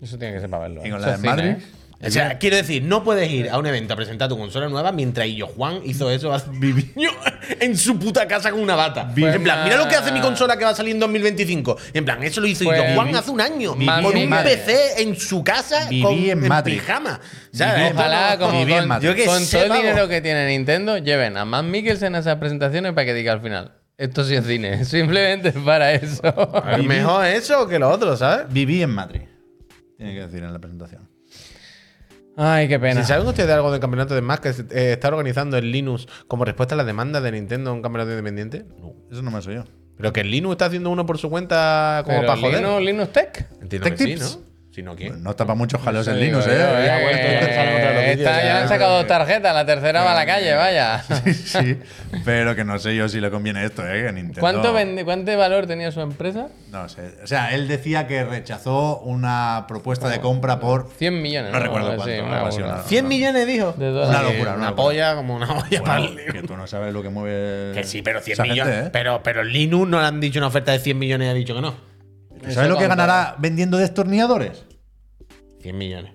C: Eso tiene que ser para verlo.
A: ¿Y
C: ¿eh?
A: con
C: Eso
A: la de
C: es cine,
A: Madrid?
C: ¿eh?
E: O sea, quiero decir, no puedes ir a un evento a presentar tu consola nueva mientras Illo Juan hizo eso hace viviño en su puta casa con una bata.
C: Pues
E: en plan, mira lo que hace mi
C: nada.
E: consola que va a salir en 2025. En plan, eso lo hizo
C: Pues
E: Illo Juan
C: vi-
E: hace un año.
C: vi-
E: con
C: vi-
E: un
C: madre.
E: PC en su casa
A: Viví
E: con,
A: en Madrid.
E: pijama. O sea,
A: Viví en
E: esto
C: Ojalá,
A: no,
C: como
A: ni bien
C: con,
A: Madrid.
E: Yo que
C: con
E: sé,
C: todo el
E: vamos.
C: dinero que tiene Nintendo, lleven a Matt Mikkelsen a esas presentaciones para que diga al final, esto sí es cine, simplemente para eso.
E: no- es mejor eso que lo otro, ¿sabes?
A: Viví en Madrid. Tiene que decir en la presentación.
C: Ay, qué pena.
E: Si saben ustedes algo del campeonato de Smash que se- eh, está organizando el Linux como respuesta a las demandas de Nintendo a un campeonato independiente, no.
A: Eso no me soy yo.
E: Pero que el Linux está haciendo uno por su cuenta como
C: Pero
E: para joder.
C: Linux, Linux Tech.
E: Entiendo
A: Tech
E: que sí,
A: tips.
E: ¿no? Si no, ¿quién?
A: Pues no tapa muchos jaleos
C: Eso
A: en
C: digo
A: Linux,
C: yo,
A: ¿eh?
C: eh,
E: bueno, esto ya salen otras noticias,
C: esta- ya
E: ya.
C: le han sacado dos tarjetas, la tercera va a la calle, vaya.
A: sí, pero que no sé yo si le conviene esto, ¿eh? Que Nintendo-
C: ¿Cuánto, vende, ¿Cuánto valor tenía su empresa?
A: No sé. O sea, él decía que rechazó una propuesta de compra por.
C: 100 millones.
A: No recuerdo
C: Sí,
A: cuánto,
C: una
A: una pasión,
C: burrada.
A: nada.
E: 100 millones dijo.
C: De dólares.
A: Una locura,
E: Eh,
A: una
E: una
A: locura.
E: polla como una olla para el
A: Bueno, que tú no sabes lo que mueve.
E: Que sí, pero 100
A: esa gente,
E: millones.
A: ¿eh?
E: Pero, pero Linux no le han dicho una oferta de 100 millones y ha dicho que no.
A: ¿Sabes lo que
C: Eso contaba.
A: ganará vendiendo destornilladores?
E: 100 millones.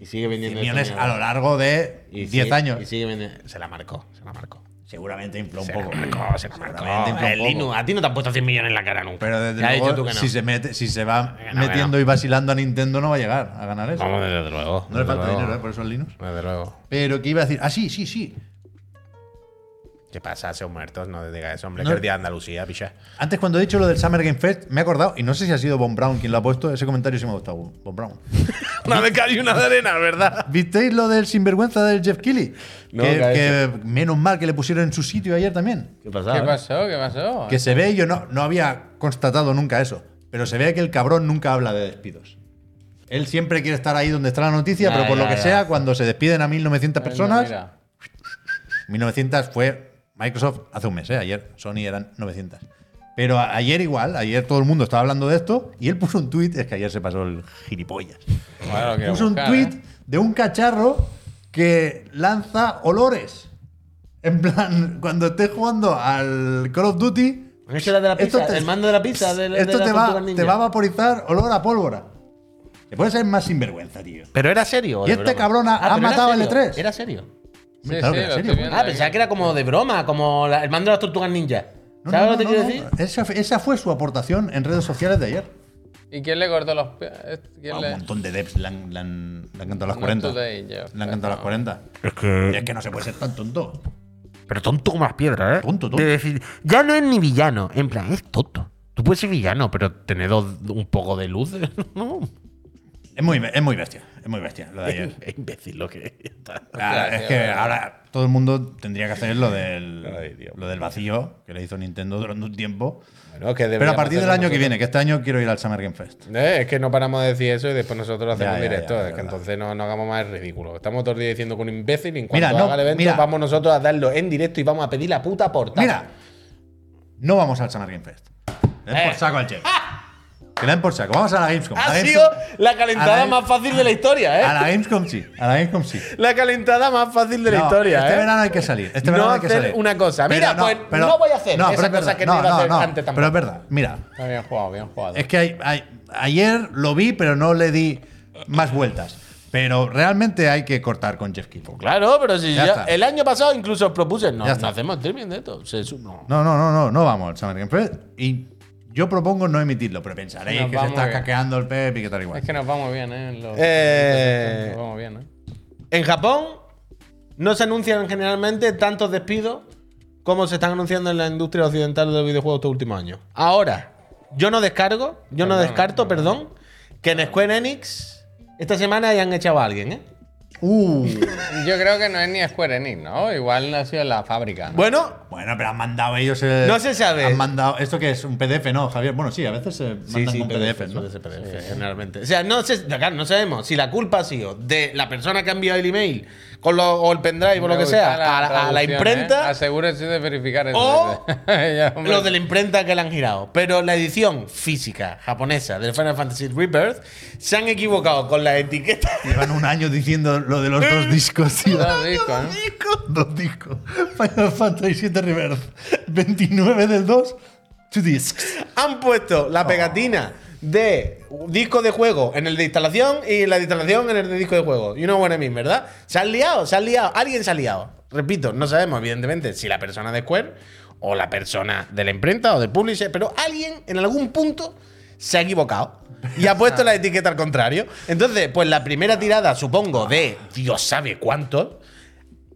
E: Y sigue
A: 100
E: vendiendo.
A: millones
E: esta
A: a lo
E: mierda.
A: largo de
E: Y
A: 10
E: sigue- Y
A: años.
E: sigue vendiendo. Se la marcó, se la marcó.
A: Seguramente infló un
E: se
A: poco.
E: la marcó, se la marcó.
A: Seguramente infló
E: El
A: un poco.
E: Linux, a ti no te han puesto 100 millones en la cara nunca.
A: Pero desde
E: Ya has dicho
A: luego,
E: tú que no.
A: si, se mete, si se va
E: Que no, que
A: metiendo
E: no.
A: y vacilando a Nintendo, no va a llegar a ganar eso.
E: Vamos, desde luego.
A: no le
E: desde
A: falta
E: luego.
A: dinero, ¿eh? Por eso el Linux.
E: Desde luego.
A: Pero que iba a decir, ah, sí, sí, sí.
E: ¿Qué pasa? Seos muertos, no te digas eso, hombre.
A: No.
E: Que es el día de Andalucía, picha.
A: Antes, cuando he dicho lo del Summer Game Fest, me he acordado, y no sé si ha sido Von Brown quien lo ha puesto, ese comentario sí me ha gustado, Von Brown.
E: una de cal y una de arena, ¿verdad?
A: ¿Visteis lo del sinvergüenza del Jeff Keighley?
E: No,
A: que,
E: que ha
A: que menos mal que le pusieron en su sitio ayer también.
C: ¿Qué
E: ¿Qué pasa?
C: pasó? ¿Qué pasó?
A: Que se ve, yo no, no había constatado nunca eso, pero se ve que el cabrón nunca habla de despidos. Él siempre quiere estar ahí donde está la noticia,
C: Ya,
A: pero por
C: ya,
A: lo que
C: ya.
A: sea, cuando se despiden a 1.900
C: Anda,
A: personas,
C: mira.
A: 1.900 fue Microsoft hace un mes, ¿eh? ayer Sony eran 900. Pero a- ayer igual, ayer todo el mundo estaba hablando de esto y él puso un tweet, es que ayer se pasó el gilipollas.
C: Ahora lo quiero
A: Puso un
C: buscar,
A: tweet
C: ¿eh?
A: de un cacharro que lanza olores. En plan, cuando estés jugando al Call of Duty,
B: Eso era de la
A: Esto
B: pizza,
A: te-
B: el mando de la pizza. de la- de
A: esto
B: la
A: te, va,
B: tortuga ninja.
A: te va a vaporizar olor a pólvora. Que puede ser más sinvergüenza, tío.
E: Pero era serio. o
A: Y
E: de
A: este
E: broma?
A: cabrón ha,
B: Ah,
A: ha
B: pero era
A: matado E al
B: serio,
A: E3.
B: Era serio.
C: Sí,
A: Claro
C: sí,
A: que era
C: lo
A: serio.
C: estoy viendo
B: Ah,
C: aquí.
B: pensaba que era como de broma, como la- el mando de las tortugas ninja.
A: No,
B: ¿Sabes
A: no,
B: lo que
A: no,
B: te quiero
A: no,
B: decir?
A: no. Esa, fue- esa fue su aportación en redes sociales de ayer.
C: ¿Y quién le cortó los pies? ¿Quién
A: A un
C: le.?
A: montón de devs le han, le han- le han cantado las
C: Not
A: 40.
C: today,
A: Le
C: Jeff.
A: han cantado las 40.
F: Es que.
A: Es que no se puede ser tan tonto.
F: Pero tonto como las piedras, ¿eh?
A: Tonto, tonto.
F: De decir, ya no es ni villano. En plan, es tonto. Tú puedes ser villano, pero tener dos- un poco de luz. No.
A: Es muy, es muy bestia. Es muy bestia lo de ayer.
F: Es imbécil lo que está.
A: Ahora,
C: Hostia,
A: es
C: sí,
A: que
C: ahora.
A: ahora todo el mundo tendría que hacer lo del, lo del vacío que le hizo Nintendo durante un tiempo.
E: Bueno, es que
A: Pero a
E: deberíamos
A: partir del
E: hacerlo
A: año que
E: nosotros.
A: viene, que este año quiero ir al Summer Game Fest.
E: Eh, es que no paramos de decir eso y después nosotros lo hacemos
A: Ya, ya,
E: en directo.
A: ya,
E: es que
A: verdad.
E: entonces no, no hagamos más el ridículo. Estamos todos los días diciendo que un imbécil y en cuanto
A: Mira, no,
E: haga el evento
A: mira.
E: vamos nosotros a darlo en directo y vamos a pedir la puta portada.
A: Mira, no vamos al Summer Game Fest. Le den por saco al Jeff. Que le den por saco. Vamos a la Gamescom. A
B: Eh. Ha
A: la
B: sido
A: Gamescom,
B: la
A: a
B: calentada
A: la-
B: más fácil de la historia, ¿eh?
A: a la Gamescom sí. A la Gamescom sí.
E: La calentada más fácil de la
A: No,
E: historia,
A: este
E: ¿eh?
A: verano hay que salir. Este
E: No
A: verano hay que
E: hacer
A: salir.
E: una cosa. Mira, pues, no voy a hacer
A: pero
E: esa
A: es
E: cosa
A: verdad.
E: que no iba a hacer antes tampoco.
A: Pero es verdad. Mira,
C: Está bien jugado, bien jugado.
A: es que hay- hay- ayer lo vi, pero no le di más vueltas. Pero realmente hay que cortar con Jeff Kipo.
B: Claro, pero si
A: Ya
B: ya-
A: está.
B: el año pasado incluso os propuse, no,
A: Ya
B: no
A: está.
B: hacemos streaming de esto. Se su- no.
A: No, no, no, no, no vamos al Summer Game Fest. Y yo propongo no emitirlo, pero pensaréis
C: Nos
A: que
C: va
A: se
C: muy
A: está
C: bien.
A: caqueando el Pep y que tal igual.
C: Es que nos va muy bien, ¿eh? en los-
E: Eh.
C: Nos va muy bien, ¿eh?
E: En Japón no se anuncian generalmente tantos despidos como se están anunciando en la industria occidental de los videojuegos estos últimos años. Ahora, yo no descargo, yo no
C: Perdona,
E: descarto, perdón, que en Square Enix esta semana hayan echado a alguien, ¿eh?
A: Uh,
C: Yo creo que no es ni Square Enix, ¿no? Igual ha sido la fábrica. ¿no?
E: Bueno,
A: bueno, pero han mandado ellos. el-
E: No se sabe.
A: Han mandado. ¿Esto que es? ¿Un PDF? No, Javier. Bueno, sí, a veces se mandan con PDF, ¿no?
E: suele ser PDF, generalmente. O sea, no, sé, claro, no sabemos si la culpa ha sido de la persona que ha enviado el email con lo- o el pendrive o
C: Me
E: lo que
C: gusta
E: sea a a la,
C: traducción, ¿eh?
E: imprenta
C: Asegúrese de verificar eso.
E: O
C: Ya, hombre.
E: Los de la imprenta que la han girado. Pero la edición física japonesa del Final Fantasy Rebirth se han equivocado con la etiqueta.
A: Llevan un año diciendo lo de los dos discos, tío.
C: Dos discos, ¿no?
A: Dos discos. Final Fantasy VII Reverse. 29 del 2, two discs.
E: Han puesto la pegatina de disco de juego en el de instalación y la de instalación en el de disco de juego. Y no bueno mean, ¿verdad? Se han liado, se han liado. Alguien se ha liado. Repito, no sabemos, evidentemente, si la persona de Square o la persona de la imprenta o del publisher, pero alguien en algún punto se ha equivocado y ha puesto la etiqueta al contrario. Entonces, pues la primera tirada, supongo, de Dios sabe cuántos.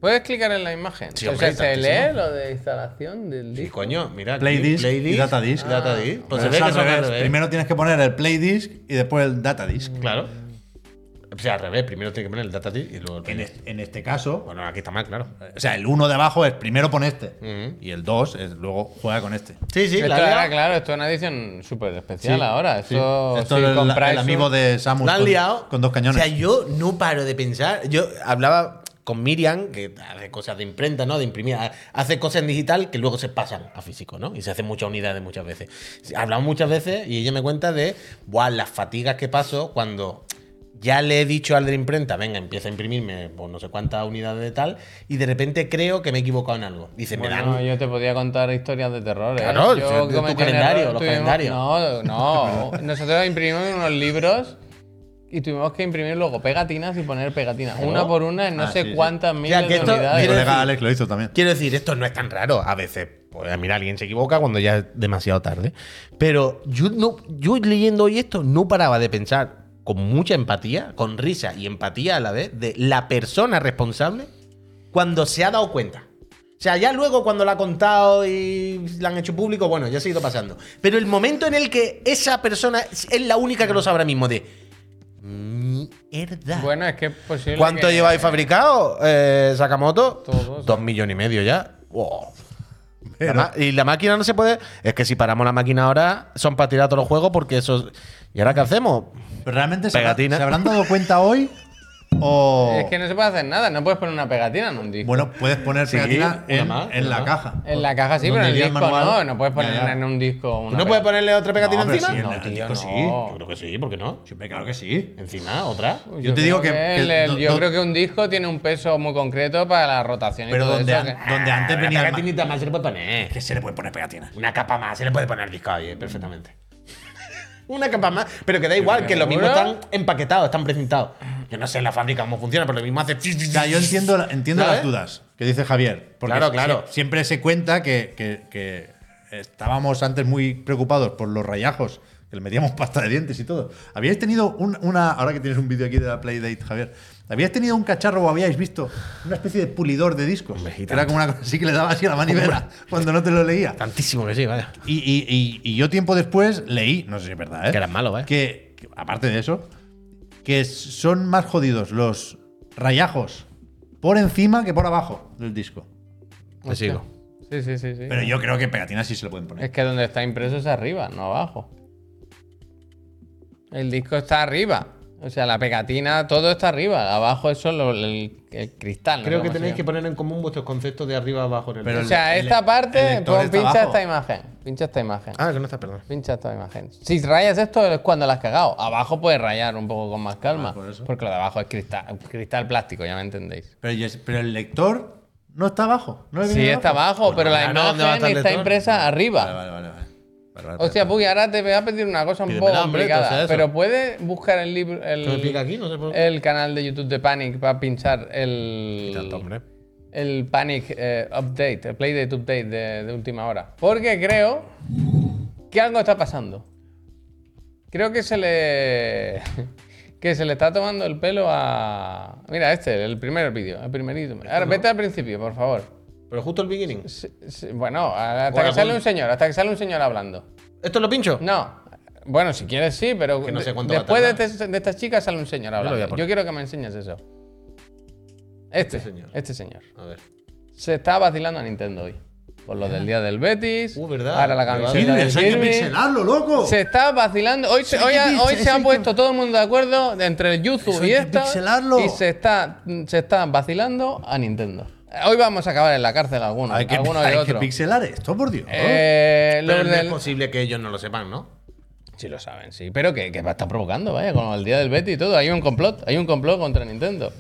C: ¿Puedes clicar en la imagen?
E: Sí,
C: o
E: hombre,
C: sea, se
E: tantísimo.
C: lee lo de instalación del
E: Y
C: disco.
E: coño, mira.
A: Play
E: aquí,
A: disc y data disc.
E: y data disc. Pues se
A: Pero es
E: ve que
A: al
E: son al
A: revés.
E: revés.
A: Primero tienes que poner el play disc y después el data disc.
E: Claro. O sea, al revés, primero tiene que poner el data disc y luego el
A: En,
E: play disc.
A: es- en este caso,
E: Bueno, aquí está mal, claro.
A: o sea, el 1 de abajo es primero pon este. Y el 2 es luego juega con este.
E: Sí, sí,
C: esto
E: la,
C: era,
E: liado.
C: claro, esto es una edición súper especial ahora. Esto,
A: Esto
C: si
A: es el,
C: compráis
A: el amigo
C: un-
A: de Samus
E: la han
A: con,
E: liado.
A: con dos cañones.
E: O sea, yo no paro de pensar. Yo hablaba con Miriam, que hace cosas de imprenta, ¿no? De imprimir. ha- Hace cosas en digital que luego se pasan a físico, ¿no? Y se hacen muchas unidades muchas veces. Hablamos muchas veces y ella me cuenta de Buah, las fatigas que paso cuando ya le he dicho al de la imprenta, venga, empieza a imprimirme pues, no sé cuántas unidades de tal, y de repente creo que me he equivocado en algo. Dice, me dan
C: Bueno, yo te podía contar historias de terror. ¿eh?
E: Claro,
C: Yo
E: yo- tu
C: cometí un
E: calendario,
C: error,
E: los
C: tuvimos-
E: calendarios.
C: No, no. Nosotros imprimimos unos libros y tuvimos que imprimir luego pegatinas y poner pegatinas. Una por una en no
A: Ah,
C: sé
A: sí, sí.
C: cuántas miles
E: que
C: de
E: esto-
A: Mi
C: unidades.
E: quiero
A: colega
E: decir-
A: Alex lo hizo también.
E: Quiero decir, esto no es tan raro. A veces, pues mira, alguien se equivoca cuando ya es demasiado tarde. Pero yo, no, yo leyendo hoy esto no paraba de pensar con mucha empatía, con risa y empatía a la vez, de la persona responsable cuando se ha dado cuenta. O sea, ya luego cuando la ha contado y la han hecho público, bueno, ya se ha ido pasando. Pero el momento en el que esa persona es es la única que lo sabe ahora mismo de... Mierda.
C: Bueno, es que es posible.
E: ¿Cuánto
C: que-
E: lleváis fabricado, eh, Sakamoto?
C: Todos.
E: Dos millones y medio ya. Wow.
A: Pero-
B: La ma- y la máquina no se puede. Es que si paramos la máquina ahora, son para tirar todos los juegos porque eso. ¿Y ahora qué hacemos?
A: Pero realmente se, habrá-
B: Pegatina.
A: se habrán dado cuenta hoy o.
C: Es que no se puede hacer nada, no puedes poner una pegatina en un disco.
A: Bueno, puedes poner pegatina
C: una
A: en,
C: más,
A: en
C: una
A: la
C: más.
A: caja.
C: en la caja sí,
A: Donde
C: pero en el
A: iría
C: disco
A: manual.
C: no, no puedes
A: Ya,
C: poner
A: ya.
C: en un disco una
B: ¿No puedes
C: pegatina.
B: ponerle otra pegatina
A: No, pero
B: encima?
A: sí, en
C: No,
A: el
C: tío,
A: disco
C: no.
A: sí. Yo
E: creo que sí, ¿por qué no?
A: Siempre, claro que sí.
E: Encima, otra.
A: Yo te digo
C: creo
A: que- que
C: el- el-
A: do-
C: yo
A: do-
C: creo que un disco tiene un peso muy concreto para la rotación y
A: Pero
C: todo
A: donde,
C: eso,
A: an-
C: que- Ah,
A: donde antes venía. el ma-
E: Pegatinita más se le puede poner.
A: Que se le puede poner pegatina.
E: Una capa más se le puede poner al disco, oye, perfectamente.
B: Una capa más. Pero que da igual, que lo mismo
C: ¿Seguro?
B: están empaquetados, están precintados.
E: Yo no sé en la fábrica cómo funciona, pero lo mismo hace.
A: O sea, yo entiendo, la- entiendo
B: ¿Sabes?
A: las dudas que dice Javier. Porque
B: Claro,
A: si-
B: claro.
A: siempre se cuenta que, que- que estábamos antes muy preocupados por los rayajos, que le metíamos pasta de dientes y todo. ¿Habíais tenido un- una. Ahora que tienes un vídeo aquí de la Playdate, Javier. ¿Habíais tenido un cacharro o habíais visto una especie de pulidor de discos? Que era como una cosa así que le daba así a la manivela cuando no te lo leía.
B: Tantísimo que sí, vaya.
A: Y, y- y- y yo tiempo después leí, no sé si es verdad, ¿eh?
B: Que eran malos, ¿eh?
A: Que, que, aparte de eso, que s- son más jodidos los rayajos por encima que por abajo del disco.
B: Te sigo.
C: Sí, sí, sí, sí.
A: Pero yo creo que pegatinas sí se lo pueden
C: Es
A: poner.
C: que donde está impreso es arriba, no abajo. El disco está arriba. O sea, la pegatina, todo está arriba. Abajo es solo el, el cristal. ¿no?
B: Creo que
C: ¿Cómo se
B: tenéis que
C: llama?
B: poner en común vuestros conceptos de arriba abajo en el.
A: Pero-
C: O sea,
A: el-
C: esta
A: el
C: parte,
A: lector
C: pon-
A: está
C: pincha
A: abajo.
C: esta imagen. Pincha esta imagen.
B: Ah, que no está, perdón.
C: Pincha esta imagen. Si rayas esto es cuando la has cagado. Abajo puedes rayar un poco con más
B: Ah,
C: calma.
A: por eso.
C: porque lo de abajo es cristal, cristal plástico, ya me entendéis.
A: Pero, yo- pero el lector no está abajo. No le
C: Sí,
A: viene
C: está
A: abajo.
C: abajo, pero la
B: claro, ¿dónde va
C: imagen
B: a estar el
C: está
B: lector?
C: impresa arriba.
A: Vale, vale, vale. vale. Vale, vale,
C: Hostia,
A: vale.
C: Puggy, ahora te voy a pedir una cosa un
B: Pídemela,
C: poco
B: hombre,
C: complicada.
B: entonces, eso.
C: pero puedes buscar el libro.
B: ¿Te lo explica
C: El,
B: aquí? No sé por
C: el canal de YouTube de Panic para pinchar el.
B: Tanto, hombre.
C: El Panic eh, Update, el Playdate Update de, de última hora. Porque creo que algo está pasando. Creo que se le. que se le está tomando el pelo a. Mira, este, el primer vídeo, el primerito.
B: Este
C: Ahora vete al principio, por favor.
B: Pero justo el beginning.
C: Sí, sí, bueno, hasta
B: Bueno,
C: que sale
B: pon-
C: un señor, hasta que sale un señor hablando.
B: ¿Esto lo pincho?
C: No. Bueno, si quieres sí, pero
B: Que no sé
C: de-
B: cuánto va a
C: después de,
B: tardar.
C: este- de estas chicas sale un señor
B: lo voy a
C: hablando. Yo,
B: poner.
C: quiero que me enseñes eso. Este,
B: Este señor.
C: Este señor.
B: A ver.
C: Se está vacilando a Nintendo hoy. Por lo del día del Betis.
B: Uh, verdad.
C: Ahora la
B: Pero
A: Sí,
C: camiseta
B: vale.
C: de
A: eso hay que
C: Kirby.
A: pixelarlo, loco.
C: Se está vacilando. Hoy, se-
A: Eso hay que
C: hoy, ha-
A: pix-
C: hoy se
A: eso
C: ha
A: hay
C: puesto todo el mundo de acuerdo de entre el
A: Eso
C: Yuzu
A: hay
C: y
A: que
C: esta.
A: pixelarlo.
C: Y se está, se está vacilando a Nintendo. Hoy vamos a acabar en la cárcel alguno.
A: hay que,
C: alguno
A: hay
C: y
A: que
C: otro.
A: pixelar esto, por Dios.
C: Eh, lo
B: Pero no es
C: del-
B: posible que ellos no lo sepan, ¿no?
C: Sí lo saben, sí. Pero que, que va a estar provocando, vaya, con el día del Betty y todo. Hay un complot, hay un complot contra Nintendo.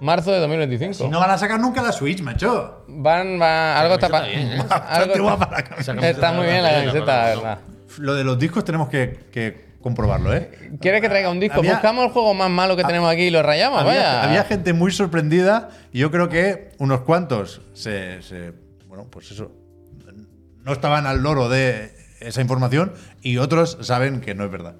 C: Marzo de 2025.
A: Si Ah, no van a sacar nunca la Switch, macho.
C: Van, van, algo está, pa- algo
A: Bastante
C: está-
A: guapa la camiseta.
C: Está muy bien la
B: ¿eh? Bastante
C: camiseta, la
B: guapa,
C: verdad.
A: Lo de los discos tenemos que, que comprobarlo, ¿eh?
C: ¿Quieres que traiga un disco?
A: Había- Ah,
C: Buscamos el juego más malo que tenemos aquí y lo rayamos,
A: había,
C: Ah, vaya.
A: había gente muy sorprendida y yo creo que unos cuantos se, se- bueno, pues eso no estaban al loro de esa información y otros saben que no es verdad.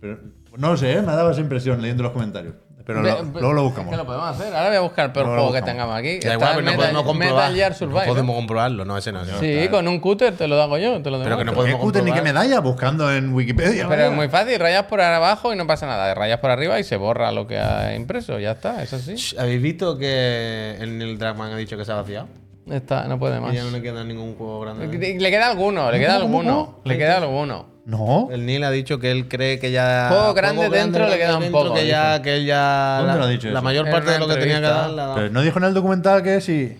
A: Pero no lo sé, ¿eh? me daba esa impresión leyendo los comentarios. Pero lo-
C: Ve- ve-
A: luego lo
C: es
A: buscamos.
C: que lo podemos hacer. Ahora voy a buscar el peor
A: Luego lo
C: juego que
A: buscamos.
C: tengamos aquí.
B: Da
C: Está
B: igual, pero no
C: Metal-
B: podemos comprobar.
C: Metal Gear
B: No
C: Survive.
B: podemos comprobarlo, no, ese no. ese no.
C: Sí, con un cúter te lo hago yo, te lo
B: Pero que no
C: demuestro.
A: ¿Qué
B: podemos
A: cúter ni qué
B: comprobar.
A: medalla? Buscando en Wikipedia.
C: Pero
A: vaya.
C: es muy fácil, rayas por abajo y no pasa nada. Rayas por arriba y se borra lo que ha impreso, ya está, eso sí.
B: Ch, ¿Habéis visto que en el Dragman ha dicho que se ha vaciado?
C: Está, no puede más.
B: Y ya no le queda ningún juego grande.
C: Le queda alguno, le queda alguno, le queda alguno.
A: No.
B: El Neil ha dicho que él cree que ya.
C: Juego grande dentro le queda un
B: dentro,
C: poco,
B: Que, ya,
C: dice.
B: que él ya.
A: ¿Dónde
B: la,
A: lo ha dicho
B: la
A: eso?
B: mayor
C: En
B: parte
C: una
B: de lo que tenía que
C: entrevista.
B: dar la ha dado.
A: Pero no dijo en el documental que sí.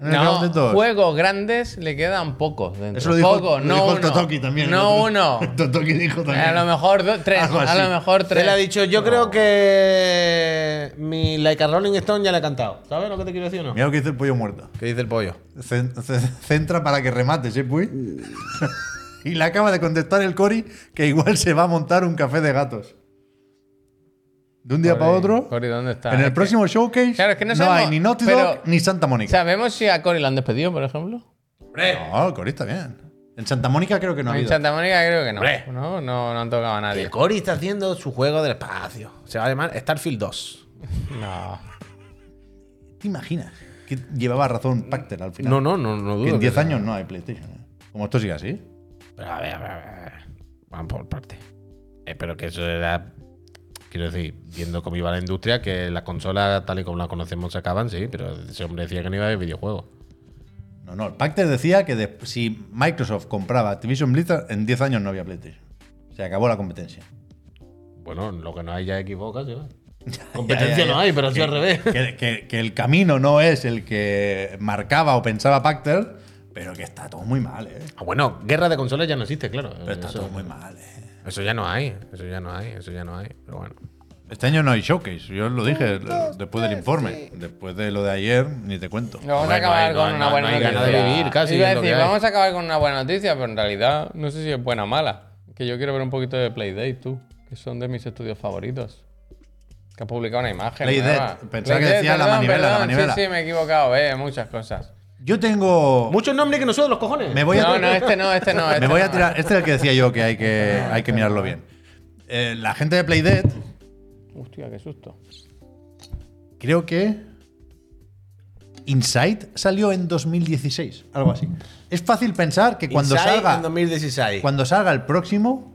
A: En el round de
C: No,
A: todos.
C: juegos grandes le quedan pocos dentro.
A: Eso lo dijo,
C: Pocos,
A: lo
C: no
A: dijo el
C: uno.
A: Totoki también. el
C: No
A: otro-
C: uno.
A: El Totoki dijo también.
C: A lo mejor do- tres,
A: Algo
C: a
A: así.
C: lo mejor tres.
B: Él ha dicho, yo creo que mi Like a Rolling Stone ya la he cantado. ¿Sabes lo que te quiero decir o no?
A: Mira lo que dice el pollo muerto.
B: ¿Qué dice el pollo?
A: Cen- ce- Centra para que remates, ¿eh, Puy? y le acaba de contestar el Cori que igual se va a montar un café de gatos. De un día para otro.
C: Cory, ¿dónde está?
A: En
C: Es
A: el
C: que-
A: próximo showcase
C: Claro, es que no
A: hay
C: sabemos,
A: ni Naughty
C: pero-
A: Dog ni Santa Mónica.
C: ¿Sabemos si a Cory lo han despedido, por ejemplo?
A: No, el Cori está bien. En Santa Mónica creo que no ha
C: en
A: habido.
C: Santa Mónica creo que no.
B: Hombre.
C: No, no, no han tocado a nadie.
B: El Cory está haciendo su juego del espacio. Se va a llamar Starfield 2.
C: No.
A: ¿Te imaginas? Que llevaba razón Pacter al final.
B: No, no, no, no
A: Que
B: dudo.
A: en 10
B: que-
A: años no hay PlayStation. ¿eh? Como esto siga así.
B: Pero a ver, a ver, a ver. Van por parte. Espero que eso era. Quiero decir, viendo cómo iba la industria, que las consolas tal y como las conocemos se acaban, sí, pero ese hombre decía que no iba a haber videojuegos.
A: No, no. El Pacter decía que de- si Microsoft compraba Activision Blizzard, en 10 años no había PlayStation. Se acabó la competencia.
E: Bueno, lo que no hay ya es Xbox, casi, ¿verdad?
A: Ya, ya,
E: Competencia
A: ya.
E: no hay, pero es
A: Que-
E: al revés.
A: Que, que- que el camino no es el que marcaba o pensaba Pacter, pero que está todo muy mal, ¿eh?
E: Ah, bueno, guerra de consolas ya no existe, claro.
A: Pero está
E: Eso-
A: todo muy mal, ¿eh?
E: Eso ya no hay, eso ya no hay, eso ya no hay. Pero bueno.
A: Este año no hay showcase, yo lo dije después del informe. Después de lo de ayer, ni te cuento.
C: No, vamos
E: Hombre,
C: a
E: no
C: acabar
E: hay- no
C: con
E: hay-
C: una
E: no-
C: buena
E: no hay ganas de
C: noticia.
E: vivir, casi,
C: Iba a
E: es lo
C: decir,
E: que hay.
C: vamos a acabar con una buena noticia, pero en realidad no sé si es buena o mala. Que yo quiero ver un poquito de Playdate, tú, que son de mis estudios favoritos. Que ha publicado una imagen.
A: Playdate,
C: nueva.
A: pensaba que
C: Playdate,
A: decía la
C: perdón,
A: manivela, la
C: perdón,
A: manivela.
C: Sí, sí, me he equivocado, eh, muchas cosas.
A: Yo tengo.
E: Muchos nombres que no son de los cojones.
A: Oh. Me voy a.
C: no, no, este no, este no.
A: Me
C: este
A: voy a
C: no.
A: tirar. Este es el que decía yo que hay que, hay que mirarlo bien. Eh, la gente de Playdead,
C: Hostia, qué susto.
A: creo que. Insight salió en 2016, algo así. Es fácil pensar que cuando
B: Inside
A: salga,
B: en 2016.
A: cuando salga el próximo,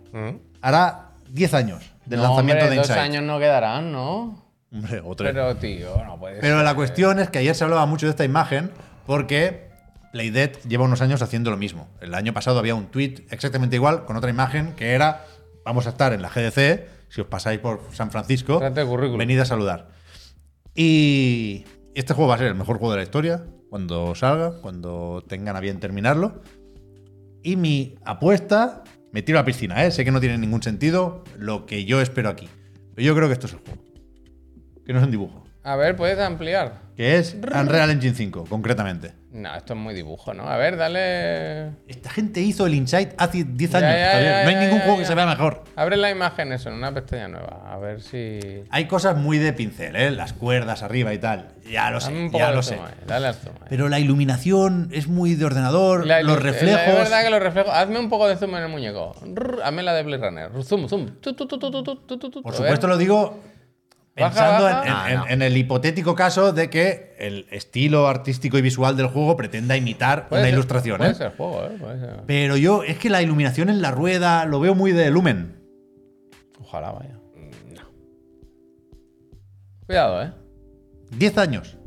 A: hará 10 años del
C: No,
A: lanzamiento
C: hombre,
A: de
C: dos
A: Insight.
C: años no quedarán, ¿no?
A: Hombre, o tres.
C: Pero, tío, no puede ser.
A: Pero la cuestión es que ayer se hablaba mucho de esta imagen porque Playdead lleva unos años haciendo lo mismo. El año pasado había un tweet exactamente igual con otra imagen que era vamos a estar en la GDC, si os pasáis por San Francisco,
C: Trate de currículum.
A: venid a saludar. Y este juego va a ser el mejor juego de la historia cuando salga, cuando tengan a bien terminarlo. Y mi apuesta, me tiro a la piscina, ¿eh? sé que no tiene ningún sentido lo que yo espero aquí. Pero yo creo que esto es el juego. Que no es un dibujo
C: A ver, ¿puedes ampliar?
A: que es Unreal Engine 5, concretamente.
C: No, esto es muy dibujo, ¿no? A ver, dale.
A: Esta gente hizo el Insight hace 10
C: Ya,
A: años.
C: ya,
A: Javier.
C: ya,
A: no hay
C: ya,
A: ningún
C: ya,
A: juego
C: ya.
A: que se vea mejor.
C: Abre la imagen eso en una pestaña nueva. A ver si.
A: Hay cosas muy de pincel, ¿eh? las cuerdas arriba y tal. Ya lo
C: Dame
A: sé,
C: un poco eh.
A: ya
C: de
A: lo
C: zoom
A: sé.
C: ahí, Dale al zoom ahí.
A: Pero la iluminación es muy de ordenador,
C: La ilu-
A: los
C: Es
A: reflejos.
C: verdad que los reflejos. Hazme un poco de zoom en el muñeco. Rrr, hazme la de Blade Runner. Zoom, zoom. Tu, tu, tu, tu, tu, tu, tu, tu, tu.
A: Por
C: A
A: supuesto
C: ver.
A: lo digo
C: Baja,
A: pensando en-
C: baja.
A: En, en- en el hipotético caso de que el estilo artístico y visual del juego pretenda imitar
C: Puede
A: una
C: ser-
A: ilustración.
C: Puede
A: ¿eh?
C: ser juego, ¿eh? Puede ser.
A: Pero yo, es que la iluminación en la rueda lo veo muy de lumen.
C: Ojalá vaya. No. Cuidado, ¿eh?
A: 10 años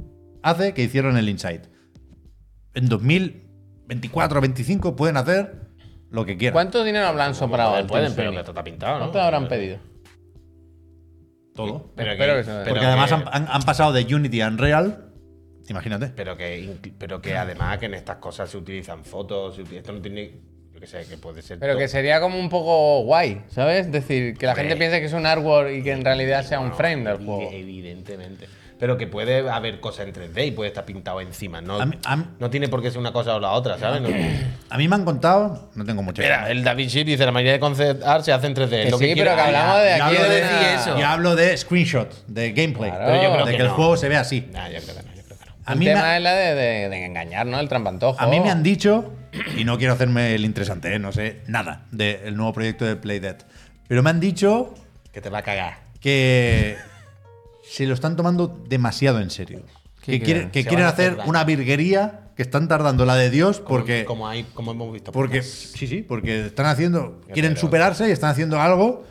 A: hace que hicieron el Insight. En 2024 25 pueden hacer lo que quieran.
C: ¿Cuánto dinero habrán sobrado?
E: pueden, pueden, pero que esto está pintado, ¿no?
C: ¿Cuánto habrán pedido?
A: Todo.
E: Pero
C: Espero que
E: que,
C: se me-
E: pero
A: Porque
E: que-
A: además han, han- han pasado de Unity a Unreal. Imagínate.
E: pero que, incl- pero que además que en estas cosas se utilizan fotos, se utiliza- esto no tiene, yo qué sé, que puede ser.
C: Pero
E: todo.
C: que sería como un poco guay, ¿sabes? Decir, que la gente piense que es un artwork y que en realidad sea un
E: No,
C: frame del
E: evi-
C: juego.
E: Evidentemente. Pero que puede haber cosas en 3D y puede estar pintado encima. No,
A: A mí- a mí-
E: no tiene por qué ser una cosa o la otra, ¿sabes? No-
A: A mí me han contado, no tengo mucha idea.
E: Mira, el David Sheet dice, la mayoría de concept art se hace en 3D.
C: Que
E: lo que
C: sí,
E: quiera.
C: pero que
E: Ah, ya.
C: hablamos de
A: Yo
C: aquí
A: hablo
C: de
A: de,
C: una-
A: yo hablo de screenshot, de gameplay.
C: Claro. Pero yo creo
A: de que,
E: que
A: el
E: no.
A: juego se vea así.
E: Nah, yo creo que no, yo creo que no.
A: A
C: el
A: mí, me,
C: tema
A: ha-
C: es la de, de- de engañar, ¿no? El trampantojo.
A: a mí me han dicho, y no quiero hacerme el interesante, ¿eh? no sé nada del nuevo proyecto de Playdead, pero me han dicho
E: Que te va a cagar.
A: que se lo están tomando demasiado en serio.
C: ¿Qué
A: Que,
C: quieren?
A: quieren, que
E: Se
A: quieren
E: van a hacer
A: hacer
E: daño.
A: una virguería que están tardando la de Dios porque.
E: Como, hay, como hemos visto.
A: porque sí, sí, porque están haciendo. Quieren superarse y están haciendo algo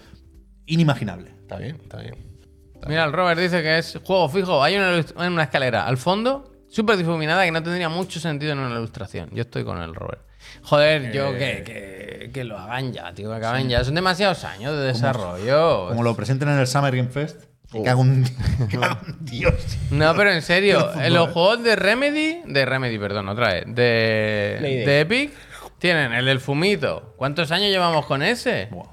A: inimaginable.
E: Está bien, está bien.
C: Mira, el Robert dice que es juego fijo. Hay una, ilust- una escalera al fondo, súper difuminada, que no tendría mucho sentido en una ilustración. Yo estoy con el Robert. Joder,
A: Eh.
C: yo que, que, que lo hagan ya, tío, que acaben ya. Son demasiados años de desarrollo.
E: Pues-
A: Como lo presenten en el Summer Game Fest.
E: Oh.
A: Me cago en, me cago en Dios.
C: No, pero en serio,
A: Fútbol,
C: en los
A: ¿eh?
C: juegos de Remedy, de Remedy, perdón, otra vez, de, de Epic, tienen el del fumito. ¿Cuántos años llevamos con ese?
A: Buah,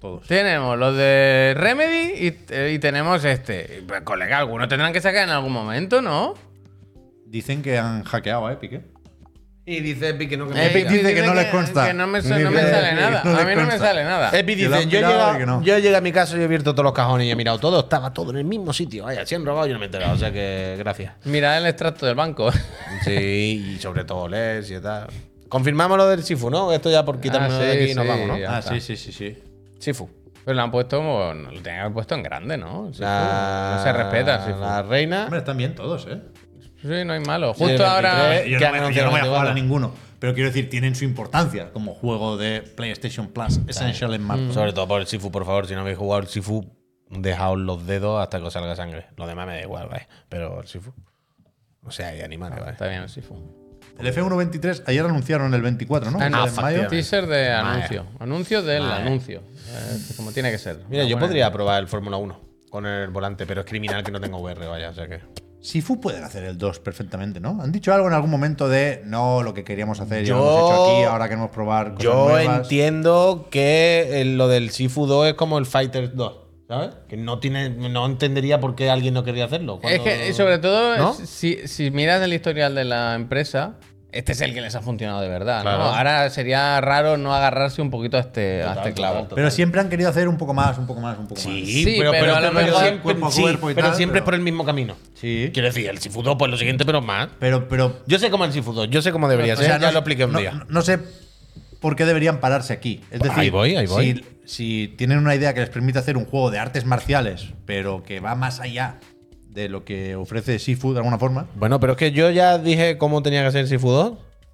A: todos.
C: Tenemos los de Remedy y, eh, y tenemos este. Y, Pues, colega, algunos tendrán que sacar en algún momento, ¿no?
A: Dicen que han hackeado a Epic, ¿eh?
B: Y dice Epic que no que
A: Eh, Epic dice que no les consta.
C: Que no me, sa-
A: Ni
C: no me
A: de-
C: sale
A: ni-
C: nada.
A: no
C: a
A: les
C: mí no me
A: consta.
C: sale nada.
E: Epi
A: Que lo
E: dice,
A: han
E: yo he,
A: mirado
E: llegado,
A: y que no.
E: yo he llegado a mi casa y he abierto todos los cajones y he mirado todo. Estaba todo en el mismo sitio. Vaya, si han robado yo no me he enterado. O sea que gracias.
C: Mira el extracto del banco.
E: Sí, y sobre todo les y tal. Confirmamos lo del Sifu, ¿no? Esto ya por quitarnos
C: Ah,
E: de
C: sí,
E: aquí y nos
C: sí,
E: vamos, ¿no?
C: ya.
A: Ah,
C: está.
A: sí, sí, sí, sí.
E: Sifu.
C: Pero lo han puesto. como- Lo tenían que haber puesto en grande, ¿no? Sí,
E: La-
C: no se respeta. sí,
E: La reina.
A: Hombre, están bien todos, ¿eh?
C: Sí, no hay malo.
E: el
C: Justo ahora.
E: 23.
A: Yo
E: Eh, que
A: no, voy a- yo
E: anunciaron
A: no voy a
E: que
A: jugar
E: van
A: a
E: a-
A: ninguno. Pero quiero decir, tienen su importancia como juego de PlayStation Plus Essential en marzo.
E: Sobre todo por el Sifu, por favor. Si no habéis jugado el Sifu, dejaos los dedos hasta que os salga sangre. Lo demás me da igual, ¿vale? Pero el Sifu. O sea, hay animales, ¿vale?
C: Está bien, el Sifu.
A: El F123, ayer anunciaron el 24, ¿no?
C: Ah, no,
A: El de mayo.
C: Teaser de anuncio. Anuncio del anuncio. Eh, como tiene que ser. Una
E: Mira, yo
C: buena
E: podría probar el Fórmula 1 con el volante, pero es criminal que no tengo VR, vaya, o sea que.
A: Sifu pueden hacer el 2 perfectamente, ¿no? Han dicho algo en algún momento de no, lo que queríamos hacer, ya lo hemos hecho aquí, ahora queremos probar cosas
E: Yo
A: nuevas".
E: entiendo que eh, lo del Sifu 2 es como el Fighter 2, ¿sabes? Que no tiene, no entendería por qué alguien no querría hacerlo.
C: Es
E: cuando-
C: que, y sobre todo,
E: ¿No?
C: si, si miras el historial de la empresa, este es el que les ha funcionado de verdad. ¿no?
E: Claro.
C: Ahora sería raro no agarrarse un poquito a este, a este clavo.
E: total.
A: Pero siempre han querido hacer un poco más, un poco más, un poco más.
E: Sí,
C: Sí,
E: pero,
C: pero a lo mejor
E: siempre,
A: cuerpo a
E: sí,
A: cuerpo y
E: pero
A: tal,
E: siempre
A: pero-
E: por el mismo camino.
A: Sí.
E: Quiero decir, el Sifu 2, pues lo siguiente, pero más.
A: Pero, pero.
E: Yo sé cómo el Sifu 2, yo sé cómo debería
A: o
E: ser,
A: sea,
E: ya
A: no-
E: lo apliqué un
A: no-
E: día.
A: No sé por qué deberían pararse aquí. Es decir,
E: Ahí voy, ahí voy.
A: Si, si tienen una idea que les permite hacer un juego de artes marciales, pero que va más allá de lo que ofrece Sifu de alguna forma.
E: Bueno, pero es que yo ya dije cómo tenía que ser el Sifu 2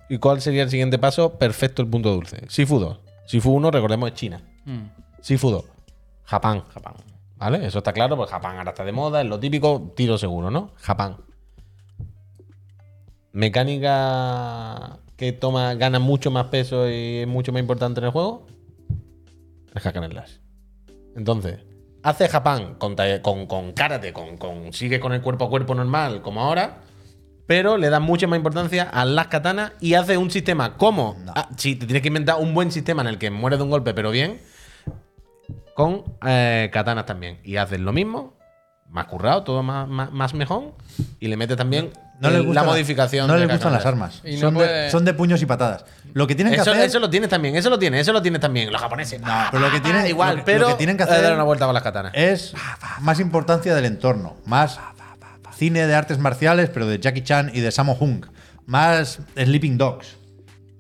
E: y cuál sería el siguiente paso. Perfecto el punto dulce. Sifu 2. Sifu 1, recordemos, es China. Sifu 2, Japón. Japón. ¿Vale? Eso está claro, pues Japón ahora está de moda, es lo típico, tiro seguro, ¿no? Japón. Mecánica que toma, gana mucho más peso y es mucho más importante en el juego. El hack and slash. Entonces, hace Japón con, ta- con, con karate, con, con- sigue con el cuerpo a cuerpo normal, como ahora, pero le da mucha más importancia a las katanas y hace un sistema como. Ah, sí, te tienes que inventar un buen sistema en el que mueres de un golpe, pero bien, con eh, katanas también. Y haces lo mismo, más currado, todo más, más, más mejor, y le metes también
A: No les
E: el-
A: gusta
E: Eh, la modificación.
A: No
E: de
A: les gustan
E: katanas.
A: las armas.
C: Y no
A: son,
C: puede-
A: de, son de puños y patadas. Lo que tienen que
E: Eso,
A: hacer.
E: eso lo tienes también, eso lo tienes, eso lo tienes también. Los japoneses. No,
A: pero
C: Ah,
A: lo que tienen-
E: igual,
A: lo que- lo
E: pero
A: que tienen que
E: eh,
A: hacer-
E: dar una vuelta con las katanas.
A: es más importancia del entorno, más cine de artes marciales, pero de Jackie Chan y de Sammo Hung, más Sleeping Dogs.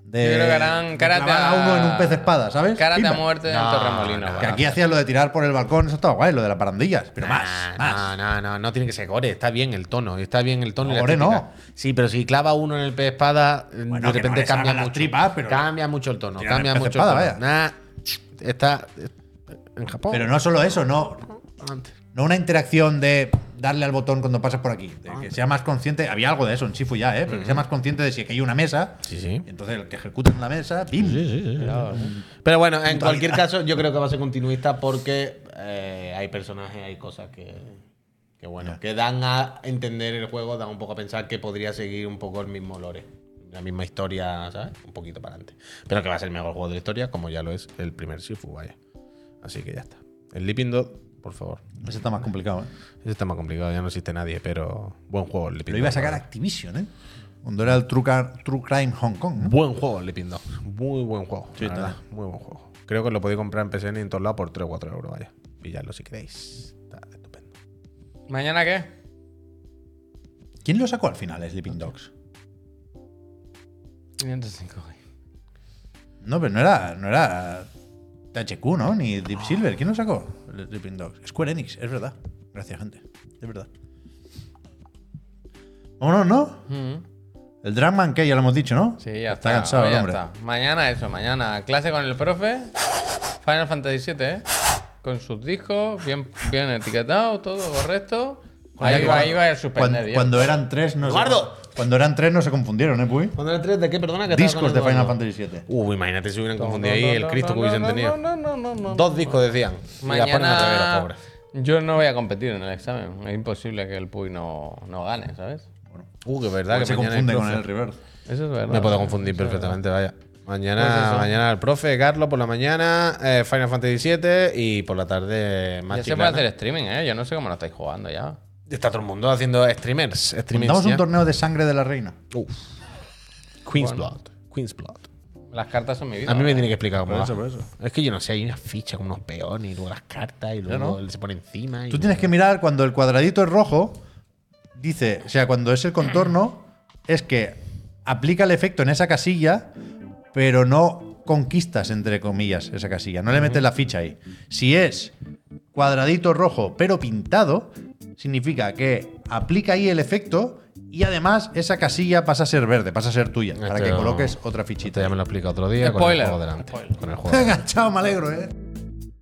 A: De,
C: Yo creo que harán
A: Eh, de
C: karate
A: clavar a
C: a-
A: uno en un pez espada, ¿sabes?
C: Karate a
A: Pimba.
C: muerte en
E: No,
C: Torremolino.
E: no,
C: va.
A: Que aquí hacían lo de tirar por el balcón, eso estaba guay, lo de las parandillas, pero
E: Ah,
A: más, más.
E: No, no, no, no tiene que ser gore. Está bien el tono, está bien el tono. y la
A: Gore
E: estética.
A: no.
E: Sí, pero si clava uno en el pez espada, eh,
A: Bueno,
E: de
A: que no
E: repente
A: le
E: cambia
A: salgan las
E: mucho.
A: tripas, pero-
E: cambia mucho el tono,
A: Tiran
E: cambia
A: el pez
E: mucho
A: espada,
E: el tono. Nah, está eh, en Japón.
A: Pero no solo eso, no,
E: Antes.
A: no una interacción de darle al botón cuando pasas por aquí, de que sea más consciente, había algo de eso en Shifu ya, ¿eh? pero que sea más consciente de si aquí hay una mesa,
E: Sí, sí.
A: y entonces el que ejecuta en la mesa, ¡pim!
E: Pero bueno, en cualquier caso, yo creo que va a ser continuista porque eh, hay personajes, hay cosas que, que bueno, que dan a entender el juego, dan un poco a pensar que podría seguir un poco el mismo lore, la misma historia, ¿sabes? Un poquito para adelante. Pero que va a ser el mejor juego de la historia, como ya lo es el primer Sifu, vaya. Así que ya está. El Leaping Dog, por favor.
A: Eso está más complicado, ¿eh?
E: Ese está más complicado, ya no existe nadie, pero buen juego el Leaping
A: Lo iba a
E: Dog,
A: sacar
E: vaya.
A: Activision, ¿eh? Cuando era el True, Car- True Crime Hong Kong. ¿no?
E: Buen juego el Leaping Dog. Muy buen juego.
A: Sí,
E: la
A: está.
E: verdad. Muy buen juego. Creo que lo podéis comprar en PSN y en todos lados por 3 o 4 euros, vaya. Pilladlo si queréis. Está estupendo.
C: ¿Mañana qué?
A: ¿Quién lo sacó al final, Sleeping Dogs?
C: 505. güey.
A: No, pero no era, no era THQ, ¿no? Ni Deep Silver. ¿Quién lo sacó? El Sleeping Dogs. Square Enix, es verdad. Gracias, gente. Es verdad. Vámonos, ¿no?
C: Mm.
A: El Dragman que ya lo hemos dicho, ¿no?
C: Sí, ya está.
A: Está cansado
C: Hoy
A: el
C: ya
A: hombre.
C: está. Mañana eso, mañana. Clase con el profe. Final Fantasy VII, ¿eh? Con sus discos, bien, bien etiquetado, todo correcto. Ahí va, ahí va el
A: Cuando,
C: suspender. yo.
A: cuando eran tres, no
E: ¡Eduardo!
A: se, cuando eran tres no se confundieron, ¿eh, Puy?
E: ¿Cuándo era 3 de qué? Perdona que estaba
A: Discos
E: con
A: de
E: el
A: Final
E: Eduardo.
A: Fantasy VII.
E: Uh, imagínate si hubieran confundido ahí el Cristo que hubiesen tenido.
C: No, no, no, no.
E: Dos discos decían. Y la ponen a través de los
C: Mañana
E: pobres.
C: yo no voy a competir en el examen. Es imposible que el Puy no, no gane, ¿sabes?
E: Uh, que verdad que
A: Se
E: mañana hay
A: confunde con
E: profe.
A: el Reverse.
C: Eso es verdad.
E: Me puedo confundir perfectamente, vaya.
C: Pues
E: Mañana,
C: eso.
E: mañana el profe, Carlos, por la mañana, eh, Final Fantasy VII y por la tarde más
C: Ya se puede hacer streaming, ¿eh? Yo no sé cómo lo estáis jugando ya.
E: Está todo el mundo haciendo streamers. streamers
A: Damos
E: ya.
A: un torneo de sangre de la reina.
E: Uf. Queen's Blood. Queen's Blood.
C: Las cartas son mi vida.
E: A mí me tiene que explicar cómo
A: Por
E: va.
A: eso, por eso.
E: Es que yo no sé, hay una ficha con unos peones y luego las cartas y luego
A: no.
E: él se pone encima. Y
A: Tú tienes que mirar cuando el cuadradito es rojo, dice, o sea, cuando es el contorno, es que aplica el efecto en esa casilla, pero no conquistas, entre comillas, esa casilla. No le metes la ficha ahí. Si es cuadradito rojo, pero pintado, significa que aplica ahí el efecto y además esa casilla pasa a ser verde, pasa a ser tuya, para
E: Esto-
A: que coloques otra fichita.
E: Ya me lo explica otro día
C: Spoiler.
E: con el juego delante. Con el juego.
A: Venga, chao, me alegro, eh.